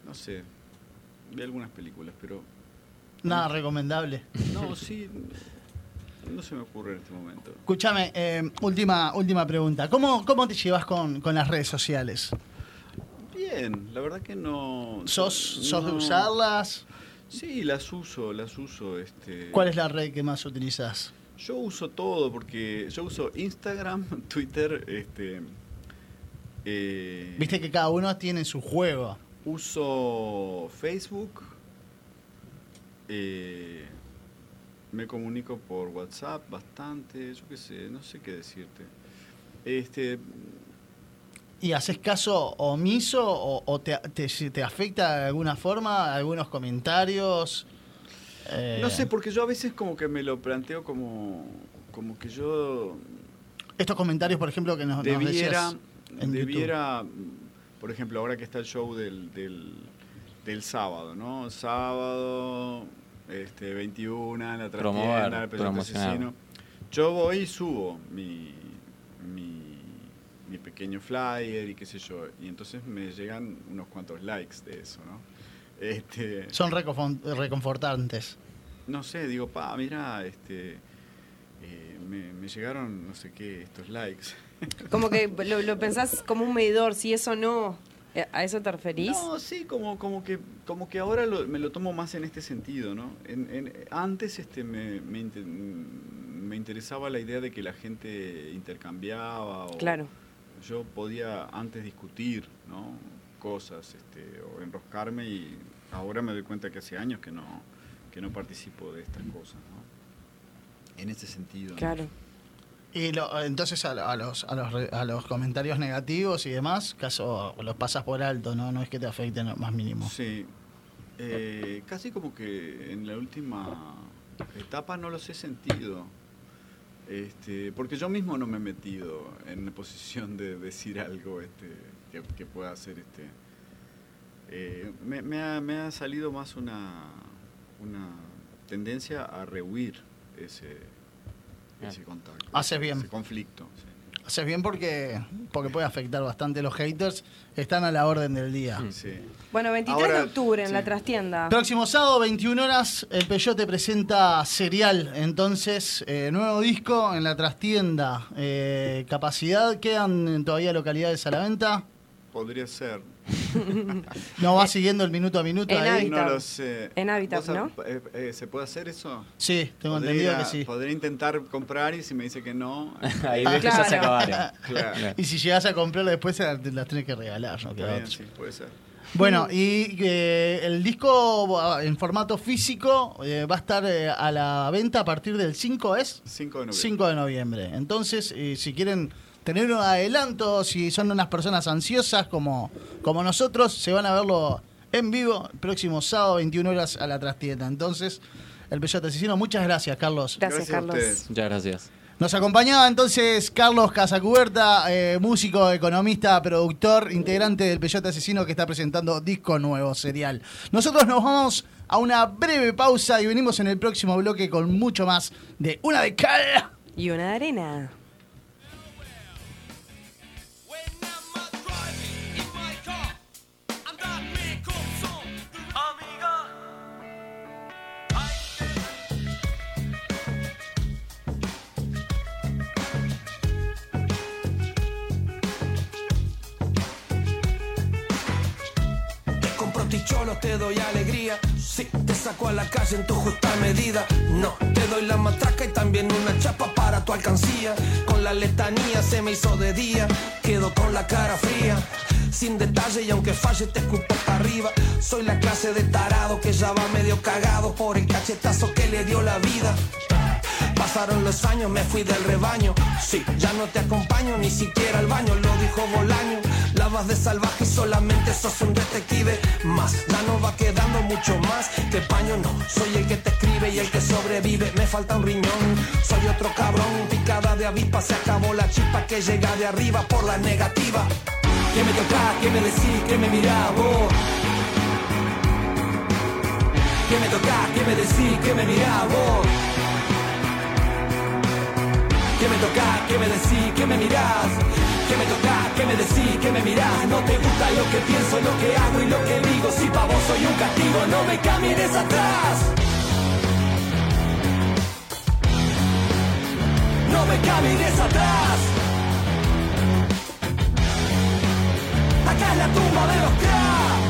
S17: No sé. Vi algunas películas, pero.
S5: Nada recomendable.
S17: No, sí. No se me ocurre en este momento.
S5: Escúchame, eh, última, última pregunta. ¿Cómo, cómo te llevas con, con las redes sociales?
S17: Bien, la verdad que no.
S5: ¿Sos, sos de
S17: no-
S5: usarlas?
S17: Sí, las uso, las uso. Este,
S5: ¿Cuál es la red que más utilizás?
S17: Yo uso todo porque yo uso Instagram, (laughs) Twitter, este. eh,
S5: Viste que cada uno tiene su juego.
S17: Uso Facebook. eh, me comunico por WhatsApp bastante. Yo qué sé, no sé qué decirte. Este,
S5: ¿Y haces caso omiso o, o te, te- si te afecta de alguna forma algunos comentarios? Eh,
S17: No sé, porque yo a veces como que me lo planteo como, como que yo
S5: Estos comentarios, por ejemplo, que nos, nos
S17: debiera,
S5: decías en YouTube.
S17: debiera, por ejemplo, ahora que está el show del, del, del sábado, ¿no? Sábado, este, 21, la
S6: Promover,
S17: trastienda, el presidente
S6: promocionar.
S17: asesino. Yo voy y subo mi, mi, mi pequeño flyer y qué sé yo, y entonces me llegan unos cuantos likes de eso, ¿no? Este,
S5: Son reconfon- reconfortantes.
S17: no sé, digo, pa, mira, este, eh, me, me llegaron no sé qué, estos likes.
S7: Como que lo, lo pensás como un medidor, si eso no. Eh, ¿A eso te referís?
S17: No, sí, como, como, que, como que ahora lo- me lo tomo más en este sentido, ¿no? En- en- antes este, me, me, inte- me interesaba la idea de que la gente intercambiaba o
S7: Claro.
S17: yo podía antes discutir, ¿no? Cosas, este, o enroscarme y ahora me doy cuenta que hace años que no, que no participo de estas cosas, ¿no? En ese sentido. ¿no?
S5: Y lo- entonces a, lo- a los, a, los, re- a los comentarios negativos y demás, caso los pasas por alto, ¿no? No es que te afecten lo más mínimo.
S17: Sí. Eh, casi como que en la última etapa no los he sentido. Este, porque yo mismo no me he metido en la posición de decir algo este, que, que pueda hacer este. Eh, me, me ha, me ha salido más una, una tendencia a rehuir ese, ese contacto.
S5: Haces bien.
S17: Ese conflicto. sí.
S5: Haces bien porque, porque puede afectar bastante. Los haters están a la orden del día.
S17: Mm,
S7: Bueno, 23 de
S5: Ahora,
S7: octubre en
S5: sí.
S7: la trastienda.
S5: Próximo sábado, 21 horas, el Peyote presenta Serial. Entonces, eh, nuevo disco en la trastienda. Eh, capacidad, quedan todavía localidades a la venta.
S17: Podría ser.
S5: No va siguiendo el minuto a minuto ahí.
S17: No lo sé.
S5: En Habitat,
S17: ¿Vos sab-
S5: ¿no?
S17: eh, eh, ¿Se puede hacer eso?
S5: Sí, tengo
S17: Podría-
S5: entendido que sí.
S17: Podría intentar comprar y si me dice que
S5: (laughs)
S17: no. (laughs)
S6: Ahí ves que ya se acabaron.
S17: Claro.
S5: Y si llegas a comprarlo después, se la- te las tienes que regalar. ¿no?
S17: Está bien,
S5: Otro.
S17: sí, puede ser.
S5: Bueno, y eh, el disco ah, en formato físico eh, va a estar eh, a la venta a partir del 5, ¿es?
S17: 5 de noviembre.
S5: 5 de noviembre. Entonces, eh, si quieren tener un adelanto, si son unas personas ansiosas como, como nosotros, se van a verlo en vivo el próximo sábado, 21 horas a la trastienda. Entonces, el Peyote Asesino, muchas gracias, Carlos.
S6: Muchas gracias.
S5: Nos acompañaba entonces Carlos Casacuberta, eh, músico, economista, productor, integrante del Peyote Asesino que está presentando disco nuevo, serial. Nosotros nos vamos a una breve pausa y venimos en el próximo bloque con mucho más de Una de Cal.
S7: Y una de arena.
S3: Ah,
S19: Te compro ticholo, te doy alegría. Si te saco a la calle en tu justa medida. No, te doy la matraca y también una chapa para tu alcancía. Con la letanía se me hizo de día. Quedo con la cara fría. Sin detalle y aunque falle te escupo para arriba. Soy la clase de tarado que ya va medio cagado por el cachetazo que le dio la vida. Pasaron los años, me fui del rebaño. Sí, ya no te acompaño ni siquiera al baño, lo dijo Bolaño. Lavas de salvaje y solamente sos un detective más. Ya no va quedando mucho más que paño, no. Soy el que te escribe y el que sobrevive. Me falta un riñón, soy otro cabrón. Picada de avispa, se acabó la chispa que llega de arriba por la negativa. ¿Qué me toca? ¿Qué me decís? ¿Qué me mirá vos? ¿Qué me toca? ¿Qué me decís? ¿Qué me mirá vos? ¿Qué me toca? ¿Qué me decís? ¿Qué me mirás? ¿Qué me toca? ¿Qué me decís? ¿Qué me mirás? No te gusta lo que pienso, lo que hago y lo que digo. Si pa' vos soy un castigo, no me camines atrás. No me camines atrás. Acá es la tumba de los cracks.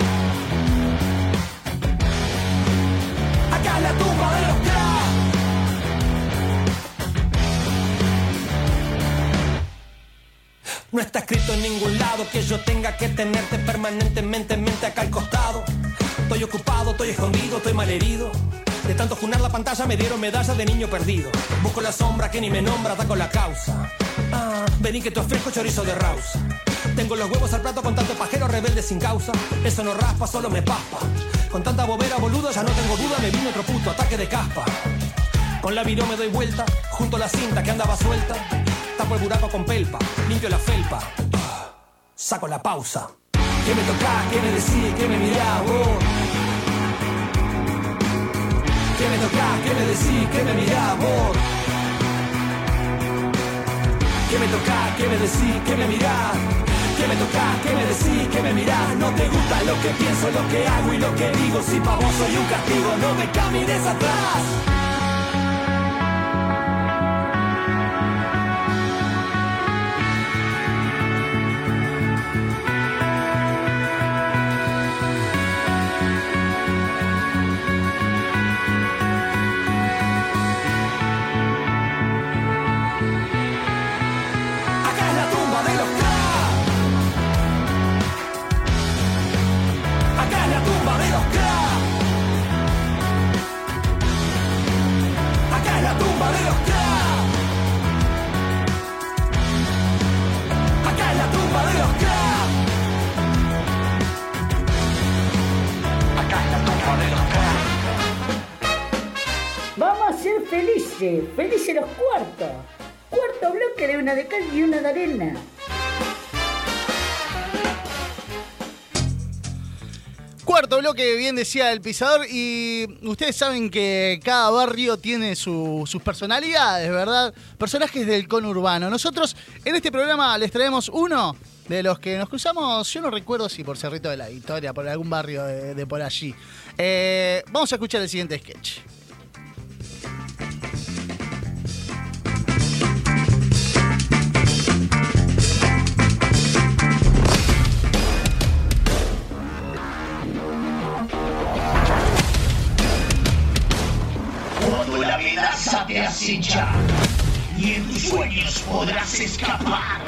S19: Acá es la tumba de los cracks. No está escrito en ningún lado que yo tenga que tenerte permanentemente en mente acá al costado. Estoy ocupado, estoy escondido, estoy malherido. De tanto junar la pantalla me dieron medalla de niño perdido. Busco la sombra que ni me nombra, da con la causa. Ah, vení que te ofrezco chorizo de rausa. Tengo los huevos al plato con tanto pajero rebelde sin causa. Eso no raspa, solo me paspa. Con tanta bobera boluda ya no tengo duda, me vino otro puto ataque de caspa. Con la viró me doy vuelta, junto a la cinta que andaba suelta. Tapo el buraco con pelpa, limpio la felpa. Ah, Saco la pausa. ¿Qué me toca? ¿Qué me decís? ¿Qué me mirás vos? ¿Qué me toca? ¿Qué me decís? ¿Qué me mirás vos? ¿Qué me toca? ¿Qué me decís? ¿Qué me mirás? ¿Qué me toca? ¿Qué me decís? ¿Qué me mirás? No te gusta lo que pienso, lo que hago y lo que digo. Si pa' vos soy un castigo, no me camines atrás. Acá es la tumba de los cracks. Acá es la tumba de los cracks. Acá es la tumba de los cracks. Acá es la tumba de los cracks. Acá es la tumba de los cracks.
S16: Vamos a ser felices, felices los cuartos. Cuarto bloque de una de cal y una de arena.
S5: Cuarto bloque, bien decía el pisador, y ustedes saben que cada barrio tiene su- sus personalidades, ¿verdad? Personajes del conurbano. Nosotros en este programa les traemos uno de los que nos cruzamos, yo no recuerdo si por Cerrito de la Victoria, por algún barrio de, de por allí. Eh, vamos a escuchar el siguiente sketch.
S3: Cuando la amenaza te acecha y en tus sueños podrás escapar.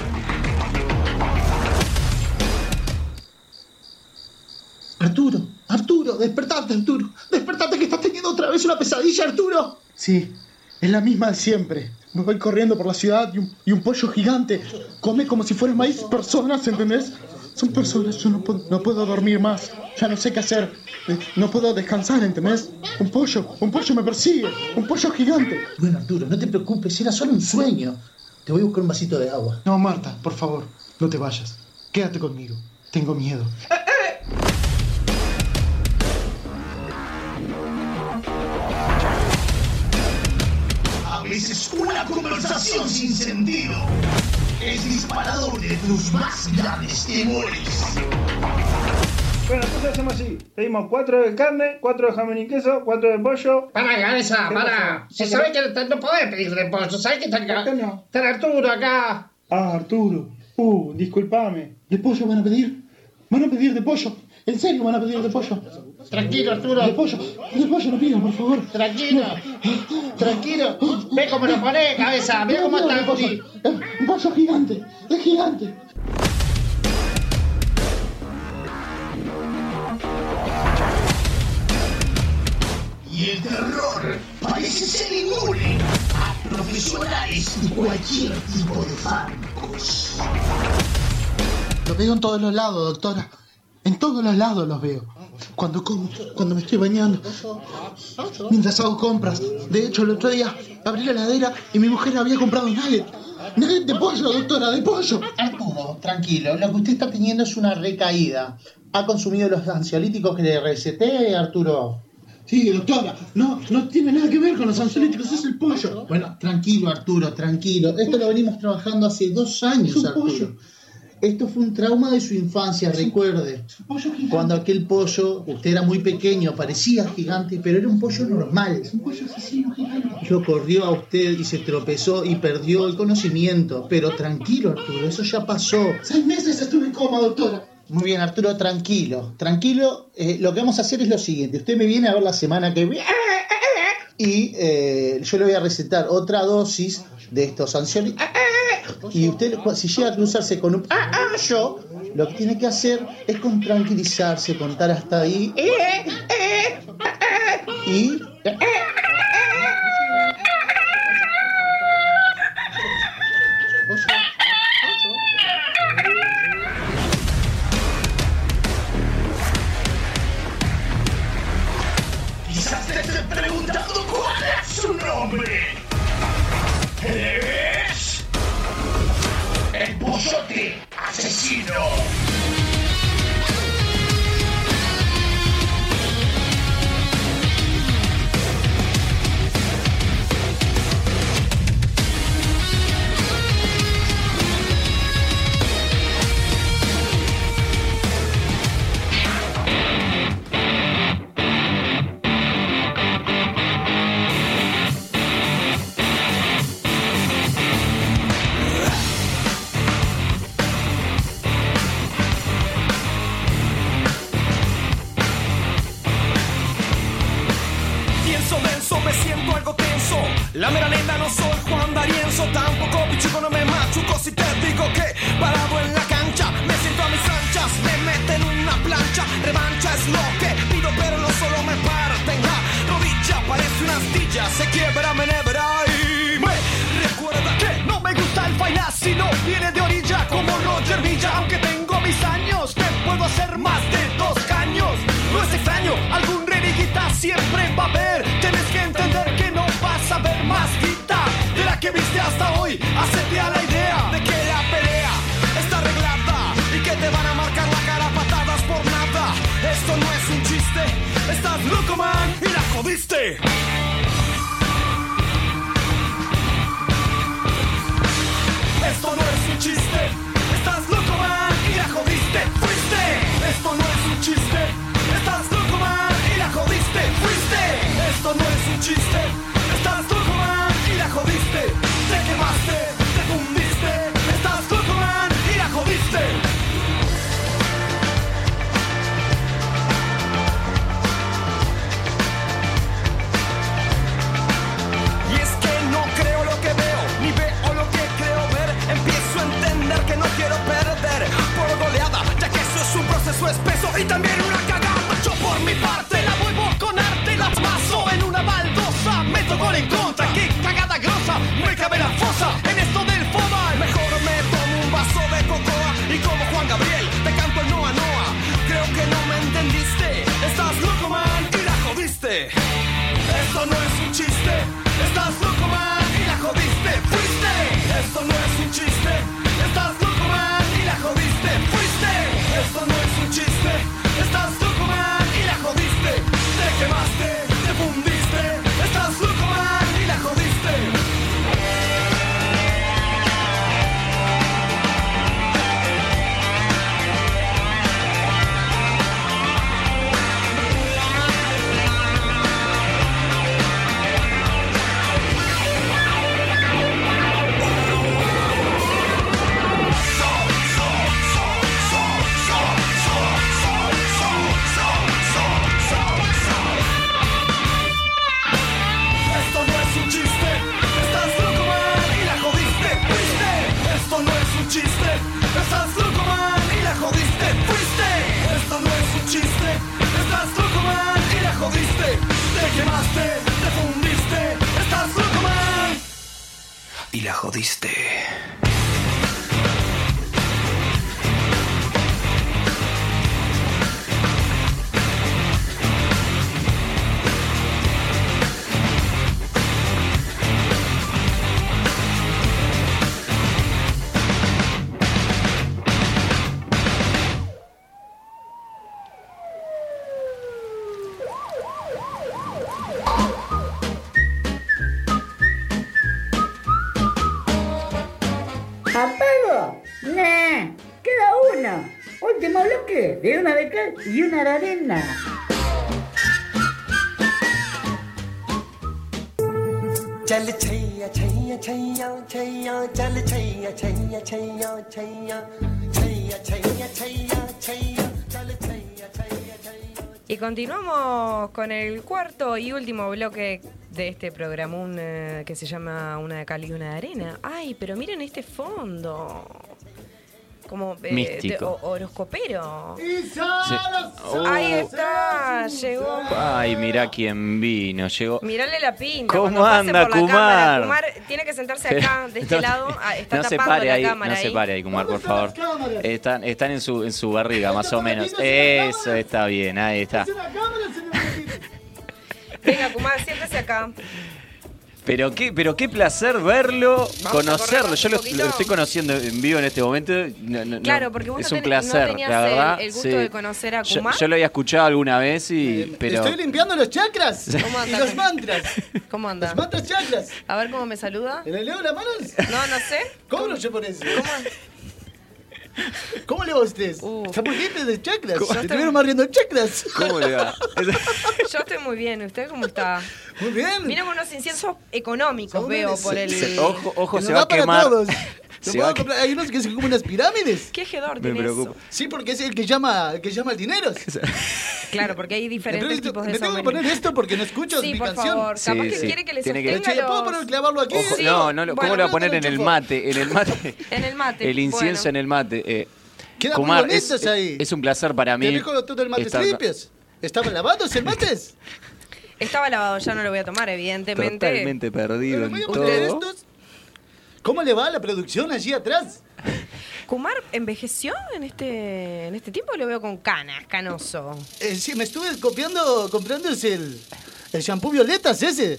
S10: Arturo, Arturo, despertate, Arturo. Despertate que estás teniendo otra vez una pesadilla, Arturo. Sí, Es la misma de siempre. Me voy corriendo por la ciudad y un, y un pollo gigante. Come como si fueran maíz personas, ¿entendés? Son personas, yo no puedo, no puedo dormir más. Ya no sé qué hacer. Eh, No puedo descansar, ¿entendés? Un pollo, un pollo me persigue. Un pollo gigante.
S5: Bueno, Arturo, no te preocupes, era solo un sueño. Te voy a buscar un vasito de agua.
S10: No, Marta, por favor, no te vayas. Quédate conmigo. Tengo miedo.
S21: A veces una conversación sin sentido es disparador de tus más grandes temores.
S22: (laughs) Bueno, entonces hacemos así. Pedimos cuatro de carne, cuatro de jamón y queso, cuatro de pollo.
S16: Para, cabeza,
S22: ¿Qué
S16: para.
S22: pasó?
S16: Si sabés que no, no podés pedir reposo, sabés que está acá. Está el Arturo acá.
S22: Ah, Arturo. Uh, disculpame.
S10: ¿De pollo van a pedir? ¿Van a pedir de pollo? ¿En serio van a pedir de pollo?
S16: Tranquilo, Arturo.
S10: De pollo. De pollo no pidan, por favor.
S16: Tranquilo. Tranquilo. Ve cómo lo ponés, cabeza. Ve cómo está el Guti.
S10: Un pollo gigante. Es gigante.
S21: Y el terror parece ser inmune a profesionales y cualquier tipo de fármacos.
S10: Lo veo en todos los lados, doctora. En todos los lados los veo. Cuando como, cuando me estoy bañando, mientras hago compras. De hecho, el otro día abrí la heladera y mi mujer había comprado nugget. Nugget de pollo, doctora, de pollo.
S5: Arturo, tranquilo, lo que usted está teniendo es una recaída. ¿Ha consumido los ansiolíticos que le receté, Arturo?
S10: Sí, doctora, no, no tiene nada que ver con los ansiolíticos, es el pollo.
S5: Bueno, tranquilo, Arturo, tranquilo. Esto lo venimos trabajando hace dos años, Arturo. Esto fue un trauma de su infancia, recuerde. Cuando aquel pollo, usted era muy pequeño, parecía gigante, pero era un pollo normal. Lo corrió a usted y se tropezó y perdió el conocimiento. Pero tranquilo, Arturo, eso ya pasó. Seis meses estuve en coma, doctora. Muy bien, Arturo, tranquilo. Tranquilo, Eh, lo que vamos a hacer es lo siguiente. Usted me viene a ver la semana que viene y eh, yo le voy a recetar otra dosis de estos ansiolíticos. Y usted, cu- si llega a cruzarse con un ah, ah, yo, lo que tiene que hacer es con tranquilizarse, contar hasta ahí. eh, eh, ah, ah, Y. eh,
S21: Quizás te estés preguntando cuál es su nombre. Es el Pozote Asesino.
S3: Pienso denso, me siento algo tenso. La mera neta no soy Juan Darienzo, tampoco pichuco, no me machuco. Si te digo que parado en la cancha, me siento a mis anchas, me meten una plancha. Revancha es lo que pido, pero no solo me parten la rodilla, parece una astilla, se quiebra, me nebra y me recuerda que no me gusta el fainá, sino viene de orilla como Roger Villa, aunque tengo mis años, te puedo hacer más de dos caños. No es extraño, algún renegita siempre va a haber. Tienes que entender que no vas a ver más guita de la que viste hasta hoy. Hacete a la idea de que la pelea está arreglada y que te van a marcar la cara a patadas por nada. Esto no es un chiste, estás loco, man, y la jodiste. Esto no es un chiste, estás loco, man, y la jodiste, fuiste. Esto no es un chiste, estás loco, man, y la jodiste, fuiste. Esto no es un chiste, estás loco, man, y la jodiste, te quemaste, te fundiste. Estás loco, man, y la jodiste. Y es que no creo lo que veo, ni veo lo que creo ver. Empiezo a entender que no quiero perder por goleada, ya que eso es un proceso espeso y también una cagada. Yo por mi parte la vuelvo con arte, la paso en una baldosa, meto gol en contra. ¡Qué cagada! cabe la fosa en esto del foda. Mejor me tomo un vaso de cocoa y como Juan Gabriel te canto el Noa Noa. Creo que no me entendiste, estás loco man y la jodiste. Esto no es un chiste, estás loco man y la jodiste, fuiste. Esto no es un chiste, estás loco man y la jodiste, fuiste. Esto no es un chiste, estás loco man y la jodiste, te quemaste, te fundiste, estás loco man y la jodiste. Esto no es un chiste, estás loco man y la jodiste, fuiste. Esto no es un chiste, estás loco man y la jodiste, fuiste. Esto no es un chiste, estás loco man y la jodiste. Te quemaste, te fundiste, estás loco man.
S23: Y la jodiste.
S16: ¿Apago? Nah, queda uno. Último bloque de una de cal y una de arena.
S24: चल छैया छैया छैया छैया चल छैया छैया छैया छैया छैया छैया छैया छैया चल छैया छैया छैया
S7: Y continuamos con el cuarto y último bloque de este programón eh, que se llama Una de cal y una de arena. Ay, pero miren este fondo. Como eh,
S6: Místico.
S7: te- o- horoscopero.
S6: Sí. Oh.
S7: Ahí está, llegó.
S6: Ay, mirá quién vino. Llegó.
S7: Mirale la pinta.
S6: ¿Cómo
S7: cuando pase
S6: anda,
S7: por la cámara.
S6: Kumar?
S7: Kumar tiene que sentarse
S6: (laughs)
S7: acá, de este
S6: No,
S7: lado. Ah, Está
S6: no se
S7: tapando
S6: pare
S7: la
S6: ahí,
S7: cámara
S6: no se
S7: ahí.
S6: pare ahí, Kumar, por favor.
S7: cámaras?
S6: Están, están en, su, en su barriga, más o menos. Eso está bien, ahí está.
S7: Venga, Kumar, siéntese acá.
S6: Pero qué, pero qué placer verlo,
S7: a
S6: conocerlo.
S7: correr
S6: Yo
S7: un
S6: lo,
S7: poquito.
S6: lo estoy conociendo en vivo en este momento. No, no, no,
S7: Claro, porque vos
S6: es
S7: no
S6: un
S7: tenés- no
S6: placer,
S7: tenías
S6: la
S7: el-
S6: verdad.
S7: el gusto
S6: Ah, sí.
S7: de conocer a
S6: Yo-
S7: Kumar.
S6: Yo, lo había escuchado alguna vez y. Pero
S5: Eh, Estoy limpiando los chakras
S7: (laughs) ¿Cómo
S5: y
S7: anda?
S5: los mantras.
S7: (laughs) ¿Cómo anda?
S5: Los mantras chakras.
S7: A ver cómo me saluda.
S5: ¿Le leo las manos?
S7: No, no sé.
S5: Cobro yo por eso. (laughs) ¿Cómo, le va a usted? Está muy limpio de chakras.
S7: Uh. ¿Cómo?
S5: Se estuvieron barriendo chakras.
S6: ¿Cómo le
S5: (laughs)
S6: va?
S7: Yo estoy muy bien. ¿Usted cómo está?
S5: Muy bien.
S7: Mira con unos inciensos económicos, veo,
S5: Jóvenes.
S7: por el...
S6: Se- ojo, ojo,
S5: Nos
S6: se va
S5: da
S6: a
S5: para
S7: (laughs)
S6: quemar.
S5: todos.
S6: Se
S5: Te
S6: va
S5: puedo
S6: a que-
S5: comprar- Hay unos que son como unas pirámides.
S7: Qué hedor
S6: Me
S7: tiene
S6: preocupa.
S7: eso.
S5: Sí, porque es el que llama, el que llama el dinero.
S7: (laughs) Claro, porque hay diferentes
S5: Entonces,
S7: tipos de
S5: me tengo que
S7: sombreros.
S5: poner esto porque no escucho
S7: Sí,
S5: mi
S7: por
S5: canción.
S7: favor.
S6: Sí,
S7: Capaz que
S6: sí.
S7: quiere que le
S6: Tiene que-
S7: sostenga
S5: Che, ¿puedo
S7: los-
S5: poner- clavarlo aquí?
S6: Ojo,
S5: Sí.
S6: no, no, lo-
S5: Bueno,
S6: ¿cómo lo va a
S5: no
S6: poner
S5: te
S6: en
S5: lo
S6: el
S5: enchufo.
S6: mate? En el
S7: (laughs)
S6: mate.
S7: En el mate.
S6: el incienso en el mate. eh.
S5: Queda muy
S6: Kumar, es,
S5: bonitos ahí.
S6: es un placer para mí.
S5: Te dejo todo el mate
S6: estar-
S5: limpios. ¿Estaban lavados el mates?
S7: Bueno, estaba lavado, ya no lo voy a tomar, evidentemente.
S6: Totalmente perdido en
S5: poner
S6: todo.
S5: ¿Cómo le va a la producción allí atrás?
S7: ¿Kumar envejeció en este, en este tiempo? Lo veo con canas, canoso.
S5: Eh, sí, me estuve copiando, comprando ese, el, el shampoo violetas ese.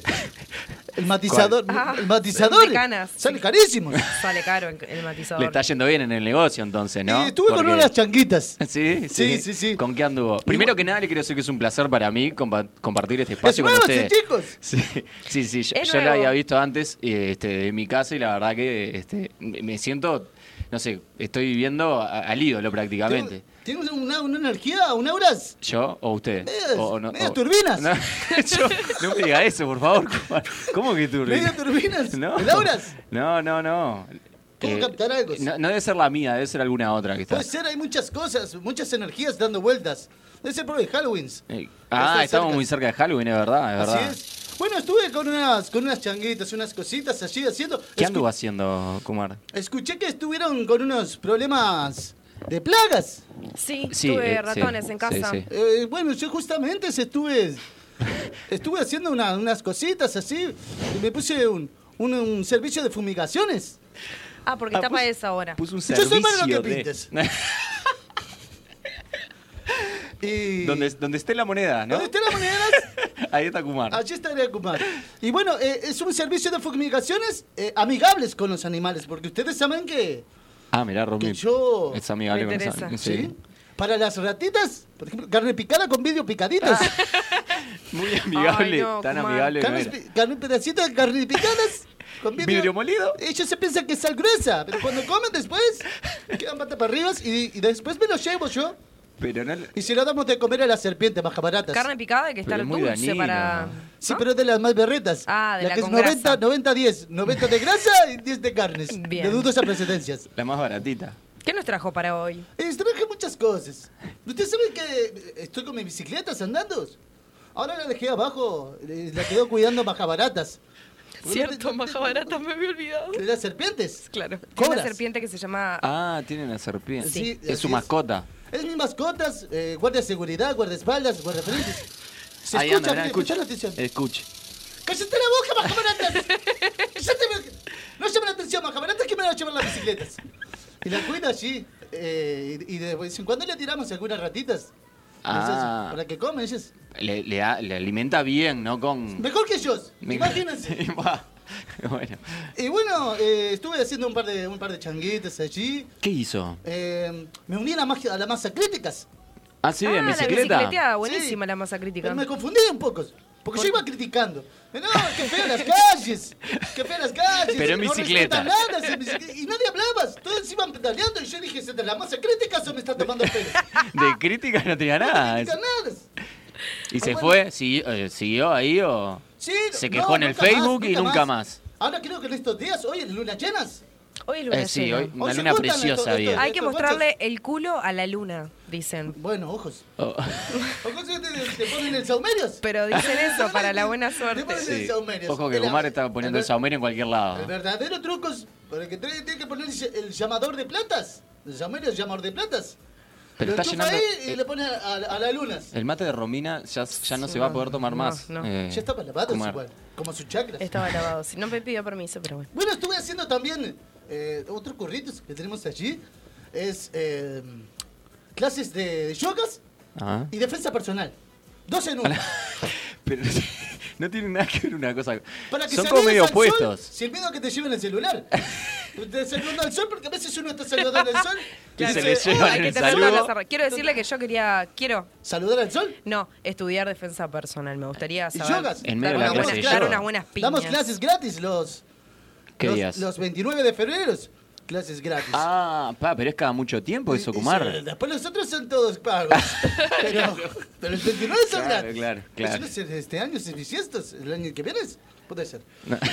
S5: El matizador.
S7: Ah,
S5: el matizador.
S7: de canas.
S5: Sale carísimo.
S7: Sale caro el- el matizador.
S6: Le está yendo bien en el negocio entonces, ¿no?
S5: Y estuve con
S6: Porque-
S5: unas changuitas.
S6: (laughs) Sí, sí, sí, ¿Con qué anduvo? Primero que nada le quiero decir que es un placer para mí compa- compartir este
S5: Es
S6: espacio con
S5: nuevo, sí,
S6: ustedes.
S5: chicos.
S6: (laughs) Sí, sí, sí, yo,
S5: Es
S6: yo lo
S5: nuevo.
S6: había visto antes eh, este, de mi casa y la verdad que este, me me siento, no sé, estoy viviendo a- al ídolo prácticamente.
S5: Tienes una, una energía, un auras.
S6: ¿Yo o usted?
S5: Medias-
S6: o, o no,
S5: medias
S6: o-
S5: turbinas.
S6: Oh. (laughs) No, yo- no me diga eso, por favor. ¿Cómo, cómo que turbinas?
S5: Medias turbinas.
S6: (laughs) No.
S5: ¿El auras?
S6: No, no, no. Eh,
S5: ¿Cómo captar algo?
S6: No, no debe ser la mía, debe ser alguna otra que está.
S5: Puede ser, hay muchas cosas, muchas energías dando vueltas. Debe ser por el Halloween.
S6: Eh, ah,
S5: Está
S6: estamos
S5: cerca.
S6: muy cerca de Halloween, es verdad, es
S5: Así
S6: verdad.
S5: es. Bueno, estuve con unas, con unas changuitas, unas cositas allí haciendo.
S6: ¿Qué
S5: Escu-
S6: anduvo haciendo, Kumar?
S5: Escuché que estuvieron con unos problemas de plagas.
S7: Sí,
S6: Sí, tuve eh, sí, ratones en casa. sí, sí.
S5: Eh, bueno, yo justamente se estuve estuve haciendo una- unas cositas así. y me puse un, un, un servicio de fumigaciones.
S7: Ah, porque
S5: Ah,
S7: está
S5: pus-
S7: para esa hora.
S6: Puso un
S5: Yo soy
S6: servicio
S5: para lo que
S6: de-
S5: pintes. Eh.
S6: (laughs) donde, donde esté la moneda, ¿no?
S5: ¿Dónde están las monedas?
S6: (laughs) Ahí está Kumar.
S5: Allí estaría Kumar. Y bueno, eh, es un servicio de fumigaciones eh, amigables con los animales, porque ustedes saben que
S6: Ah, mirá, Romy.
S5: yo-
S6: Es amigable
S5: Me
S6: con esa-
S5: interesa.
S6: sí.
S5: ¿Sí? para las ratitas, por ejemplo, carne picada con vidrio picaditas.
S6: Muy (laughs) amigable, tan amigable. que no
S5: Carne,
S6: era.
S5: pi- carne pedacitos de carne picadas. Con vidrio,
S6: molido?
S5: Ellos se piensan que es sal gruesa, pero cuando comen después, quedan patas para arriba y, y después me lo llevo yo.
S6: Pero no,
S5: Y si lo damos de comer a las serpientes más baratas.
S7: Carne picada que está
S5: Pero es muy
S7: dulce
S5: dañina.
S7: para.
S5: Sí, pero es de las más berretas.
S7: Ah, de la
S5: que es
S7: con
S5: 90, 90, 10. 90 de grasa y 10 de
S7: (laughs)
S5: carnes.
S7: Bien.
S5: De dudosas precedencias.
S6: La más baratita.
S7: ¿Qué nos trajo para hoy?
S5: Les traje muchas cosas. ¿Ustedes saben que estoy con mis bicicletas andando? Ahora la dejé abajo. eh, La quedó cuidando majabaratas.
S7: Cierto, majabarata, me había olvidado.
S5: De las serpientes.
S7: (laughs) Claro. Tiene una
S5: Cobras.
S7: serpiente que se llama.
S6: Ah, tiene una serpiente.
S5: Sí,
S6: es su
S5: así es.
S6: mascota.
S5: Es mis mascotas. Eh, guardia de seguridad, guardaespaldas, guardafrentes. Se
S6: Ahí
S5: escucha,
S6: anda, mirá,
S5: escucha
S6: escuche.
S5: la atención.
S6: Escuche.
S5: ¡Cállate la boca, majabaratas! ¡Cállate la- No llamen la atención, majabaratas, que me van a llevar las bicicletas. Y la cuida allí. eh, y y de vez en cuando le tiramos algunas ratitas.
S6: Ah.
S5: Esas, Para que comen ellas.
S6: Le, le da- le alimenta bien, ¿no? Con.
S5: Mejor que ellos.
S6: Me-
S5: Imagínense.
S6: Va. (laughs) bueno.
S5: Y bueno, eh, estuve haciendo un par de, un par de changuitas allí.
S6: ¿Qué hizo?
S5: Eh, me uní a la, magia- a la masa críticas.
S6: Ah, sí,
S7: ah,
S6: en
S7: la
S6: bicicleta.
S7: bicicleteada, buenísima la masa crítica.
S5: Pero me confundí un poco. Porque yo iba criticando. No, qué feo las calles. Qué feo las calles.
S6: Pero en
S5: no
S6: bicicleta.
S5: respetan nada, se bicicleta. Y nadie hablaba. Todos iban pedaleando. Y yo dije, ¿es de la masa críticas o me está tomando el pelo?
S6: (laughs)
S5: Ah.
S6: De crítica no tenía nada.
S5: Críticas, nada.
S6: ¿Y se
S5: Ah, Bueno.
S6: fue? ¿Sigui- eh, ¿Siguió ahí o.?
S5: Sí,
S6: se
S5: no,
S6: quejó en el
S5: nunca más,
S6: Facebook y
S5: nunca
S6: nunca
S5: más.
S6: más.
S5: Ahora creo que en estos días, hoy es luna llenas.
S7: Hoy es
S6: luna Eh, sí, llena. hoy- una luna preciosa había.
S7: Hay que mostrarle el culo a la luna, dicen.
S5: Bueno, ojos. (laughs)
S6: Oh.
S5: Ojos que te, te ponen en saumerios.
S7: Pero dicen eso para la buena suerte.
S6: Sí.
S5: saumerio.
S6: Ojo que
S5: Era-
S6: Gumar está poniendo el saumerio en cualquier
S5: El
S6: lado.
S5: verdadero truco es para que tiene tiene que poner el llamador de platas. El saumerio es llamador de platas.
S6: Pero
S5: lo
S6: está
S5: enchufa
S6: llenando.
S5: ahí y le pone a, a, a las lunas.
S6: El mate de Romina ya, ya no se va a poder tomar más. eh,
S5: ya estaba lavado
S6: Gumar.
S5: igual, como su chakra.
S7: Estaba lavado. Si no me pidió permiso, pero bueno.
S5: Bueno, estuve haciendo también eh, otros curritos que tenemos allí. Es eh, clases de, de yogas
S6: Ah.
S5: y defensa personal. Dos en uno.
S6: Pero (laughs) no tiene nada que ver una cosa.
S5: (laughs) Para que
S6: Son
S5: se
S6: como medio
S5: al sol
S6: opuestos.
S5: sin miedo a que te lleven el
S6: (laughs)
S5: celular. Te saludan al sol porque a veces uno está saludando al
S6: (laughs)
S5: sol.
S6: Que se
S5: dice,
S6: le llevan
S5: "Ay,
S6: el
S5: Oh, que te
S6: saludo".
S5: saludan al
S7: Sarra, Quiero decirle que yo quería. quiero
S5: ¿Saludar al sol?
S7: No, estudiar defensa personal. Me gustaría
S5: Y
S7: saber.
S5: yogas.
S6: En medio de
S7: dar
S6: la
S7: unas
S6: clase de
S7: buenas- dar
S6: yoga.
S7: unas buenas piñas.
S5: Damos clases gratis los,
S6: ¿Qué
S5: los,
S6: días?
S5: los 29 de febrero. Clases gratis.
S6: Ah, pa, pero es cada mucho tiempo eso,
S5: Eh,
S6: Kumar.
S5: Después los otros son todos
S6: (laughs)
S5: pagos. pero, pero los 29 son
S6: Claro,
S5: gratis.
S6: claro,
S5: Pero
S6: claro.
S5: si no es Este año es bisiestos. El año que viene es- puede ser.
S6: No.
S5: (laughs)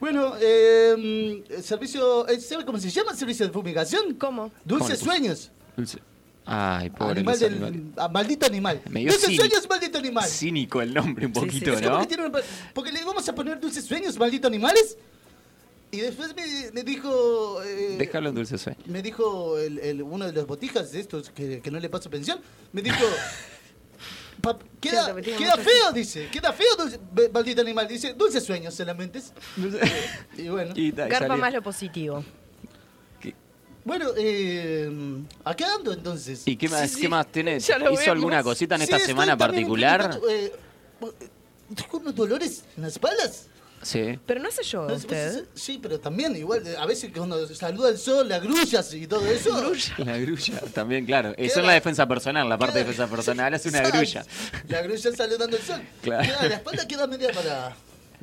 S5: Bueno, eh, el servicio. eh, ¿Sabe cómo se llama el servicio de fumigación?
S7: ¿Cómo?
S5: Dulces
S6: ¿Cómo le
S5: sueños.
S6: Dulce. Ay, pobre
S5: Animal
S6: los
S5: del-
S6: animales.
S5: ah, maldito animal.
S6: Medio
S5: Dulces
S6: cínico.
S5: sueños, maldito animal.
S6: Cínico el nombre un poquito,
S5: Es como
S6: ¿no?
S5: que tiene un pa- porque le vamos a poner dulces sueños, maldito animales. Y después me, me dijo. eh,
S6: Déjalo en dulce sueño.
S5: Me dijo el, el- uno de los botijas de estos que, que no le paso pensión. Me (laughs) dijo. "Pap- queda
S7: Cierto, me tiene
S5: queda
S7: mucho-
S5: feo, dice. Queda feo, dulce- be- maldito animal. Dice, dulces sueños solamente. (laughs) y bueno.
S6: Y ta-
S7: Garpa
S6: salió.
S7: más lo positivo.
S5: Bueno, eh, acá ando entonces.
S6: ¿Y qué más,
S5: Sí,
S6: qué
S5: sí.
S6: más tiene?
S5: Ya lo
S6: ¿Hizo alguna
S5: vemos.
S6: cosita en
S5: Sí,
S6: esta
S5: estoy
S6: semana
S5: también un
S6: particular?
S5: poquito, eh, tengo unos dolores en las espaldas.
S6: Sí.
S7: Pero no sé yo,
S5: No,
S7: usted.
S5: pues, Sí, pero también, igual, eh, a veces cuando saluda el sol, las grullas y todo
S7: (laughs)
S5: eso.
S6: La grulla, también, claro. Eso es la defensa personal, la parte de defensa personal es una
S5: ¿sabes?
S6: grulla.
S5: La grulla saludando el sol.
S6: Claro.
S5: Queda- la espalda queda media para.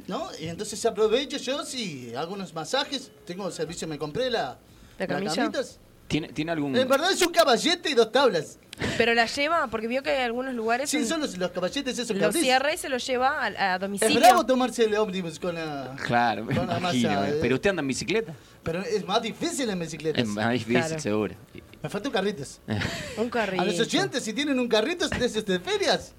S5: ¿No? Y entonces aprovecho yo, sí, hago unos masajes. Tengo servicio, me compré la.
S7: ¿La camilla?
S5: las camitas.
S6: ¿Tiene, tiene algún...?
S5: En verdad es un caballete y dos tablas.
S7: Pero la lleva, porque vio que hay algunos lugares.
S5: Sí,
S7: donde
S5: son los, los caballetes esos que
S7: Lo
S5: abrís.
S7: cierra y se lo lleva a, a
S5: Es
S7: domicilio.
S5: bravo tomarse el ómnibus con la.
S6: Claro, me
S5: Con la masa,
S6: imagino. eh.
S5: eh.
S6: Pero usted anda en bicicleta.
S5: Pero es más difícil en bicicletas.
S6: Es más difícil, seguro.
S5: Me faltan carritos.
S7: Un carrito.
S5: A los oyentes, si tienen un carrito de esos de ferias,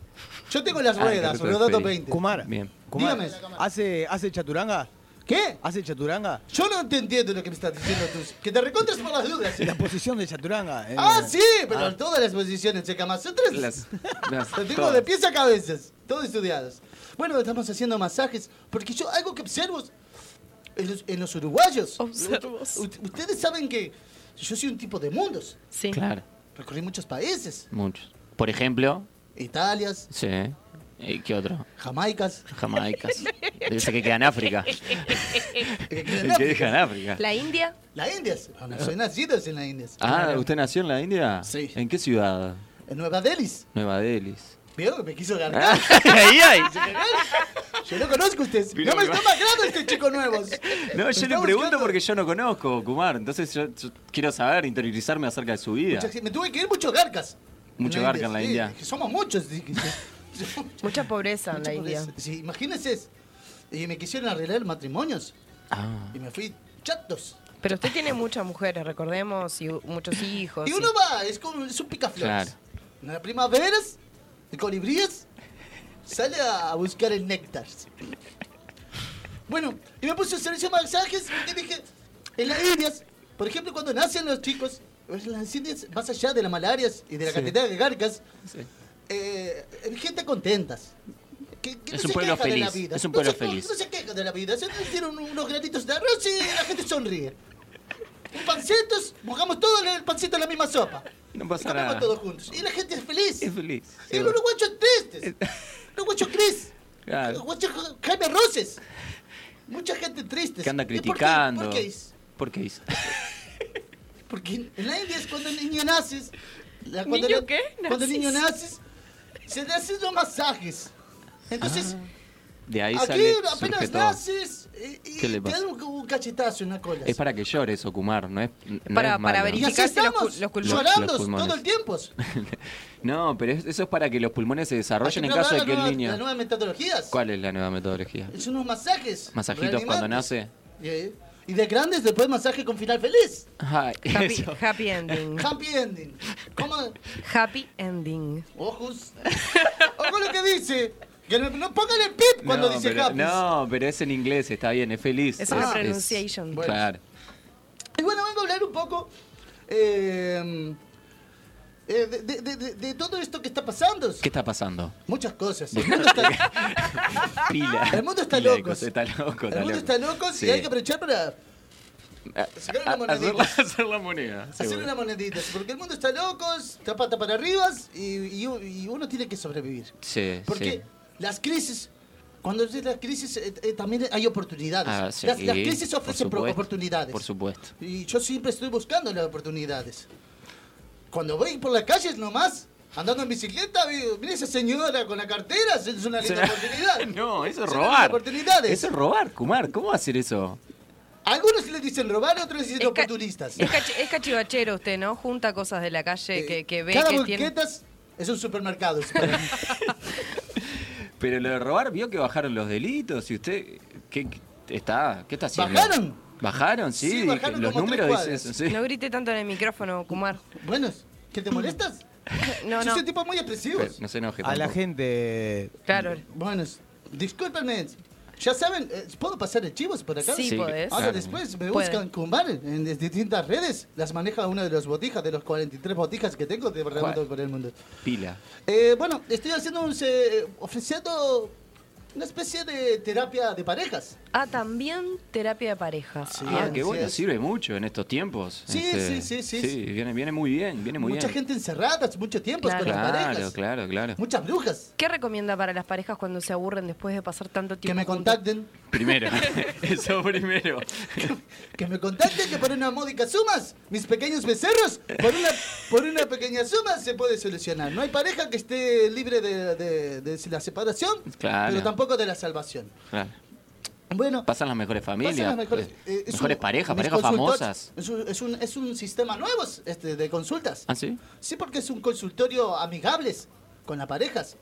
S5: yo tengo las
S6: Ah,
S5: ruedas,
S6: carrito de
S5: Rodato
S6: feria.
S5: 20.
S9: Kumar.
S6: Bien.
S9: Kumar,
S5: Dígame.
S9: ¿Hace, ¿Hace chaturanga?
S5: ¿Qué?
S9: ¿Hace chaturanga?
S5: Yo no te entiendo lo que me estás diciendo tú. Que te recontres por las dudas.
S9: La posición de chaturanga. eh.
S5: ah, sí, pero
S9: Ah.
S5: en todas las posiciones, ¿se nosotros
S6: Las-
S5: (laughs) Las,
S6: las-
S5: tengo
S6: todas.
S5: de pies a cabezas, todos estudiados. Bueno, estamos haciendo masajes, porque yo algo que observo, en los, en los uruguayos.
S7: Observos.
S5: U- Ustedes saben que yo soy un tipo de mundos.
S7: Sí.
S6: Claro.
S5: Recorrí muchos países.
S6: (laughs) Muchos. Por ejemplo,
S5: Italias,
S6: sí. ¿Y ¿Qué otro?
S5: Jamaicas.
S6: Jamaica.
S5: (laughs)
S6: Debe ser que queda
S7: (laughs)
S6: en África.
S5: en
S6: ¿Qué deja en África?
S7: La India.
S5: La India. Bueno, soy nacido en la India.
S6: Ah, ¿usted nació en la India? Sí. ¿En qué ciudad?
S5: En Nueva Delhi.
S6: Nueva Delhi.
S5: Vieron que me
S6: (laughs)
S5: quiso ganar.
S6: Ahí hay.
S5: Yo no conozco a ustedes.
S6: Vino
S5: no me
S6: mi
S5: está matando este chico nuevo.
S6: No, yo le
S5: Estamos
S6: pregunto porque yo no conozco Kumar, entonces yo, yo quiero saber, interiorizarme acerca de su vida.
S5: Muchas- Me tuve que ir mucho garcas.
S6: Mucho
S5: la
S6: garca en la
S5: sí,
S6: India.
S5: que somos muchos. dije.
S7: (laughs) Mucha pobreza en la
S5: Mucha
S7: India.
S5: pobreza. Sí, imagínense. Y me quisieron arreglar matrimonios.
S6: Ah.
S5: Y me fui chatos.
S7: Pero usted tiene muchas mujeres, recordemos, y u- muchos hijos.
S5: Y uno va, es, como, es un picaflores.
S6: Claro.
S5: En la primavera, el colibríes sale a buscar el néctar. Bueno, y me puse el servicio de masajes y dije, en las Indias, por ejemplo, cuando nacen los chicos, pues, en las Indias, más allá de las malarias y de la
S6: Sí.
S5: cantidad de garcas,
S6: Sí.
S5: eh, hay gente contentas. Que, que
S6: Es
S5: no
S6: un
S5: se
S6: pueblo
S5: queja de la
S6: feliz,
S5: vida.
S6: es un
S5: No
S6: pueblo
S5: se co-
S6: feliz.
S5: No se queja de la vida. Se nos dieron unos granitos de arroz y la gente sonríe. Un Pancetos, mojamos todo el pancito en la misma sopa.
S6: No pasa
S5: Comemos
S6: nada.
S5: todos juntos. Y la gente es feliz.
S6: Es feliz.
S5: Y los uruguayos
S6: (laughs)
S5: tristes. Los uruguayos Cris. Los
S6: Claro.
S5: uruguayos Jaime Roses. Mucha gente triste.
S6: Que anda
S5: ¿Y por qué?
S6: criticando.
S5: ¿Por qué? es?
S6: ¿Por qué hizo?
S5: Porque en la India es cuando el niño naces. la- cuando
S7: ¿Niño
S5: la-
S7: qué?
S5: Cuando el
S7: Naces.
S5: niño naces, se le hacen los masajes. (laughs) Entonces,
S6: Ah. De ahí
S5: aquí
S6: sale. surge
S5: apenas
S6: todo.
S5: naces eh, y,
S6: ¿Qué le
S5: te
S6: pasa?
S5: dan un, un cachetazo en la cola.
S6: Es para que llore eso, Kumar, no es. no
S7: Para-
S6: es
S7: para
S6: malo.
S5: Y así
S7: verificar si los
S5: estamos,
S7: cul- los
S6: Los-
S7: culpables.
S5: llorando
S6: los pulmones.
S5: todo el tiempo.
S6: No, pero es- eso es para que los pulmones se desarrollen en
S5: Pero
S6: caso
S5: ahora
S6: de que el
S5: nueva-
S6: niño.
S5: Las nuevas metodologías.
S6: ¿Cuál es la nueva metodología?
S5: Es unos masajes.
S6: ¿Masajitos cuando
S5: reanimantes.
S6: nace?
S5: Eh, Y de grandes después masaje con final feliz.
S6: Ay,
S7: Happy,
S6: eso.
S7: happy ending.
S5: (laughs) Happy ending. ¿Cómo?
S7: Happy ending.
S5: Ojos. (laughs) Ojo lo que dice. Que no, no pongan el pip cuando
S6: no,
S5: dice
S6: pero,
S5: happy.
S6: no, pero es en inglés, está bien, es feliz.
S5: Es una
S7: pronunciation.
S5: Bueno.
S6: Claro.
S5: Y bueno, vengo a hablar un poco eh, eh, de, de- de- de- de todo esto que está pasando.
S6: ¿Qué
S5: (laughs)
S6: está pasando?
S5: Muchas cosas. El mundo está,
S6: Pila.
S5: El mundo está
S6: Pila de
S5: loco.
S6: cosas, Está loco,
S5: el mundo está loco
S6: Sí.
S5: y hay que aprovechar para sacar una
S6: A- a-
S5: monedita.
S6: hacer, la, (laughs) hacer la moneda. sí,
S5: Hacer
S6: bueno.
S5: una monedita, porque el mundo está loco, está pata para arriba y, y u- y uno tiene que sobrevivir.
S6: Sí,
S5: Porque
S6: sí.
S5: las crisis, cuando es las crisis, eh, eh, también hay oportunidades.
S6: Ah, sí,
S5: las, las
S6: y-
S5: crisis
S6: por
S5: ofrecen pro-
S6: supuesto,
S5: oportunidades.
S6: Por supuesto.
S5: Y yo siempre estoy buscando las oportunidades. Cuando voy por las calles nomás, andando en bicicleta, veo, mira esa señora con la cartera, es una linda oportunidad.
S6: (laughs) No, eso es
S5: Se dan las
S6: robar.
S5: oportunidades.
S6: Eso es robar, Kumar. ¿Cómo hacer eso?
S5: Algunos le dicen robar, otros le dicen
S7: ca-
S5: oportunistas. Eh,
S7: Es, cachi- es cachivachero usted, ¿no? Junta cosas de la calle que, que ve
S5: Cada
S7: que tiene.
S5: volquetas es un supermercado.
S6: Pero lo de robar, vio que bajaron los delitos. ¿Y usted qué, qué está, qué está haciendo?
S5: ¿Bajaron?
S6: Bajaron, Ah, sí.
S5: Sí, bajaron
S6: los
S5: como tres
S6: números dicen
S5: cuadras.
S6: eso, sí.
S7: No grite tanto en el micrófono, Kumar.
S5: Bueno, ¿que te molestas?
S7: No,
S5: Yo
S7: no.
S5: soy un tipo muy expresivo.
S6: Pero no se enoje.
S9: A la
S6: tampoco.
S9: gente.
S7: Claro.
S5: Bueno, discúlpenme. Ya saben, eh, ¿puedo pasar archivos por acá?
S7: Sí, Sí, podés.
S5: Ahora
S7: claro.
S5: después me
S7: Pueden.
S5: buscan Kumar en las distintas redes. Las maneja uno de los botijas, de los 43 botijas que tengo de remoto por el mundo.
S6: Pila.
S5: Eh, bueno, estoy haciendo un, se- ofreciendo una especie de terapia de parejas.
S7: Ah, también terapia de pareja.
S6: ah,
S7: Bien.
S6: qué bueno,
S5: es.
S6: sirve mucho en estos tiempos. este,
S5: Sí, sí, sí, sí, sí.
S6: viene, viene muy bien, viene muy
S5: Mucha
S6: bien.
S5: gente encerrada, mucho tiempo
S7: Claro.
S5: con las
S6: Claro,
S5: parejas.
S6: claro, claro.
S5: Muchas brujas.
S7: ¿Qué recomienda para las parejas cuando se aburren después de pasar tanto tiempo?
S5: Que me
S7: juntas?
S5: contacten. (laughs)
S6: Primero, (laughs) eso primero.
S5: Que me contacten que por una módica sumas, mis pequeños becerros, por una, por una pequeña suma se puede solucionar. No hay pareja que esté libre de, de- de la separación,
S6: Claro.
S5: pero tampoco de la salvación.
S6: Claro.
S5: Bueno,
S6: Pasan las mejores familias,
S5: pasan las mejores,
S6: eh,
S5: eh, es
S6: mejores
S5: un-
S6: parejas,
S5: mis
S6: parejas
S5: consultorios-
S6: famosas.
S5: Es un, es un- es un sistema nuevo este, de consultas.
S6: ¿Ah, sí?
S5: Sí, porque es un consultorio amigables con las parejas.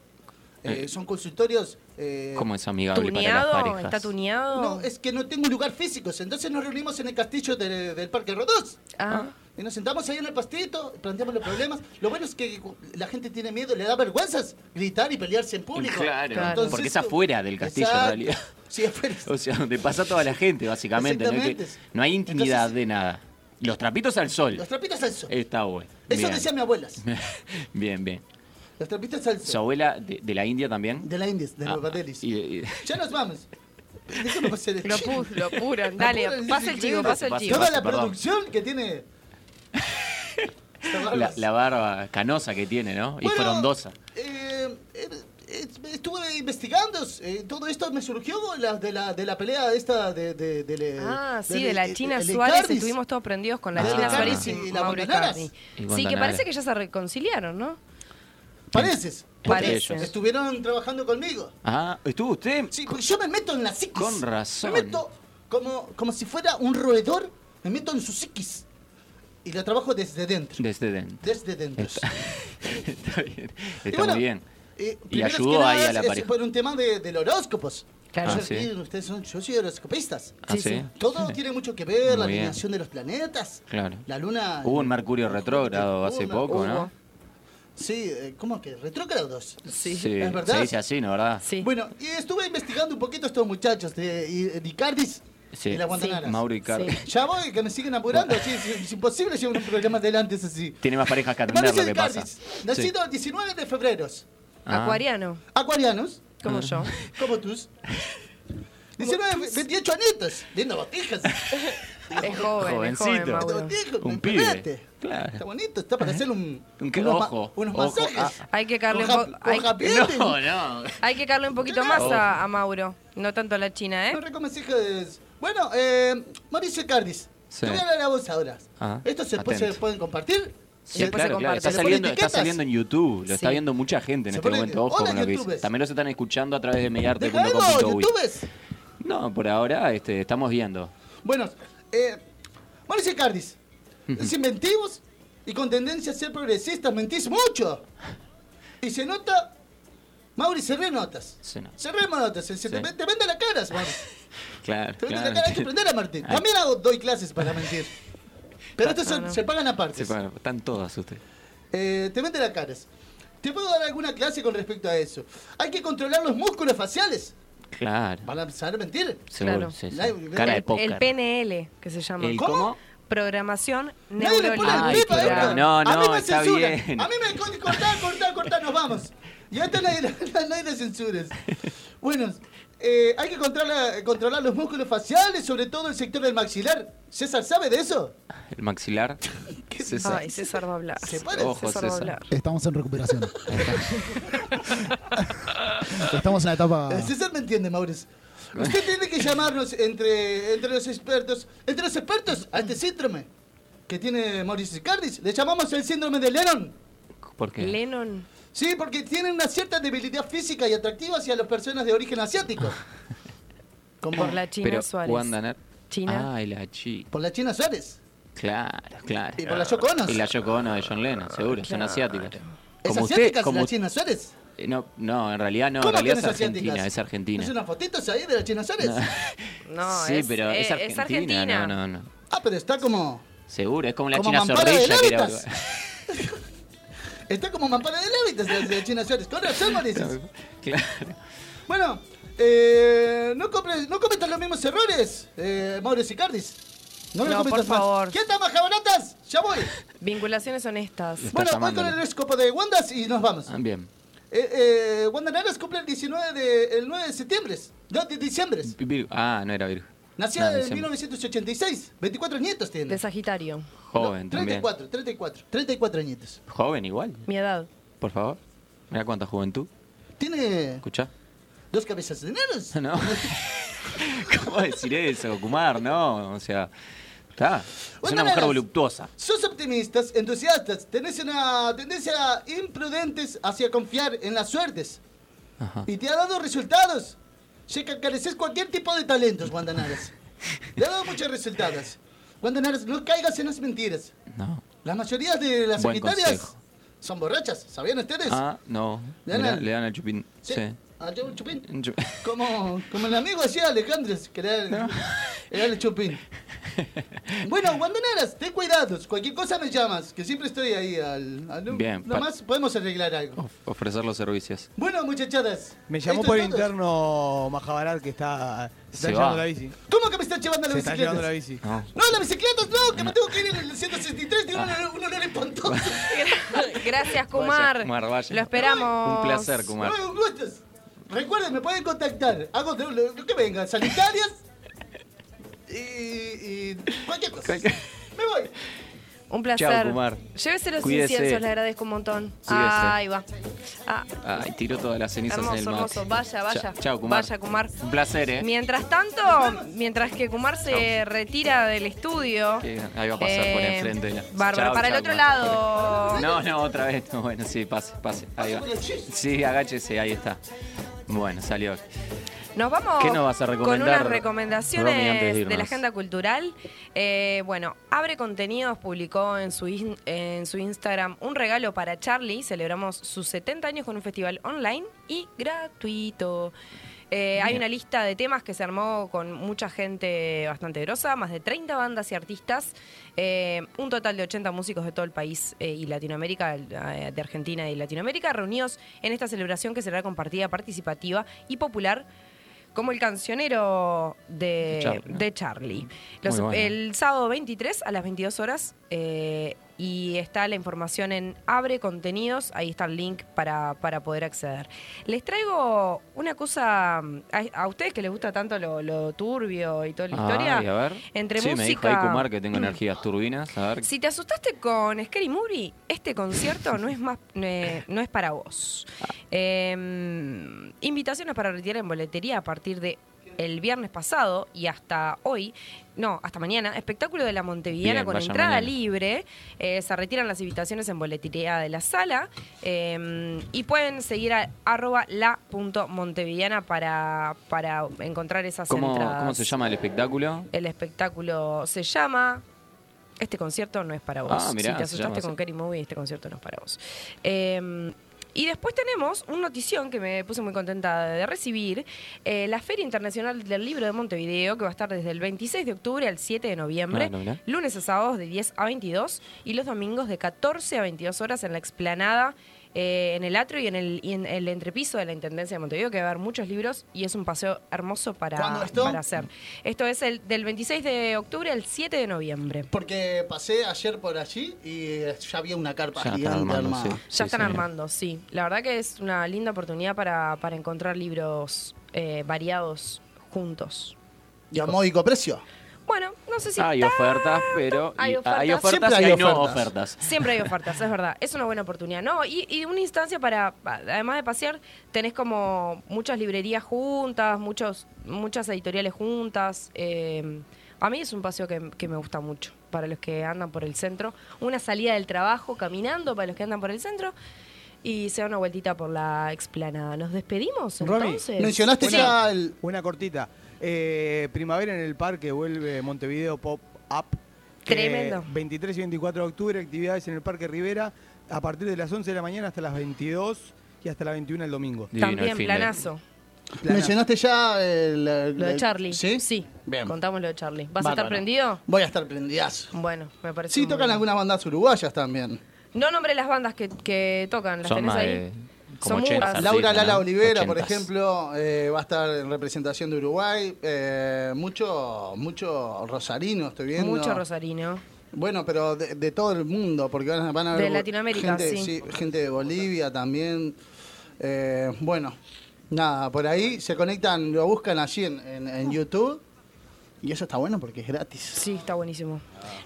S5: Eh,
S6: Eh.
S5: son consultorios... eh,
S6: ¿Cómo es amigable para las
S7: ¿Tuneado?
S6: parejas?
S7: ¿Está tuneado?
S5: no, es que no tengo un lugar físico, entonces nos reunimos en el castillo de- del Parque Rodós.
S7: Ah.
S5: Y nos sentamos ahí en el pastito, planteamos los problemas. Lo bueno es que la gente tiene miedo, le da vergüenzas gritar y pelearse en público.
S6: Claro,
S5: Entonces,
S6: porque es afuera del castillo
S5: Exacto.
S6: en realidad. (laughs)
S5: Sí, afuera.
S6: O sea, donde pasa toda la gente, básicamente. No hay, que-
S5: Exactamente.
S6: no hay intimidad de nada. Los trapitos al sol.
S5: Los trapitos al sol.
S6: Está bueno.
S5: Eso
S6: bien.
S5: decía mi abuela.
S6: bien, bien.
S5: Los trapitos al
S6: ¿Su
S5: sol.
S6: abuela de, de la India también?
S5: De la India, de
S6: Ah,
S5: (laughs) Nueva Delhi.
S6: y- y-
S5: Ya nos vamos. Déjame pasar el
S7: Lo
S5: chivo.
S7: pu- lo apuran. Dale,
S5: apuran,
S7: pasa el
S5: es
S7: chivo,
S5: increíble.
S7: pasa el chivo.
S5: Toda la
S6: Perdón.
S5: producción que
S6: (laughs)
S5: tiene.
S6: La, la barba canosa que tiene, ¿no? Y
S5: Bueno,
S6: frondosa.
S5: Eh, eh, eh, estuve investigando, eh, todo esto me surgió de la, de la, de la pelea esta de... de, de, de-
S7: Ah, sí,
S5: eh, del-
S7: de la
S5: el-
S7: China
S5: el Ah,
S7: Suárez
S5: Icardi.
S7: estuvimos todos prendidos con la
S5: Del
S7: China
S5: Icardi
S7: Suárez y,
S5: y las
S7: Mauro
S5: Bananas.
S7: Icardi.
S6: Y
S7: Sí, que
S6: Guantanara.
S7: parece que ya se reconciliaron, ¿no?
S5: Pareces. porque
S6: Parece.
S5: Estuvieron trabajando conmigo.
S6: Ah, ¿estuvo usted?
S5: Sí, porque yo me meto en la psiquis.
S6: Con razón.
S5: Me meto como, como si fuera un roedor, me meto en su psiquis. Y la trabajo desde dentro.
S6: Desde dentro.
S5: Desde dentro.
S6: este Está, (laughs) está bien. Está
S5: bueno,
S6: muy bien.
S5: Eh,
S6: Y
S5: primero que
S6: ayudó
S5: nada
S6: ahí a la
S5: es- es
S6: pareja.
S5: por un tema de, de los horóscopos.
S6: Claro.
S5: Yo-
S6: Ah, sí.
S5: miren, ustedes son, yo soy horoscopistas.
S6: Ah, Sí, sí. sí.
S5: Todo tiene mucho que ver, la
S6: Muy bien.
S5: alineación de los planetas.
S6: Claro.
S5: La luna...
S6: Hubo un Mercurio retrógrado hace
S5: una-
S6: poco,
S5: hubo.
S6: ¿no?
S5: Sí, eh, ¿cómo que? Retrógrados. Sí. ¿Es verdad?
S6: se dice así, ¿no? ¿Verdad?
S5: Bueno, y estuve investigando un poquito estos muchachos de y- eh, de Icardis
S6: Sí.
S5: y la Guantanara.
S6: Sí. Mauro Icardi.
S5: Ya voy, que me siguen apurando. sí, es, es imposible llevar un programa adelante, es así.
S6: Tiene más parejas que atender
S5: Mauricio
S6: lo que
S5: Icardi,
S6: pasa. Sí.
S5: nacido el 19 de febrero.
S6: Ah.
S7: Acuariano.
S5: Acuarianos.
S7: Como yo.
S5: Como tú. 19, 28 añitos. Lindo botijas.
S7: Es joven, es joven,
S6: Jovencito.
S7: Mauro.
S5: Botijas,
S6: Un
S5: me
S6: pibe.
S5: parece.
S6: Claro.
S5: Está bonito, está para hacer un,
S6: Un que-
S5: unos, ma-
S6: ojo,
S5: unos
S6: ojo, Ah.
S5: masajes.
S7: Hay que carle un,
S5: Con
S7: po-
S5: ja- con
S7: hay,
S5: japete.
S6: (laughs) No, no.
S7: hay que carle un poquito más a, a Mauro. No tanto a la China, ¿eh?
S5: No recomendaciones. Bueno, eh, Mauricio Cardis,
S6: Sí.
S5: te voy a hablar a vos ahora.
S6: Ah,
S5: Esto se,
S6: atento.
S5: se pueden compartir.
S6: Sí,
S5: Se-
S6: claro,
S5: se
S6: claro.
S5: comparte.
S6: Está
S5: Se le
S6: saliendo,
S5: ponen
S6: está
S5: etiquetas.
S6: saliendo en YouTube. Lo está
S5: Sí.
S6: viendo mucha gente en
S5: Se
S6: este
S5: ponen-
S6: momento. Ojo
S5: Hola,
S6: con lo que dice.
S5: youtubers.
S6: También los están escuchando a través de
S5: Deja algo,
S6: mediarte.com.uy.
S5: youtubers.
S6: No, por ahora este, estamos viendo.
S5: Bueno, eh, Mauricio Cardis, es inventivo y con tendencia a ser progresista, mentís mucho. Y se nota, Mauri, se renotas.
S6: Sí, no.
S5: Se renotas, se te,
S6: Sí.
S5: te vende la cara, Mauri.
S6: Claro,
S5: Te vende
S6: claro.
S5: la cara, hay que aprender a mentir.
S6: (laughs) Ay.
S5: También hago, doy clases para mentir. Pero estos son-
S6: Ah, no.
S5: se pagan aparte.
S6: Sí, bueno, están todas ustedes.
S5: Eh, te mete la cara. ¿Te puedo dar alguna clase con respecto a eso? Hay que controlar los músculos faciales.
S6: Claro.
S5: ¿Van a saber mentir?
S6: Seguro, sí, sí.
S5: Nadie-
S6: Cara de
S5: el-
S6: póker.
S7: El PNL, que se llama.
S6: ¿El cómo?
S7: Programación
S5: Nadie le pone el
S7: neurolingüística.
S5: pip a esto.
S6: no,
S5: A mí
S6: no,
S5: me
S6: está
S5: censuran.
S6: bien.
S5: A mí me corta, corta, corta, corta, nos vamos. Y a esto nadie, nadie le (laughs) censures. Bueno, eh, hay que controlar, controlar los músculos faciales, sobre todo el sector del maxilar. ¿César sabe de eso? (laughs)
S6: El maxilar. César.
S7: Ay, César va a hablar.
S5: Se para el
S6: Ojo,
S7: César va a
S6: César.
S7: hablar.
S25: Estamos en
S5: (laughs)
S25: recuperación. Estamos en la etapa.
S6: Ah.
S5: Eh, César me entiende, Mauricio. Usted tiene que llamarnos entre, entre los expertos, entre los expertos a este síndrome que tiene Mauricio Cardis. Le llamamos el síndrome de Lennon.
S6: ¿Por qué?
S7: Lennon.
S5: Sí, porque tiene una cierta debilidad física y atractiva hacia las personas de origen asiático. Como
S7: Por la China
S6: Pero,
S7: Suárez.
S6: Guandanar.
S7: China.
S6: Ay, la chi.
S5: Por la China Suárez.
S6: Claro, claro.
S5: Y por la Yoko Ono.
S6: Y la Yoko Ono de John Lennon, seguro. Son asiáticas.
S5: ¿Es
S6: Como usted-
S5: asiática
S6: como
S5: la China Suárez?
S6: Eh, No, no, en realidad no,
S5: ¿Cómo
S6: en realidad
S5: que
S6: es
S5: no es asiática?
S6: Argentina, es Argentina.
S5: ¿Es unas fotitos ahí de la China
S6: (laughs)
S5: Suárez?
S7: No,
S6: sí,
S7: es,
S6: pero
S7: eh,
S6: es Argentina,
S7: Argentina.
S6: no, no, no.
S5: Ah, pero está como...
S6: Seguro, es como la
S5: Como
S6: China
S5: Mampara de
S6: zorrilla que era-
S5: Lábitas. (laughs) Está como mampara de hábitat de la China Suárez. Con razón, Mauricio.
S6: Claro.
S5: Bueno, eh, no, compres, no cometas los mismos errores, eh, Mauricio Cardis. No,
S7: No,
S5: lo cometas
S7: por
S5: más.
S7: favor.
S5: ¿Quién está más jabonatas? Ya voy.
S7: Vinculaciones honestas.
S5: Bueno, voy con
S6: llamándole.
S5: el horóscopo de Wandas y nos vamos.
S6: Ah, Bien.
S5: Eh, eh, Wanda Naras cumple el 19 de, el 9 de septiembre. No, de diciembre.
S6: Vir- Ah, no era Virgo.
S5: Nació
S6: No,
S5: en
S6: diciembre.
S5: 1986. 24 nietos tiene.
S7: De Sagitario.
S6: Joven también.
S5: 34, 34. 34 nietos.
S6: Joven igual,
S7: Mi edad.
S6: por favor. Mira cuánta juventud.
S5: Tiene
S6: ¿Escuchá?
S5: dos cabezas de negros.
S6: (laughs) No. ¿Cómo decir eso? Kumar, no. O sea, está. Es
S5: Wanda
S6: una mujer
S5: Naras,
S6: voluptuosa.
S5: Sos optimistas, entusiastas. Tenés una tendencia imprudentes hacia confiar en las suertes.
S6: Ajá.
S5: Y te ha dado resultados. Ya que careces cualquier tipo de talentos, Wanda Naras. Le ha dado muchos resultados. Wanda Naras, no caigas en las mentiras.
S6: No.
S5: La mayoría de las
S6: Buen
S5: secretarias
S6: consejo.
S5: son borrachas, ¿sabían ustedes?
S6: Ah, no.
S5: Le dan
S6: Mirá,
S5: al-
S6: le dan al chupín.
S5: Sí.
S6: Sí.
S5: Ah, yo, Chupín.
S6: Un chup-
S5: Como, como el amigo hacía Alejandro, que era, era el Chupín. Bueno, Guandaneras, ten cuidados. Cualquier cosa me llamas, que siempre estoy ahí al. al
S6: Bien, pa-
S5: Nomás podemos arreglar algo.
S6: (laughs) Ofrecer los servicios.
S5: Bueno, muchachadas.
S9: Me llamó
S5: ¿esto
S9: por
S5: es todo?
S9: interno Majabarat que está. Se está
S6: Se
S9: llevando
S6: va.
S9: la bici.
S5: ¿Cómo que me están llevando la
S9: Se está llevando la
S5: bicicleta?
S9: bici.
S6: No.
S5: No, la bicicleta no, que me tengo que ir en el 163, tengo un
S9: Ah.
S5: olor- un olor espantoso.
S7: (laughs) Gracias, Kumar.
S6: Kumar, vaya.
S7: Lo esperamos.
S6: Un placer, Kumar.
S5: Bueno, gustos. Recuerden, me pueden contactar. Hago de- lo, lo que venga, sanitarias y, y cualquier cosa. Me voy.
S7: Un placer.
S6: Chau, Kumar.
S7: Llévese los
S6: Cuídese.
S7: inciensos, le agradezco un montón.
S6: Cuídese.
S7: Ahí va. Ah,
S6: Ay, tiró todas las cenizas
S7: Hermoso,
S6: en el mate.
S7: hermoso. Vaya, vaya.
S6: Chao, chao, Kumar.
S7: Vaya, Kumar.
S6: Un placer, ¿eh?
S7: Mientras tanto, mientras que Kumar se retira del estudio,
S6: Que Ahí va a pasar por
S7: Eh,
S6: enfrente. de la-
S7: bárbaro.
S6: Chau,
S7: Para el
S6: chau,
S7: otro
S6: Kumar.
S7: lado.
S6: No, no, otra vez. No, bueno, sí, pase, pase. Ahí va.
S7: por el chis.
S6: Sí, agáchese, ahí está. Bueno, salió.
S7: Nos vamos
S6: ¿Qué nos vas a
S7: con unas
S6: recomendar, Romy, antes
S7: recomendaciones
S6: de
S7: de,
S6: irnos?
S7: la agenda cultural. Eh, bueno, Abre Contenidos publicó en su, in- en su Instagram un regalo para Charlie. Celebramos sus 70 años con un festival online y gratuito. Eh, hay una lista de temas que se armó con mucha gente bastante grosa, más de 30 bandas y artistas, eh, un total de 80 músicos de todo el país eh, y Latinoamérica, eh, de Argentina y Latinoamérica, reunidos en esta celebración que será compartida, participativa y popular como el cancionero de,
S1: De Charlie, ¿no?
S7: de Charlie. Los-
S1: Muy bueno.
S7: El sábado 23 a las 22 horas eh, y está la información en Abre Contenidos, ahí está el link para, para poder acceder. Les traigo una cosa, mm, a, a ustedes que les gusta tanto lo, lo turbio y toda la historia,
S6: Ay, a ver.
S7: entre
S6: sí, me dijo
S7: música... Mm.
S6: ahí Kumar que tengo energías turbinas. A ver.
S7: Si te asustaste con Scary Movie, este concierto no es más eh, no es para vos.
S6: Ah.
S7: Eh, invitaciones para retirar en boletería a partir de el viernes pasado y hasta hoy, no, hasta mañana, espectáculo de la Montevideana
S1: Bien,
S7: con
S1: vayan
S7: entrada
S1: mañana.
S7: libre. Eh, se retiran las invitaciones en boletería de la sala eh, y pueden seguir a arroba la.montevideana para, para encontrar esas
S6: ¿Cómo,
S7: entradas.
S6: ¿Cómo se llama el espectáculo?
S7: El espectáculo se llama. Este concierto no es para vos.
S6: Ah, mirá,
S7: si te
S6: se llama
S7: asustaste
S6: así.
S7: con Kerry Movie, este concierto no es para vos. Eh, y después tenemos una notición que me puse muy contenta de recibir. eh, la Feria Internacional del Libro de Montevideo, que va a estar desde el 26 de octubre al 7 de noviembre.
S1: Ah, no, mirá.
S7: lunes a sábados de 10 a 22 y los domingos de 14 a 22 horas en la explanada, eh, en el atrio y en el, y en el entrepiso de la Intendencia de Montevideo, que va a haber muchos libros y es un paseo hermoso para,
S5: ¿Cuándo esto?
S7: para hacer. Esto es el del 26 de octubre al 7 de noviembre.
S5: Porque pasé ayer por allí y eh, ya había una carpa
S6: Ya están
S5: gigante
S6: armando,
S5: armada.
S6: sí.
S7: Ya están armando, sí. La verdad que es una linda oportunidad para, para encontrar libros eh, variados juntos.
S5: Y a módico precio.
S7: Bueno, no sé si
S6: hay
S7: tan-
S6: ofertas, pero.
S7: Hay
S6: y-
S7: ofertas.
S6: Hay
S7: Siempre
S6: ofertas y
S7: hay
S6: hay, no
S7: ofertas.
S6: ofertas.
S7: Siempre hay ofertas, es verdad. Es una buena oportunidad. No, y, y una instancia para, además de pasear, tenés como muchas librerías juntas, muchos, muchas editoriales juntas. eh, a mí es un paseo que, que me gusta mucho para los que andan por el centro. Una salida del trabajo caminando para los que andan por el centro. Y se da una vueltita por la explanada. ¿Nos despedimos entonces? Sí.
S9: una, una cortita. Eh, Primavera en el Parque vuelve Montevideo Pop Up. que
S7: Tremendo.
S9: 23 y 24 de octubre, actividades en el Parque Rivera a partir de las 11 de la mañana hasta las 22 y hasta las 21 el domingo.
S7: También, planazo.
S5: Mencionaste ya el, el-
S7: Lo de
S5: el-
S7: Charlie.
S5: ¿Sí?
S7: Sí.
S5: Bien.
S7: Contamos lo de Charlie. ¿Vas a estar
S5: Bárbaro.
S7: prendido?
S5: Voy a estar prendidazo.
S7: Bueno, me parece.
S5: Sí,
S7: muy
S5: tocan
S7: bien.
S5: algunas bandas uruguayas también.
S7: No nombré las bandas que, que tocan, las tenés ahí. Son muchas.
S5: Laura
S7: artistas,
S5: Lala
S7: ¿no?
S5: Olivera, por
S7: Ochentas.
S5: ejemplo, eh, va a estar en representación de Uruguay. Eh, mucho, mucho rosarino estoy viendo.
S7: Mucho Rosarino.
S5: Bueno, pero de, de todo el mundo, porque van, a- van a
S7: De
S5: ver
S7: Latinoamérica,
S5: gente,
S7: sí.
S5: gente de Bolivia también. Eh, bueno, nada, por ahí se conectan, lo buscan allí en, en- en YouTube. Y eso está bueno porque es gratis.
S7: Sí, está buenísimo.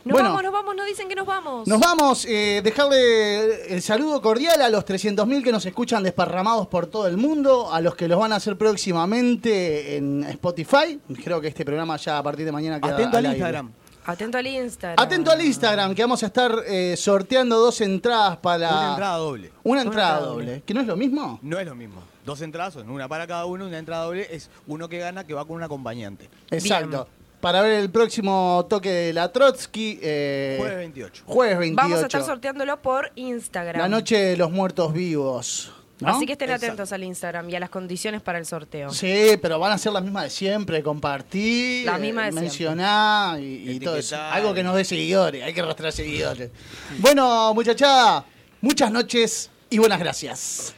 S7: Nos
S5: Bueno.
S7: vamos, nos vamos, nos dicen que nos vamos.
S5: Nos vamos, eh, dejarle el saludo cordial a los 300.000 que nos escuchan desparramados por todo el mundo, a los que los van a hacer próximamente en Spotify. Creo que este programa ya a partir de mañana queda
S9: Atento al
S5: aire.
S9: Instagram.
S7: Atento al Instagram.
S5: Atento al Instagram, que vamos a estar eh, sorteando dos entradas para...
S9: Una entrada doble.
S5: Una entrada doble. ¿Que no es lo mismo?
S9: No es lo mismo. Dos entradas son una para cada uno, una entrada doble es uno que gana que va con un acompañante.
S5: Exacto. Para ver el próximo toque de la Trotsky. eh,
S9: Jueves 28.
S5: Jueves 28.
S7: Vamos a estar sorteándolo por Instagram.
S5: la noche de los muertos vivos. ¿no?
S7: Así que estén
S5: Exacto.
S7: atentos al Instagram y a las condiciones para el sorteo.
S5: Sí, pero van a ser las mismas de siempre, compartir,
S7: La misma de
S5: mencionar y, y todo eso. Algo que nos dé seguidores, hay que arrastrar seguidores. Bueno, muchachada, muchas noches y buenas gracias.